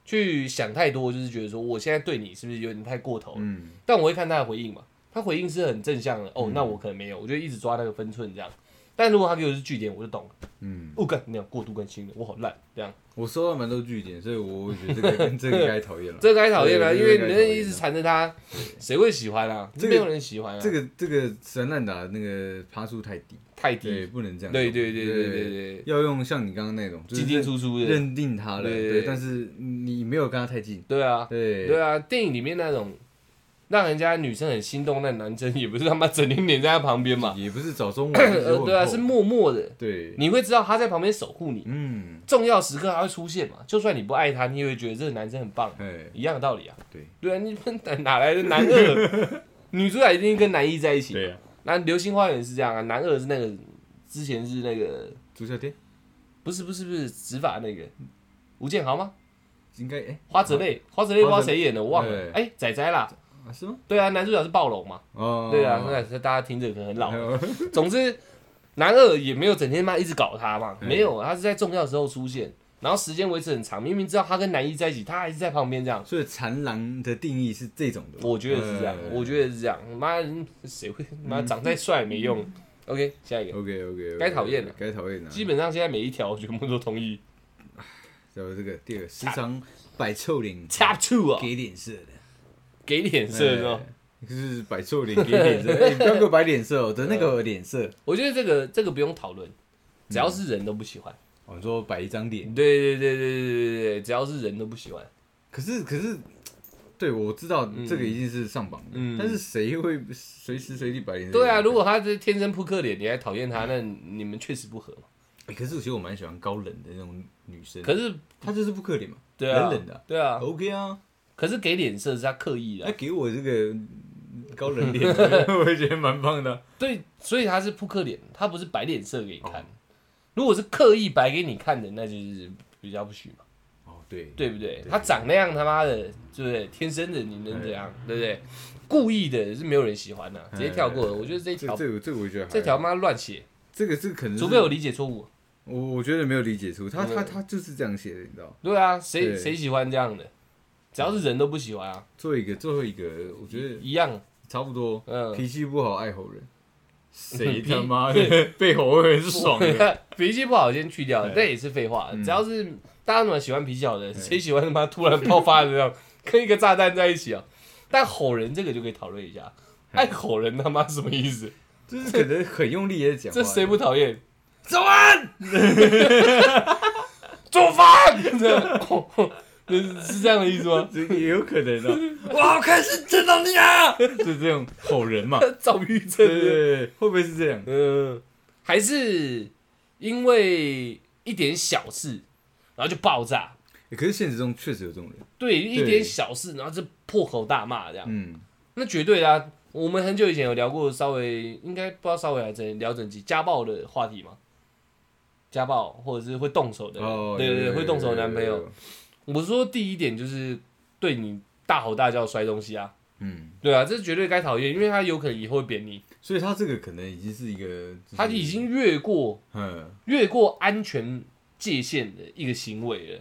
Speaker 1: 去想太多，就是觉得说我现在对你是不是有点太过头了？
Speaker 2: 嗯，
Speaker 1: 但我会看他的回应嘛，他回应是很正向的，哦，那我可能没有，我就一直抓那个分寸这样。但如果他给我是据点，我就懂了。
Speaker 2: 嗯，
Speaker 1: 哦，干，你俩过度关心了，我好烂，这样
Speaker 2: 我收到蛮多据点，所以我觉得 这个跟这个该讨厌了。
Speaker 1: 这该讨厌了，啊
Speaker 2: 对
Speaker 1: 因
Speaker 2: 这个
Speaker 1: 为你
Speaker 2: 该讨厌啊
Speaker 1: 那一直缠着他，谁会喜欢啊？
Speaker 2: 这个
Speaker 1: 没有人喜欢啊，
Speaker 2: 这个这个神难打那个趴数太低，
Speaker 1: 太低
Speaker 2: 对，不能这样。
Speaker 1: 对对对对对对，
Speaker 2: 要用像你刚刚那种，就是
Speaker 1: 进进出出的，
Speaker 2: 认定他了，
Speaker 1: 对对
Speaker 2: 对，
Speaker 1: 对
Speaker 2: 但是你没有跟他太近，
Speaker 1: 对啊，
Speaker 2: 对
Speaker 1: 对啊，电影里面那种让人家女生很心动那男生，也不是他妈整天黏在他旁边嘛，
Speaker 2: 也不是早中晚，就是
Speaker 1: 呃，
Speaker 2: 问
Speaker 1: 对啊，
Speaker 2: 候
Speaker 1: 是默默的，
Speaker 2: 对，
Speaker 1: 你会知道他在旁边守护你，
Speaker 2: 嗯，
Speaker 1: 重要时刻他会出现嘛，就算你不爱他，你也会觉得这个男生很棒，
Speaker 2: 哎，
Speaker 1: 一样的道理啊，
Speaker 2: 对
Speaker 1: 对啊，你哪来的男二？女主角一定跟男一在一起，
Speaker 2: 对啊，
Speaker 1: 那《流星花园》是这样啊，男二是那个之前是那个
Speaker 2: 朱孝天
Speaker 1: 不是不是不是执法那个吴建豪吗？
Speaker 2: 应该哎
Speaker 1: 花泽类，花泽类不知道谁演的，我忘了
Speaker 2: 对。
Speaker 1: 哎，仔仔啦，
Speaker 2: 啊是吗？
Speaker 1: 对啊，男主角是暴龙嘛，
Speaker 2: 哦，
Speaker 1: 对啊，那大家听着可能很老
Speaker 2: 还。有
Speaker 1: 总之，男二也没有整天妈一直搞他嘛，
Speaker 2: 嗯
Speaker 1: 没有，他是在重要的时候出现，然后时间维持很长，明明知道他跟男一在一起，他还是在旁边这样。
Speaker 2: 所以豺狼的定义是这种的，
Speaker 1: 我觉得是这样，我觉得是这样。妈，谁会妈长再帅也没用？OK，下一个，
Speaker 2: OK OK，
Speaker 1: 该讨厌了
Speaker 2: 该讨厌了，
Speaker 1: 基本上现在每一条我全部都同意。
Speaker 2: 然后这个第二个时常摆臭脸
Speaker 1: Tap two 啊，
Speaker 2: 给脸色的。
Speaker 1: 给脸色是吧？
Speaker 2: 哎就是摆臭脸给 脸色，哎你不要给我摆脸色哦，的那个脸色。
Speaker 1: 我觉得这个这个不用讨论，只要是人都不喜欢。
Speaker 2: 我们说摆一张脸，
Speaker 1: 对对对对对对对，只要是人都不喜欢。
Speaker 2: 可是可是，对我知道
Speaker 1: 嗯
Speaker 2: 这个一定是上榜的，
Speaker 1: 嗯
Speaker 2: 但是谁会随时随地摆脸色？
Speaker 1: 对啊，如果他是天生扑克脸，你还讨厌他，那你们确实不合嘛。
Speaker 2: 哎可是我其实我蛮喜欢高冷的那种女生，
Speaker 1: 可是，
Speaker 2: 她就是不可脸嘛
Speaker 1: 对啊，
Speaker 2: 冷冷的哎啊
Speaker 1: 对啊。
Speaker 2: ，OK 啊，
Speaker 1: 可是给脸色是他刻意的
Speaker 2: 她
Speaker 1: 啊、
Speaker 2: 给我这个高 冷脸，我也觉得蛮棒的。啊
Speaker 1: 对，所以他是扑克脸，他不是摆脸色给你
Speaker 2: 哦
Speaker 1: 看。如果是刻意摆给你看的，那就是比较不许嘛，
Speaker 2: 哦，对，
Speaker 1: 对不对？
Speaker 2: 对
Speaker 1: 他长那样他妈的，对不对？天生的你能怎样，对不对？故意的是没有人喜欢的、直接跳过了。我觉得这一
Speaker 2: 这
Speaker 1: 条
Speaker 2: 哎这个这个我觉得还好
Speaker 1: 这条妈乱写，
Speaker 2: 这个这个可能是
Speaker 1: 除非我理解错误。
Speaker 2: 我我觉得没有理解出，他他
Speaker 1: 嗯
Speaker 2: 他就是这样写的，你知道。
Speaker 1: 对啊，谁
Speaker 2: 对
Speaker 1: 谁喜欢这样的？只要是人都不喜欢啊，
Speaker 2: 最后一个最后一个，我觉得
Speaker 1: 一样。
Speaker 2: 差不多，
Speaker 1: 嗯，
Speaker 2: 脾气不好爱吼人，谁
Speaker 1: 脾
Speaker 2: 他妈的被吼会很爽啊的？
Speaker 1: 脾气不好先去掉，
Speaker 2: 对
Speaker 1: 那也是废话。
Speaker 2: 嗯
Speaker 1: 只要是大家那么喜欢脾气好的人，谁喜欢他妈突然爆发的这 样，跟一个炸弹在一起啊？但吼人这个就可以讨论一下，爱吼人他妈什么意思？
Speaker 2: 就是可能很用力的讲话，
Speaker 1: 这谁不讨厌？
Speaker 2: 早安？
Speaker 1: 做饭， 这样是是这样的意思 吗？
Speaker 2: 这个也有可能 啊！我好开心见到你 啊！是这种 吼人嘛？
Speaker 1: 躁郁症
Speaker 2: 对对，对，会不会是这样？
Speaker 1: 嗯，还是因为一点小事，然后就爆炸。
Speaker 2: 欸可是现实中确实有这种人，
Speaker 1: 对，一点小事，然后就破口大骂这样，
Speaker 2: 嗯，
Speaker 1: 那绝对啦、我们很久以前有聊过，稍微应该不知道稍微还整聊整集家暴的话题嘛，家暴或者是会动手的人，
Speaker 2: 哦，
Speaker 1: 对
Speaker 2: 有
Speaker 1: 对对，会动手的男朋，
Speaker 2: 有有有有
Speaker 1: 友
Speaker 2: 有。
Speaker 1: 我说第一点就是对你大吼大叫摔东西啊，
Speaker 2: 嗯，
Speaker 1: 对啊，这绝对该讨厌，因为他有可能以后会扁你，
Speaker 2: 所以他这个可能已经是一个，就是
Speaker 1: 他已，经越过
Speaker 2: 嗯，
Speaker 1: 越过安全界限的一个行为了，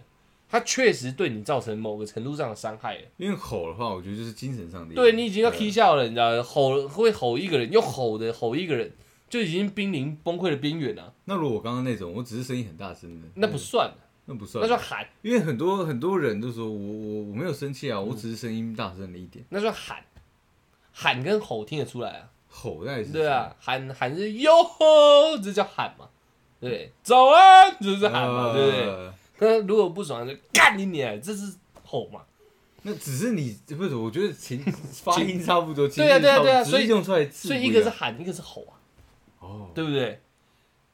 Speaker 1: 他确实对你造成某个程度上的伤害了。
Speaker 2: 因为吼的话，我觉得就是精神上的一种，
Speaker 1: 对你已经要
Speaker 2: 对
Speaker 1: k 笑了，你知道吗吼会吼一个人，又吼的吼一个人，就已经濒临崩溃的边缘了，
Speaker 2: 那如果我刚刚那种，我只是声音很大声的，
Speaker 1: 那不算，啊
Speaker 2: 那不算，
Speaker 1: 那算喊，
Speaker 2: 因为很多很多人都说我我我没有生气啊，我只是声音大声了一点，
Speaker 1: 那算喊，喊跟吼听得出来啊，
Speaker 2: 吼那也是
Speaker 1: 对啊，喊喊是哟吼，这叫喊嘛，对不对，走啊，这就是
Speaker 2: 什么，
Speaker 1: 喊嘛， 对不对？
Speaker 2: 呃
Speaker 1: 那如果不爽就干你娘，这是吼嘛，
Speaker 2: 那只是你不是，我觉得情发音差不多，
Speaker 1: 对啊
Speaker 2: 情绪差
Speaker 1: 对啊
Speaker 2: 不多
Speaker 1: 对啊
Speaker 2: 只是
Speaker 1: 所以
Speaker 2: 用出来的字
Speaker 1: 所以
Speaker 2: 不
Speaker 1: 一个是
Speaker 2: 样
Speaker 1: 喊，一个是吼啊，
Speaker 2: 哦，
Speaker 1: 对不对？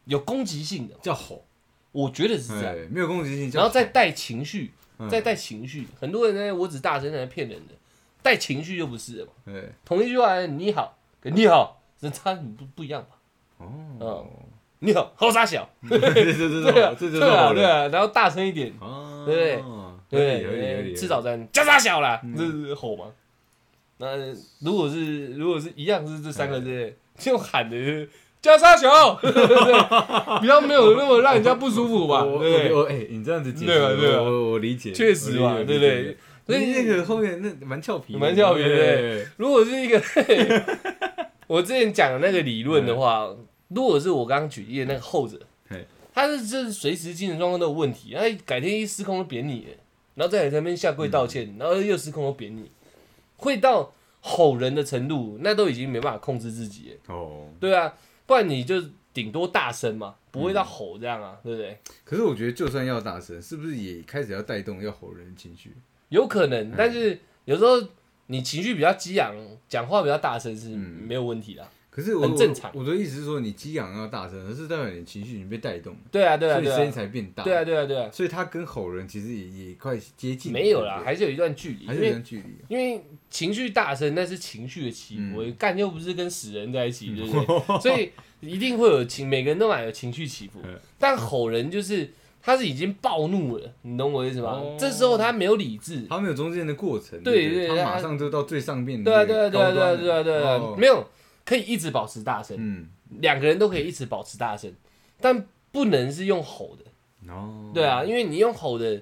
Speaker 1: 有攻击性的，
Speaker 2: 叫吼，
Speaker 1: 我觉得是这样。
Speaker 2: 哎，没有攻击性，叫
Speaker 1: 然后再
Speaker 2: 吼
Speaker 1: 带情绪，
Speaker 2: 嗯
Speaker 1: 再带情绪。很多人呢，我只大声在骗人的，带情绪就不是了嘛。
Speaker 2: 对
Speaker 1: 同一句话，你好跟你好，这差很不不一样嘛。
Speaker 2: 哦，
Speaker 1: 你好，好傻小，
Speaker 2: 这这这
Speaker 1: 对啊，
Speaker 2: 这就是
Speaker 1: 对啊，
Speaker 2: 吼
Speaker 1: 对
Speaker 2: 了，
Speaker 1: 啊。然后大声一点，
Speaker 2: 哦
Speaker 1: 对
Speaker 2: 对，
Speaker 1: 对
Speaker 2: 合理合理合理，
Speaker 1: 吃早餐叫傻小啦，
Speaker 2: 嗯
Speaker 1: 这是吼嘛。那如果是如果是一样是这三个
Speaker 2: 哎
Speaker 1: 字，就喊的就是叫傻小， 对不对比较没有那么让人家不舒服吧，
Speaker 2: 我
Speaker 1: 对
Speaker 2: 我
Speaker 1: 不对？
Speaker 2: 我哎，你这样子解释，
Speaker 1: 对啊对啊
Speaker 2: 我我我理解，
Speaker 1: 确实嘛
Speaker 2: 我理
Speaker 1: 对
Speaker 2: 解
Speaker 1: 不对？
Speaker 2: 理解
Speaker 1: 所以
Speaker 2: 你那个后面那蛮俏皮的，
Speaker 1: 蛮俏皮的对
Speaker 2: 对
Speaker 1: 如果是一个 我之前讲的那个理论的话，如果是我刚刚举例的那个后者
Speaker 2: 嘿，
Speaker 1: 他是这是随时精神状况都有问题，他改天一失控就扁你了，然后再来这边下跪道歉，
Speaker 2: 嗯
Speaker 1: 然后又失控又扁你，会到吼人的程度，那都已经没办法控制自己了。
Speaker 2: 哦。
Speaker 1: 对啊，不然你就顶多大声嘛，不会到吼这样啊，
Speaker 2: 嗯
Speaker 1: 对不对？
Speaker 2: 可是我觉得，就算要大声，是不是也开始要带动要吼人的情绪？
Speaker 1: 有可能，
Speaker 2: 嗯
Speaker 1: 但是有时候你情绪比较激昂，讲话比较大声是
Speaker 2: 嗯
Speaker 1: 没有问题的啊。
Speaker 2: 可是我
Speaker 1: 很正常
Speaker 2: 我我的意思是说，你激昂要大声，而是代表你的情绪已经被带动了，
Speaker 1: 对啊，对啊，
Speaker 2: 所以
Speaker 1: 对
Speaker 2: 声音
Speaker 1: 啊，
Speaker 2: 才变大。
Speaker 1: 对啊，对啊，对啊。
Speaker 2: 所以他跟吼人其实也也快接近了。
Speaker 1: 没有啦，
Speaker 2: 对
Speaker 1: 还是有一段距离，
Speaker 2: 不对还
Speaker 1: 因
Speaker 2: 是有
Speaker 1: 为
Speaker 2: 点距离。
Speaker 1: 因为情绪大声那是情绪的起伏，
Speaker 2: 嗯
Speaker 1: 干、又不是跟死人在一起，对 不对？所以一定会有情，每个人都蛮有情绪 起伏
Speaker 2: 嗯，
Speaker 1: 但吼人就是他是已经暴怒了，你懂我意思吗？
Speaker 2: 哦
Speaker 1: 这时候他没有理智，
Speaker 2: 他没有中间的过程，
Speaker 1: 对
Speaker 2: 不
Speaker 1: 对
Speaker 2: 他
Speaker 1: 他
Speaker 2: 马上就到最上面的
Speaker 1: 对啊
Speaker 2: 那
Speaker 1: 对啊
Speaker 2: 个
Speaker 1: 对啊
Speaker 2: 高
Speaker 1: 对啊
Speaker 2: 端了。
Speaker 1: 对啊对啊，
Speaker 2: 哦
Speaker 1: 没有可以一直保持大声，
Speaker 2: 嗯，
Speaker 1: 两、个人都可以一直保持大声，但不能是用吼的，
Speaker 2: 哦，
Speaker 1: 对啊，因为你用吼的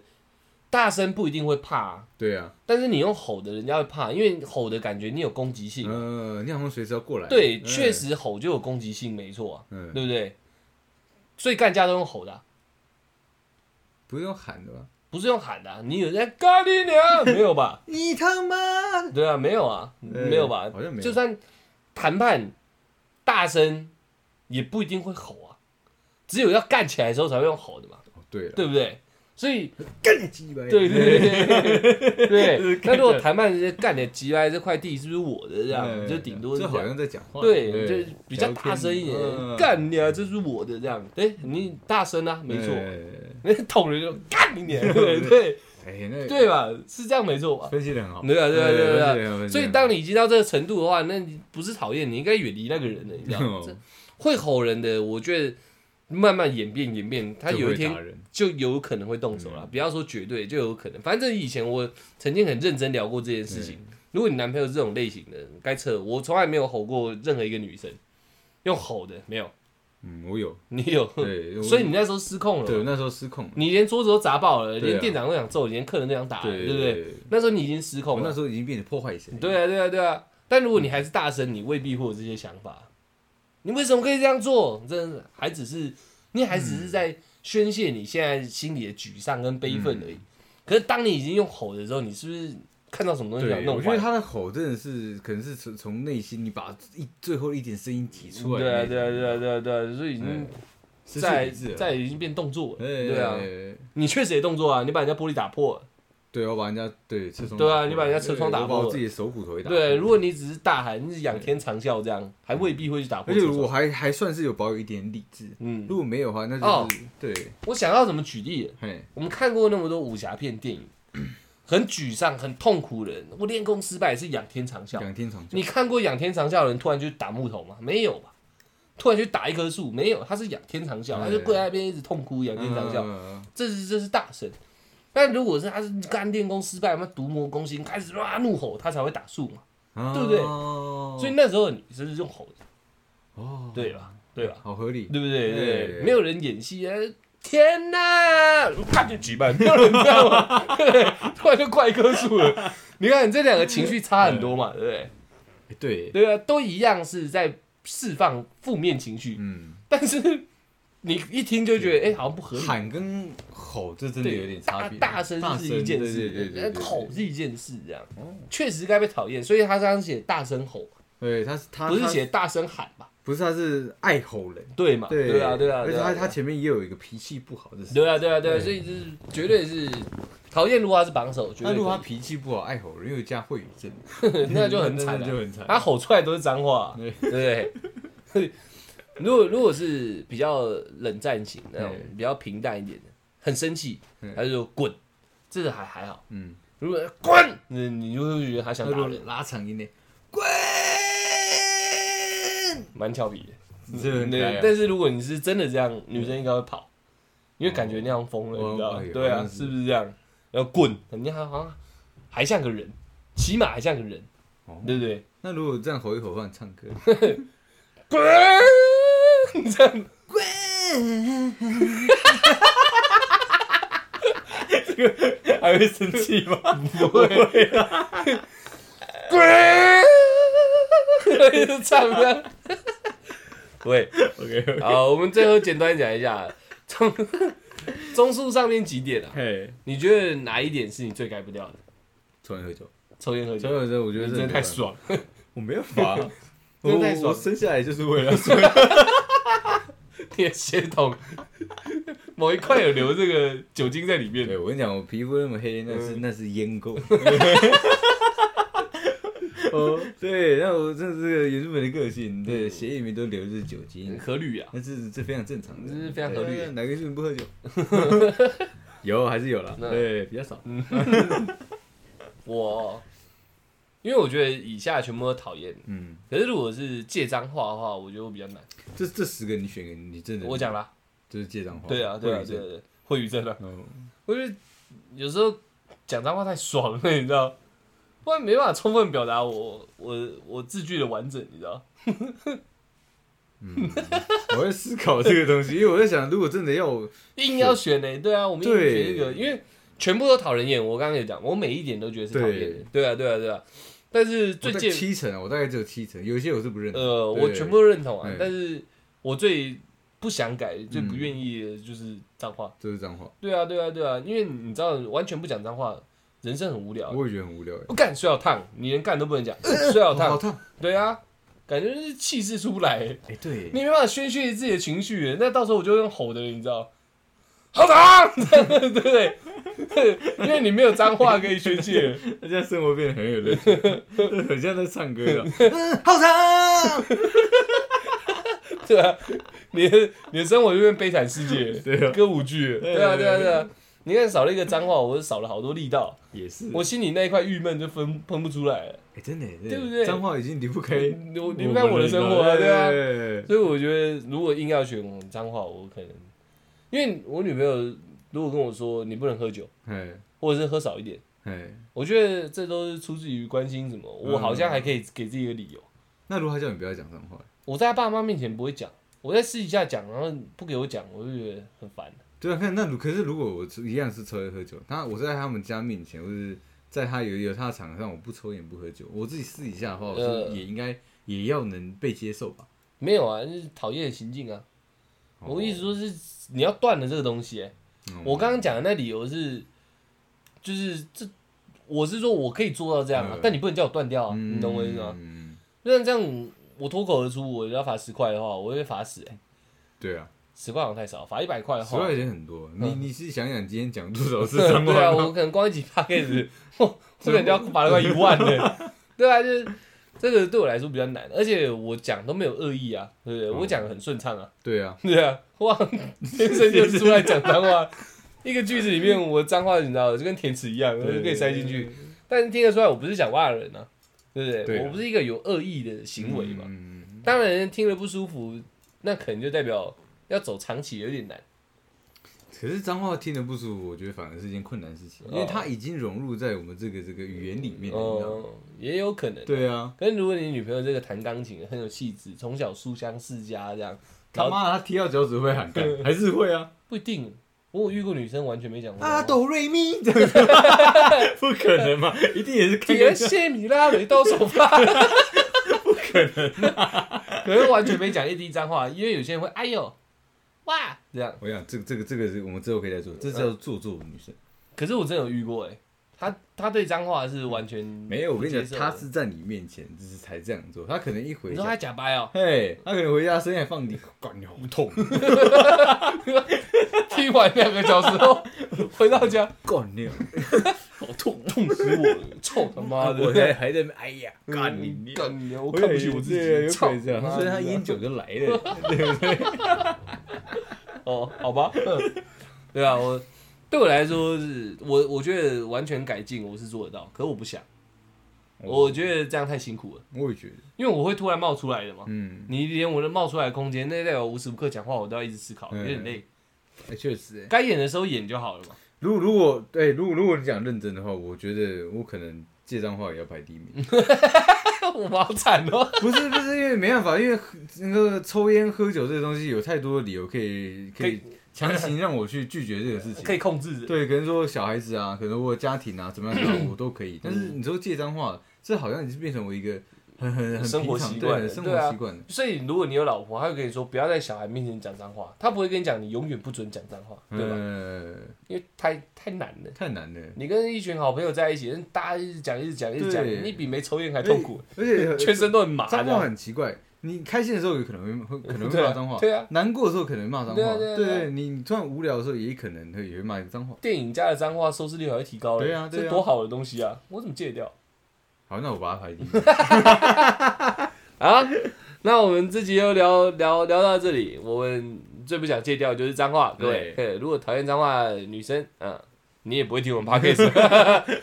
Speaker 1: 大声不一定会怕啊、
Speaker 2: 对啊，
Speaker 1: 但是你用吼的，人家会怕，因为吼的感觉你有攻击性。
Speaker 2: 呃，你好像随时要过来。
Speaker 1: 对，
Speaker 2: 嗯
Speaker 1: 确，实吼就有攻击性，没错啊，
Speaker 2: 嗯，
Speaker 1: 对不对？所以干架都用吼的啊、
Speaker 2: 不是用喊的吧？
Speaker 1: 不是用喊的啊、你有人在干你娘没有吧？
Speaker 2: 你他妈！
Speaker 1: 对啊，没有啊，
Speaker 2: 嗯
Speaker 1: 没有吧？
Speaker 2: 好像没有
Speaker 1: 就算谈判大声，也不一定会吼啊，只有要干起来的时候才会用吼的嘛，
Speaker 2: 哦对了，嗯
Speaker 1: 对不对？所以，
Speaker 2: 干你鸡巴！
Speaker 1: 对对对对
Speaker 2: 就是
Speaker 1: 对，
Speaker 2: 干
Speaker 1: 那如果
Speaker 2: 架
Speaker 1: 干的是干的急来这块地是不是啊我的这
Speaker 2: 嗯
Speaker 1: 样，就顶多是
Speaker 2: 这
Speaker 1: 这
Speaker 2: 好
Speaker 1: 样。
Speaker 2: 像在讲话，
Speaker 1: 对，就比较大声一
Speaker 2: 聊天
Speaker 1: 点，
Speaker 2: 嗯
Speaker 1: 干你啊，这是我的这样，哎，你大声啊，没错，
Speaker 2: 哎
Speaker 1: 那捅人就干你娘，对对
Speaker 2: 哎，那
Speaker 1: 对吧？是这样没错吧？
Speaker 2: 分析的很好，
Speaker 1: 对啊对啊对啊对啊
Speaker 2: 分析得很好
Speaker 1: 所以当你已经到这个程度的话，那你不是讨厌，你应该远离那个人的，你知道吗？
Speaker 2: 哦
Speaker 1: 这会吼人的，我觉得慢慢演变演变，他有一
Speaker 2: 就会打
Speaker 1: 天
Speaker 2: 人
Speaker 1: 就有可能会动手
Speaker 2: 嗯
Speaker 1: 了。不要说绝对，就有可能。反正以前我曾经很认真聊过这件事情。
Speaker 2: 嗯
Speaker 1: 如果你男朋友是这种类型的，该撤。我从来没有吼过任何一个女生，用吼的没有，
Speaker 2: 嗯，我有，
Speaker 1: 你有，
Speaker 2: 对，我
Speaker 1: 所以你那时候失控
Speaker 2: 对我
Speaker 1: 了嘛，
Speaker 2: 那时候失控了，
Speaker 1: 你连桌子都砸爆了，
Speaker 2: 对啊
Speaker 1: 连店长都想揍，连客人都想打，对不对？
Speaker 2: 对，
Speaker 1: 那时候你已经失
Speaker 2: 我
Speaker 1: 控了
Speaker 2: 那。时候已经变成破坏神，
Speaker 1: 对啊，对啊，对啊。但如果你还是大声，你未必会有这些想法。你为什么可以这样做？真的还只是你还只是在宣泄你现在心里的沮丧跟悲愤而已。可是当你已经用吼的时候，你是不是看到什么东西想
Speaker 2: 对，
Speaker 1: 弄
Speaker 2: 我觉得
Speaker 1: 坏？
Speaker 2: 他的吼真的是，可能是从从内心你把一最后一点声音挤出来，哎
Speaker 1: 对啊，对啊，对啊，，对啊，对啊，所以已经
Speaker 2: 失去
Speaker 1: 在
Speaker 2: 理智了，
Speaker 1: 在已经变动作了。
Speaker 2: 哎
Speaker 1: 啊对啊，
Speaker 2: 哎
Speaker 1: 你确实也动作啊，你把人家玻璃打破了，
Speaker 2: 对，我把人家对车窗
Speaker 1: 对啊
Speaker 2: 打破哎
Speaker 1: 你把人家车窗打
Speaker 2: 我
Speaker 1: 破
Speaker 2: 把我
Speaker 1: 了
Speaker 2: 自己的手骨头也打破
Speaker 1: 对，如果你只是大喊，你是仰天长啸这样，还未必会去打破
Speaker 2: 而
Speaker 1: 车
Speaker 2: 且
Speaker 1: 窗。
Speaker 2: 我还还算是有保有一点理智，
Speaker 1: 嗯，
Speaker 2: 如果没有的话，那
Speaker 1: 哦
Speaker 2: 就是对，
Speaker 1: 我想到怎么举例了，
Speaker 2: 嘿，
Speaker 1: 我们看过那么多武侠片电 影，很沮丧、很痛苦的人，我练功失败也是仰天长啸。
Speaker 2: 仰天长啸，
Speaker 1: 你看过仰天长啸的人突然去打木头吗？没有吧。突然去打一棵树，没有，他是仰天长啸，
Speaker 2: 哎
Speaker 1: 他就跪在那边一直痛哭，仰天长啸。
Speaker 2: 嗯
Speaker 1: 这是这是大神。但如果是他是干练功失败，他毒魔攻心，开始哇怒吼，他才会打树嘛。对不对
Speaker 2: 嗯哦
Speaker 1: 所以那时候你是用吼的，
Speaker 2: 哦，
Speaker 1: 对吧？对吧？
Speaker 2: 好合理，
Speaker 1: 对不对？对
Speaker 2: 对
Speaker 1: 没有人演戏啊！天哪，啪就举 办，没有人知道吗？对不对？突然就怪棵树了。你看，你这两个情绪差很多嘛，对不对？
Speaker 2: 哎对，
Speaker 1: 对啊，都一样是在释放负面情绪，
Speaker 2: 嗯，
Speaker 1: 但是你一听就觉得，哎，好像不合理。
Speaker 2: 喊跟吼这真的
Speaker 1: 对，啊
Speaker 2: 有点差别，
Speaker 1: 大大声是一件
Speaker 2: 对对对
Speaker 1: 事，
Speaker 2: 对对
Speaker 1: 但
Speaker 2: 对，
Speaker 1: 吼是一件事，这样
Speaker 2: 哦
Speaker 1: 确实该被讨厌。所以他刚刚写大声吼，
Speaker 2: 对，他是他
Speaker 1: 不是
Speaker 2: 啊他
Speaker 1: 写大声喊吧？
Speaker 2: 不是他是爱吼人，
Speaker 1: 对嘛？
Speaker 2: 对
Speaker 1: 对啊，对啊，
Speaker 2: 而且
Speaker 1: 对啊
Speaker 2: 他
Speaker 1: 对啊
Speaker 2: 他前面也有一个脾气不好的事，
Speaker 1: 对啊，对啊，对啊，
Speaker 2: 对
Speaker 1: 所以就是绝对是讨厌。如果他是榜首，绝
Speaker 2: 那
Speaker 1: 对
Speaker 2: 如果
Speaker 1: 可
Speaker 2: 他脾气不好，爱吼人又加会语症，
Speaker 1: 以 那就很惨啊
Speaker 2: 那
Speaker 1: 了。
Speaker 2: 就很惨，
Speaker 1: 他吼出来都是脏话，对
Speaker 2: 对
Speaker 1: 不对？ 如果如果是比较冷战型那种
Speaker 2: 对，
Speaker 1: 比较平淡一点的，很生气，
Speaker 2: 嗯
Speaker 1: 他就说滚，这个还还好。
Speaker 2: 嗯，
Speaker 1: 如果滚，你你就会觉得他想
Speaker 2: 那如
Speaker 1: 打
Speaker 2: 果
Speaker 1: 人，
Speaker 2: 拉长音呢？滚，
Speaker 1: 蛮俏皮的。
Speaker 2: 这很可
Speaker 1: 对
Speaker 2: 爱啊，
Speaker 1: 但是如果你是真的这样，女生应该会跑，因为感觉那样疯了，
Speaker 2: 哦
Speaker 1: 你知道吗
Speaker 2: 哎？呦
Speaker 1: 对
Speaker 2: 好
Speaker 1: 啊，
Speaker 2: 像是
Speaker 1: 是不是这样？然后滚，人家好像还像个人，起码还像个人
Speaker 2: 哦，
Speaker 1: 对不对？
Speaker 2: 那如果这样吼一吼，让你唱 歌，
Speaker 1: 滚， 这样
Speaker 2: 滚，这个还会生气吗？
Speaker 1: 不会， 滚，一直唱的。喂
Speaker 2: OK，
Speaker 1: 好，我们最后简单讲一下，综综述上面几点啊？
Speaker 2: 嘿，
Speaker 1: 你觉得哪一点是你最改不掉的？
Speaker 2: 抽烟喝酒，
Speaker 1: 抽烟喝
Speaker 2: 抽
Speaker 1: 酒，
Speaker 2: 烟喝酒，我觉得
Speaker 1: 你
Speaker 2: 这
Speaker 1: 真的太，爽了。
Speaker 2: 我没有法，
Speaker 1: 真
Speaker 2: 我
Speaker 1: 的太爽
Speaker 2: 我生下来就是为了说，
Speaker 1: 你的血统 某一块有留这个酒精在里面
Speaker 2: 对。我跟你讲，我皮肤那么黑，那是
Speaker 1: 嗯
Speaker 2: 那是 烟垢。哦，对，那我这是个原住民的个
Speaker 1: 嗯
Speaker 2: 性，对，血液里面都流着酒精，
Speaker 1: 何律啊，
Speaker 2: 那是这非常正常的，
Speaker 1: 这是非常合理的
Speaker 2: 对哪个是不 喝酒？有还是有了，
Speaker 1: 那嗯
Speaker 2: 对，比较少。
Speaker 1: 我因为我觉得以下全部都讨厌，
Speaker 2: 嗯，
Speaker 1: 可是如果是借脏话的话，我觉得我比较难。
Speaker 2: 这这十个你选一个，你真的
Speaker 1: 我讲啦，
Speaker 2: 就是借账花。
Speaker 1: 对啊，对啊，
Speaker 2: 会
Speaker 1: 对
Speaker 2: 这
Speaker 1: 啊，对啊，会语症啊，
Speaker 2: 哦
Speaker 1: 我觉得有时候讲脏话太爽了，你知道，不然没办法充分表达我我我字句的完整，你知道。
Speaker 2: 我在思考这个东 西，因为我在想，如果真的要我，
Speaker 1: 硬要选呢、对啊，我们硬
Speaker 2: 对
Speaker 1: 选一个，因为全部都讨人厌。我刚刚也讲，我每一点都觉得是讨厌的，对啊，对啊，对啊。但是
Speaker 2: 我
Speaker 1: 最
Speaker 2: 大概
Speaker 1: 贱，
Speaker 2: 七成啊，我大概只有七成，有一些我是不认的。
Speaker 1: 呃，
Speaker 2: 对
Speaker 1: 我全部都认同啊
Speaker 2: 嗯，
Speaker 1: 但是我最不想改、最不愿意的就是脏话。
Speaker 2: 就是脏话，
Speaker 1: 对啊，对啊，对啊，因为你知道，完全不讲脏话，人生很无聊。
Speaker 2: 我也觉得很无聊哎。
Speaker 1: 不干睡好烫，你连干都不能 讲，睡好
Speaker 2: 好
Speaker 1: 烫，
Speaker 2: 烫！
Speaker 1: 对啊，感觉就是气势出不来、
Speaker 2: 哎，对，
Speaker 1: 你没办法宣泄自己的情绪，那到时候我就用吼的，你知道？ 好糖， 对不对？因为你没有脏话可以宣泄，
Speaker 2: 那这样生活变得很有乐 趣，很像在唱歌的。嗯，好烫！
Speaker 1: 对啊，你的你的生活就变悲惨世 界，
Speaker 2: 对啊
Speaker 1: 歌舞剧，对啊，对啊，对啊。你看少了一个脏话，我就少了好多力道，
Speaker 2: 也是，
Speaker 1: 我心里那一块郁闷就分喷不出来了。
Speaker 2: 哎，真的耶，
Speaker 1: 对不对
Speaker 2: 脏话已经离不开
Speaker 1: 我 离不开我的生活啊，对啊。
Speaker 2: 啊。
Speaker 1: 所以我觉得，如果硬要选脏话，我可能，因为我女朋友如果跟我说你不能喝酒，
Speaker 2: 哎
Speaker 1: 或者是喝少一点，
Speaker 2: 哎，
Speaker 1: 我觉得这都是出自于关心什么，我好像还可以给自己一个理由。
Speaker 2: 那如果他叫你不要讲脏话，
Speaker 1: 我在爸妈面前不会讲，我在私底下讲，然后不给我讲，我就觉得很烦。
Speaker 2: 对啊，看那如可是如果我一样是抽烟喝酒，那我在他们家面前，或是在他有有他的场合上，我不抽烟不喝酒，我自己私底下的话，我
Speaker 1: 呃
Speaker 2: 是也应该也要能被接受吧。
Speaker 1: 没有啊，就是讨厌的行径啊。我意思说是你要断了这个东西欸、
Speaker 2: 哦嗯
Speaker 1: 我刚刚讲的那理由是，就是这我是说我可以做到这样啊
Speaker 2: 嗯，
Speaker 1: 但你不能叫我断掉啊，
Speaker 2: 嗯
Speaker 1: 你懂我意思吗？
Speaker 2: 嗯，
Speaker 1: 那这样我脱口而出，我要罚十块的话，我会被罚死、欸。
Speaker 2: 对啊，
Speaker 1: 十块好像太少，罚一百块的
Speaker 2: 十
Speaker 1: 话，
Speaker 2: 块钱很多，你你是想想今天讲多少 次
Speaker 1: 对
Speaker 2: 脏
Speaker 1: 啊对啊，我
Speaker 2: 话吗？
Speaker 1: 可能光一集 p o d c a s 我可能就要罚了快一万呢。对啊，就是这个对我来说比较难，而且我讲都没有恶意啊，对不对？
Speaker 2: 嗯
Speaker 1: 我讲的很顺畅啊，
Speaker 2: 对啊，
Speaker 1: 对啊，哇，天生就出来讲脏话。一个句子里面，我脏话你知道，就跟甜词一样，就可以塞进去。但听得出来，我不是想骂人啊，对不对？
Speaker 2: 对啊
Speaker 1: 我不是一个有恶意的行为嘛。
Speaker 2: 嗯，
Speaker 1: 当然，听了不舒服，那可能就代表要走长期有点难。
Speaker 2: 可是脏话听得不舒服，我觉得反而是一件困难事情，因为
Speaker 1: 哦
Speaker 2: 它已经融入在我们这个这个语言里面了，你知道吗？
Speaker 1: 哦，也有可能。
Speaker 2: 嗯对啊，
Speaker 1: 可是如果你女朋友这个弹钢琴很有气质，从小书香世家这样，
Speaker 2: 他妈的他踢到脚趾会 喊干，还是会啊
Speaker 1: 不一定。我有遇过女生完全没讲过
Speaker 2: 啊哆瑞 咪，这样子不可能嘛，一定也是看
Speaker 1: 别谢米拉雷到手吧， 不可能、
Speaker 2: 啊
Speaker 1: 可是完全没讲一滴脏话，因为有些人会哎呦哇这样。
Speaker 2: 我想这个这个这个是我们之后可以再做，
Speaker 1: 嗯
Speaker 2: 这叫做做女生。
Speaker 1: 可是我真的有遇过哎、欸，她她对脏话是完全
Speaker 2: 没有，我跟你
Speaker 1: 不接
Speaker 2: 讲，
Speaker 1: 受
Speaker 2: 他
Speaker 1: 的
Speaker 2: 是在你面前就是才这样做，他可能一回
Speaker 1: 你说
Speaker 2: 家
Speaker 1: 她，假掰哦、
Speaker 2: 嘿，他可能回家声音还放你，管你好 痛，
Speaker 1: 听完两个小时 后回到家，
Speaker 2: 管你好痛，
Speaker 1: 痛死我了，臭他妈的！
Speaker 2: 我还还在那边哎呀，干你
Speaker 1: 嗯
Speaker 2: 娘
Speaker 1: 干你娘！我
Speaker 2: 我啊
Speaker 1: 看不起我自己，
Speaker 2: 有
Speaker 1: 操
Speaker 2: 可能这样，
Speaker 1: 妈
Speaker 2: 所以
Speaker 1: 的
Speaker 2: 他烟酒就来了，对不对？
Speaker 1: 哦，好吧，嗯 对啊，我对我来说是，我我觉得完全改进我是做得到，可我不想，我觉得这样太辛苦了，
Speaker 2: 我也觉得，
Speaker 1: 因为我会突然冒出来的嘛。
Speaker 2: 嗯，
Speaker 1: 你连我的冒出来的空间，那代表我无时无刻讲话，我都要一直思考，有
Speaker 2: 嗯
Speaker 1: 点累。
Speaker 2: 哎确实，哎
Speaker 1: 该演的时候演就好了嘛。
Speaker 2: 如如果对，如果如果你讲认真的话，我觉得我可能借脏话也要排第一名。
Speaker 1: 我好惨哦。
Speaker 2: 不是不是，因为没办法，因为喝那个抽烟喝酒这个东西有太多的理由可以可以强行让我去拒绝这个 事 情。
Speaker 1: 可以控制的，
Speaker 2: 对，可能说小孩子啊，可能我家庭啊，怎么样
Speaker 1: 嗯
Speaker 2: 怎么样，我都可以。但是你说借脏话，这好像已经变成我一个很很很
Speaker 1: 生活
Speaker 2: 平常
Speaker 1: 习惯
Speaker 2: 对
Speaker 1: 了
Speaker 2: 生
Speaker 1: 对
Speaker 2: 活
Speaker 1: 啊
Speaker 2: 习惯了。
Speaker 1: 所以如果你有老婆，她会跟你说不要在小孩面前讲脏话，她不会跟你讲你永远不准讲脏话，对吧？
Speaker 2: 呃，
Speaker 1: 因为太太难了。
Speaker 2: 太难了，
Speaker 1: 你跟一群好朋友在一起，大家一直讲，一直讲，一直讲，
Speaker 2: 对
Speaker 1: 你比没抽烟还痛苦，
Speaker 2: 而 且
Speaker 1: 全身都很麻。
Speaker 2: 脏
Speaker 1: 这
Speaker 2: 话
Speaker 1: 样
Speaker 2: 很奇怪。你开心的时候有可能会会可能会
Speaker 1: 对啊
Speaker 2: 骂脏话，
Speaker 1: 对啊
Speaker 2: 难过的时候可能骂脏
Speaker 1: 对
Speaker 2: 话，
Speaker 1: 啊对啊对啊
Speaker 2: 对你你突然无聊的时候也可能会也会骂脏话。
Speaker 1: 电影加的脏话收视率还会提高嘞，
Speaker 2: 对啊对啊
Speaker 1: 这多好的东西啊！我怎么戒掉
Speaker 2: 好，那我把它排第一。
Speaker 1: 啊？那我们这集就聊聊聊到这里。我们最不想戒掉的就是脏话，各位
Speaker 2: 对。
Speaker 1: 嘿如果讨厌脏话，女生，嗯，你也不会听 我们 podcast，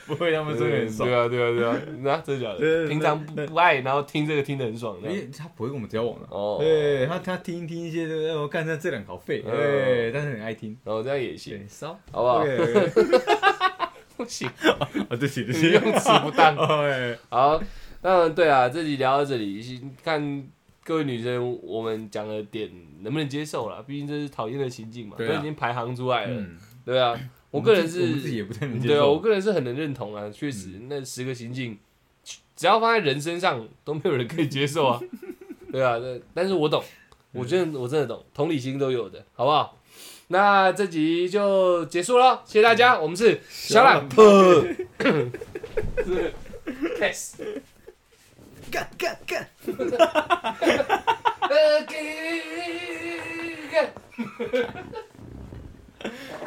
Speaker 2: 不会，他们真的很爽
Speaker 1: 对。啊，对啊，对啊，那真的假
Speaker 2: 对对
Speaker 1: 的？
Speaker 2: 对
Speaker 1: 平常不不爱，然后听这个听得很爽的。
Speaker 2: 因为他不会跟我们交往的、
Speaker 1: 哦，
Speaker 2: 对他他听一听一些，对不对？我看他这两个好废，
Speaker 1: 嗯
Speaker 2: 对，但是很爱听，
Speaker 1: 然哦后这样也行，
Speaker 2: 对，骚，
Speaker 1: 好不好？
Speaker 2: OK，OK
Speaker 1: 不行，
Speaker 2: 啊，对不起，对不
Speaker 1: 你
Speaker 2: 起，
Speaker 1: 用词不当。
Speaker 2: 哎，
Speaker 1: 好，那对啊，这集聊到这里，看各位女生我们讲的点能不能接受啦，毕竟这是讨厌的情境嘛，
Speaker 2: 对啊
Speaker 1: 都已经排行出来了，
Speaker 2: 嗯，
Speaker 1: 对啊，我个人
Speaker 2: 我们自己
Speaker 1: 是，
Speaker 2: 也不太能接
Speaker 1: 对啊，我
Speaker 2: 受，嗯
Speaker 1: 个人是很能认同啊，确实、那十个情境，只要放在人身上都没有人可以接受 啊，对啊，那但是我懂，
Speaker 2: 嗯
Speaker 1: 我真的我真的懂，同理心都有的，好不好？那这集就结束了，谢谢大
Speaker 2: 嗯
Speaker 1: 家，我们是小懒婆， 是 Kiss。
Speaker 2: 干干干，
Speaker 1: Again.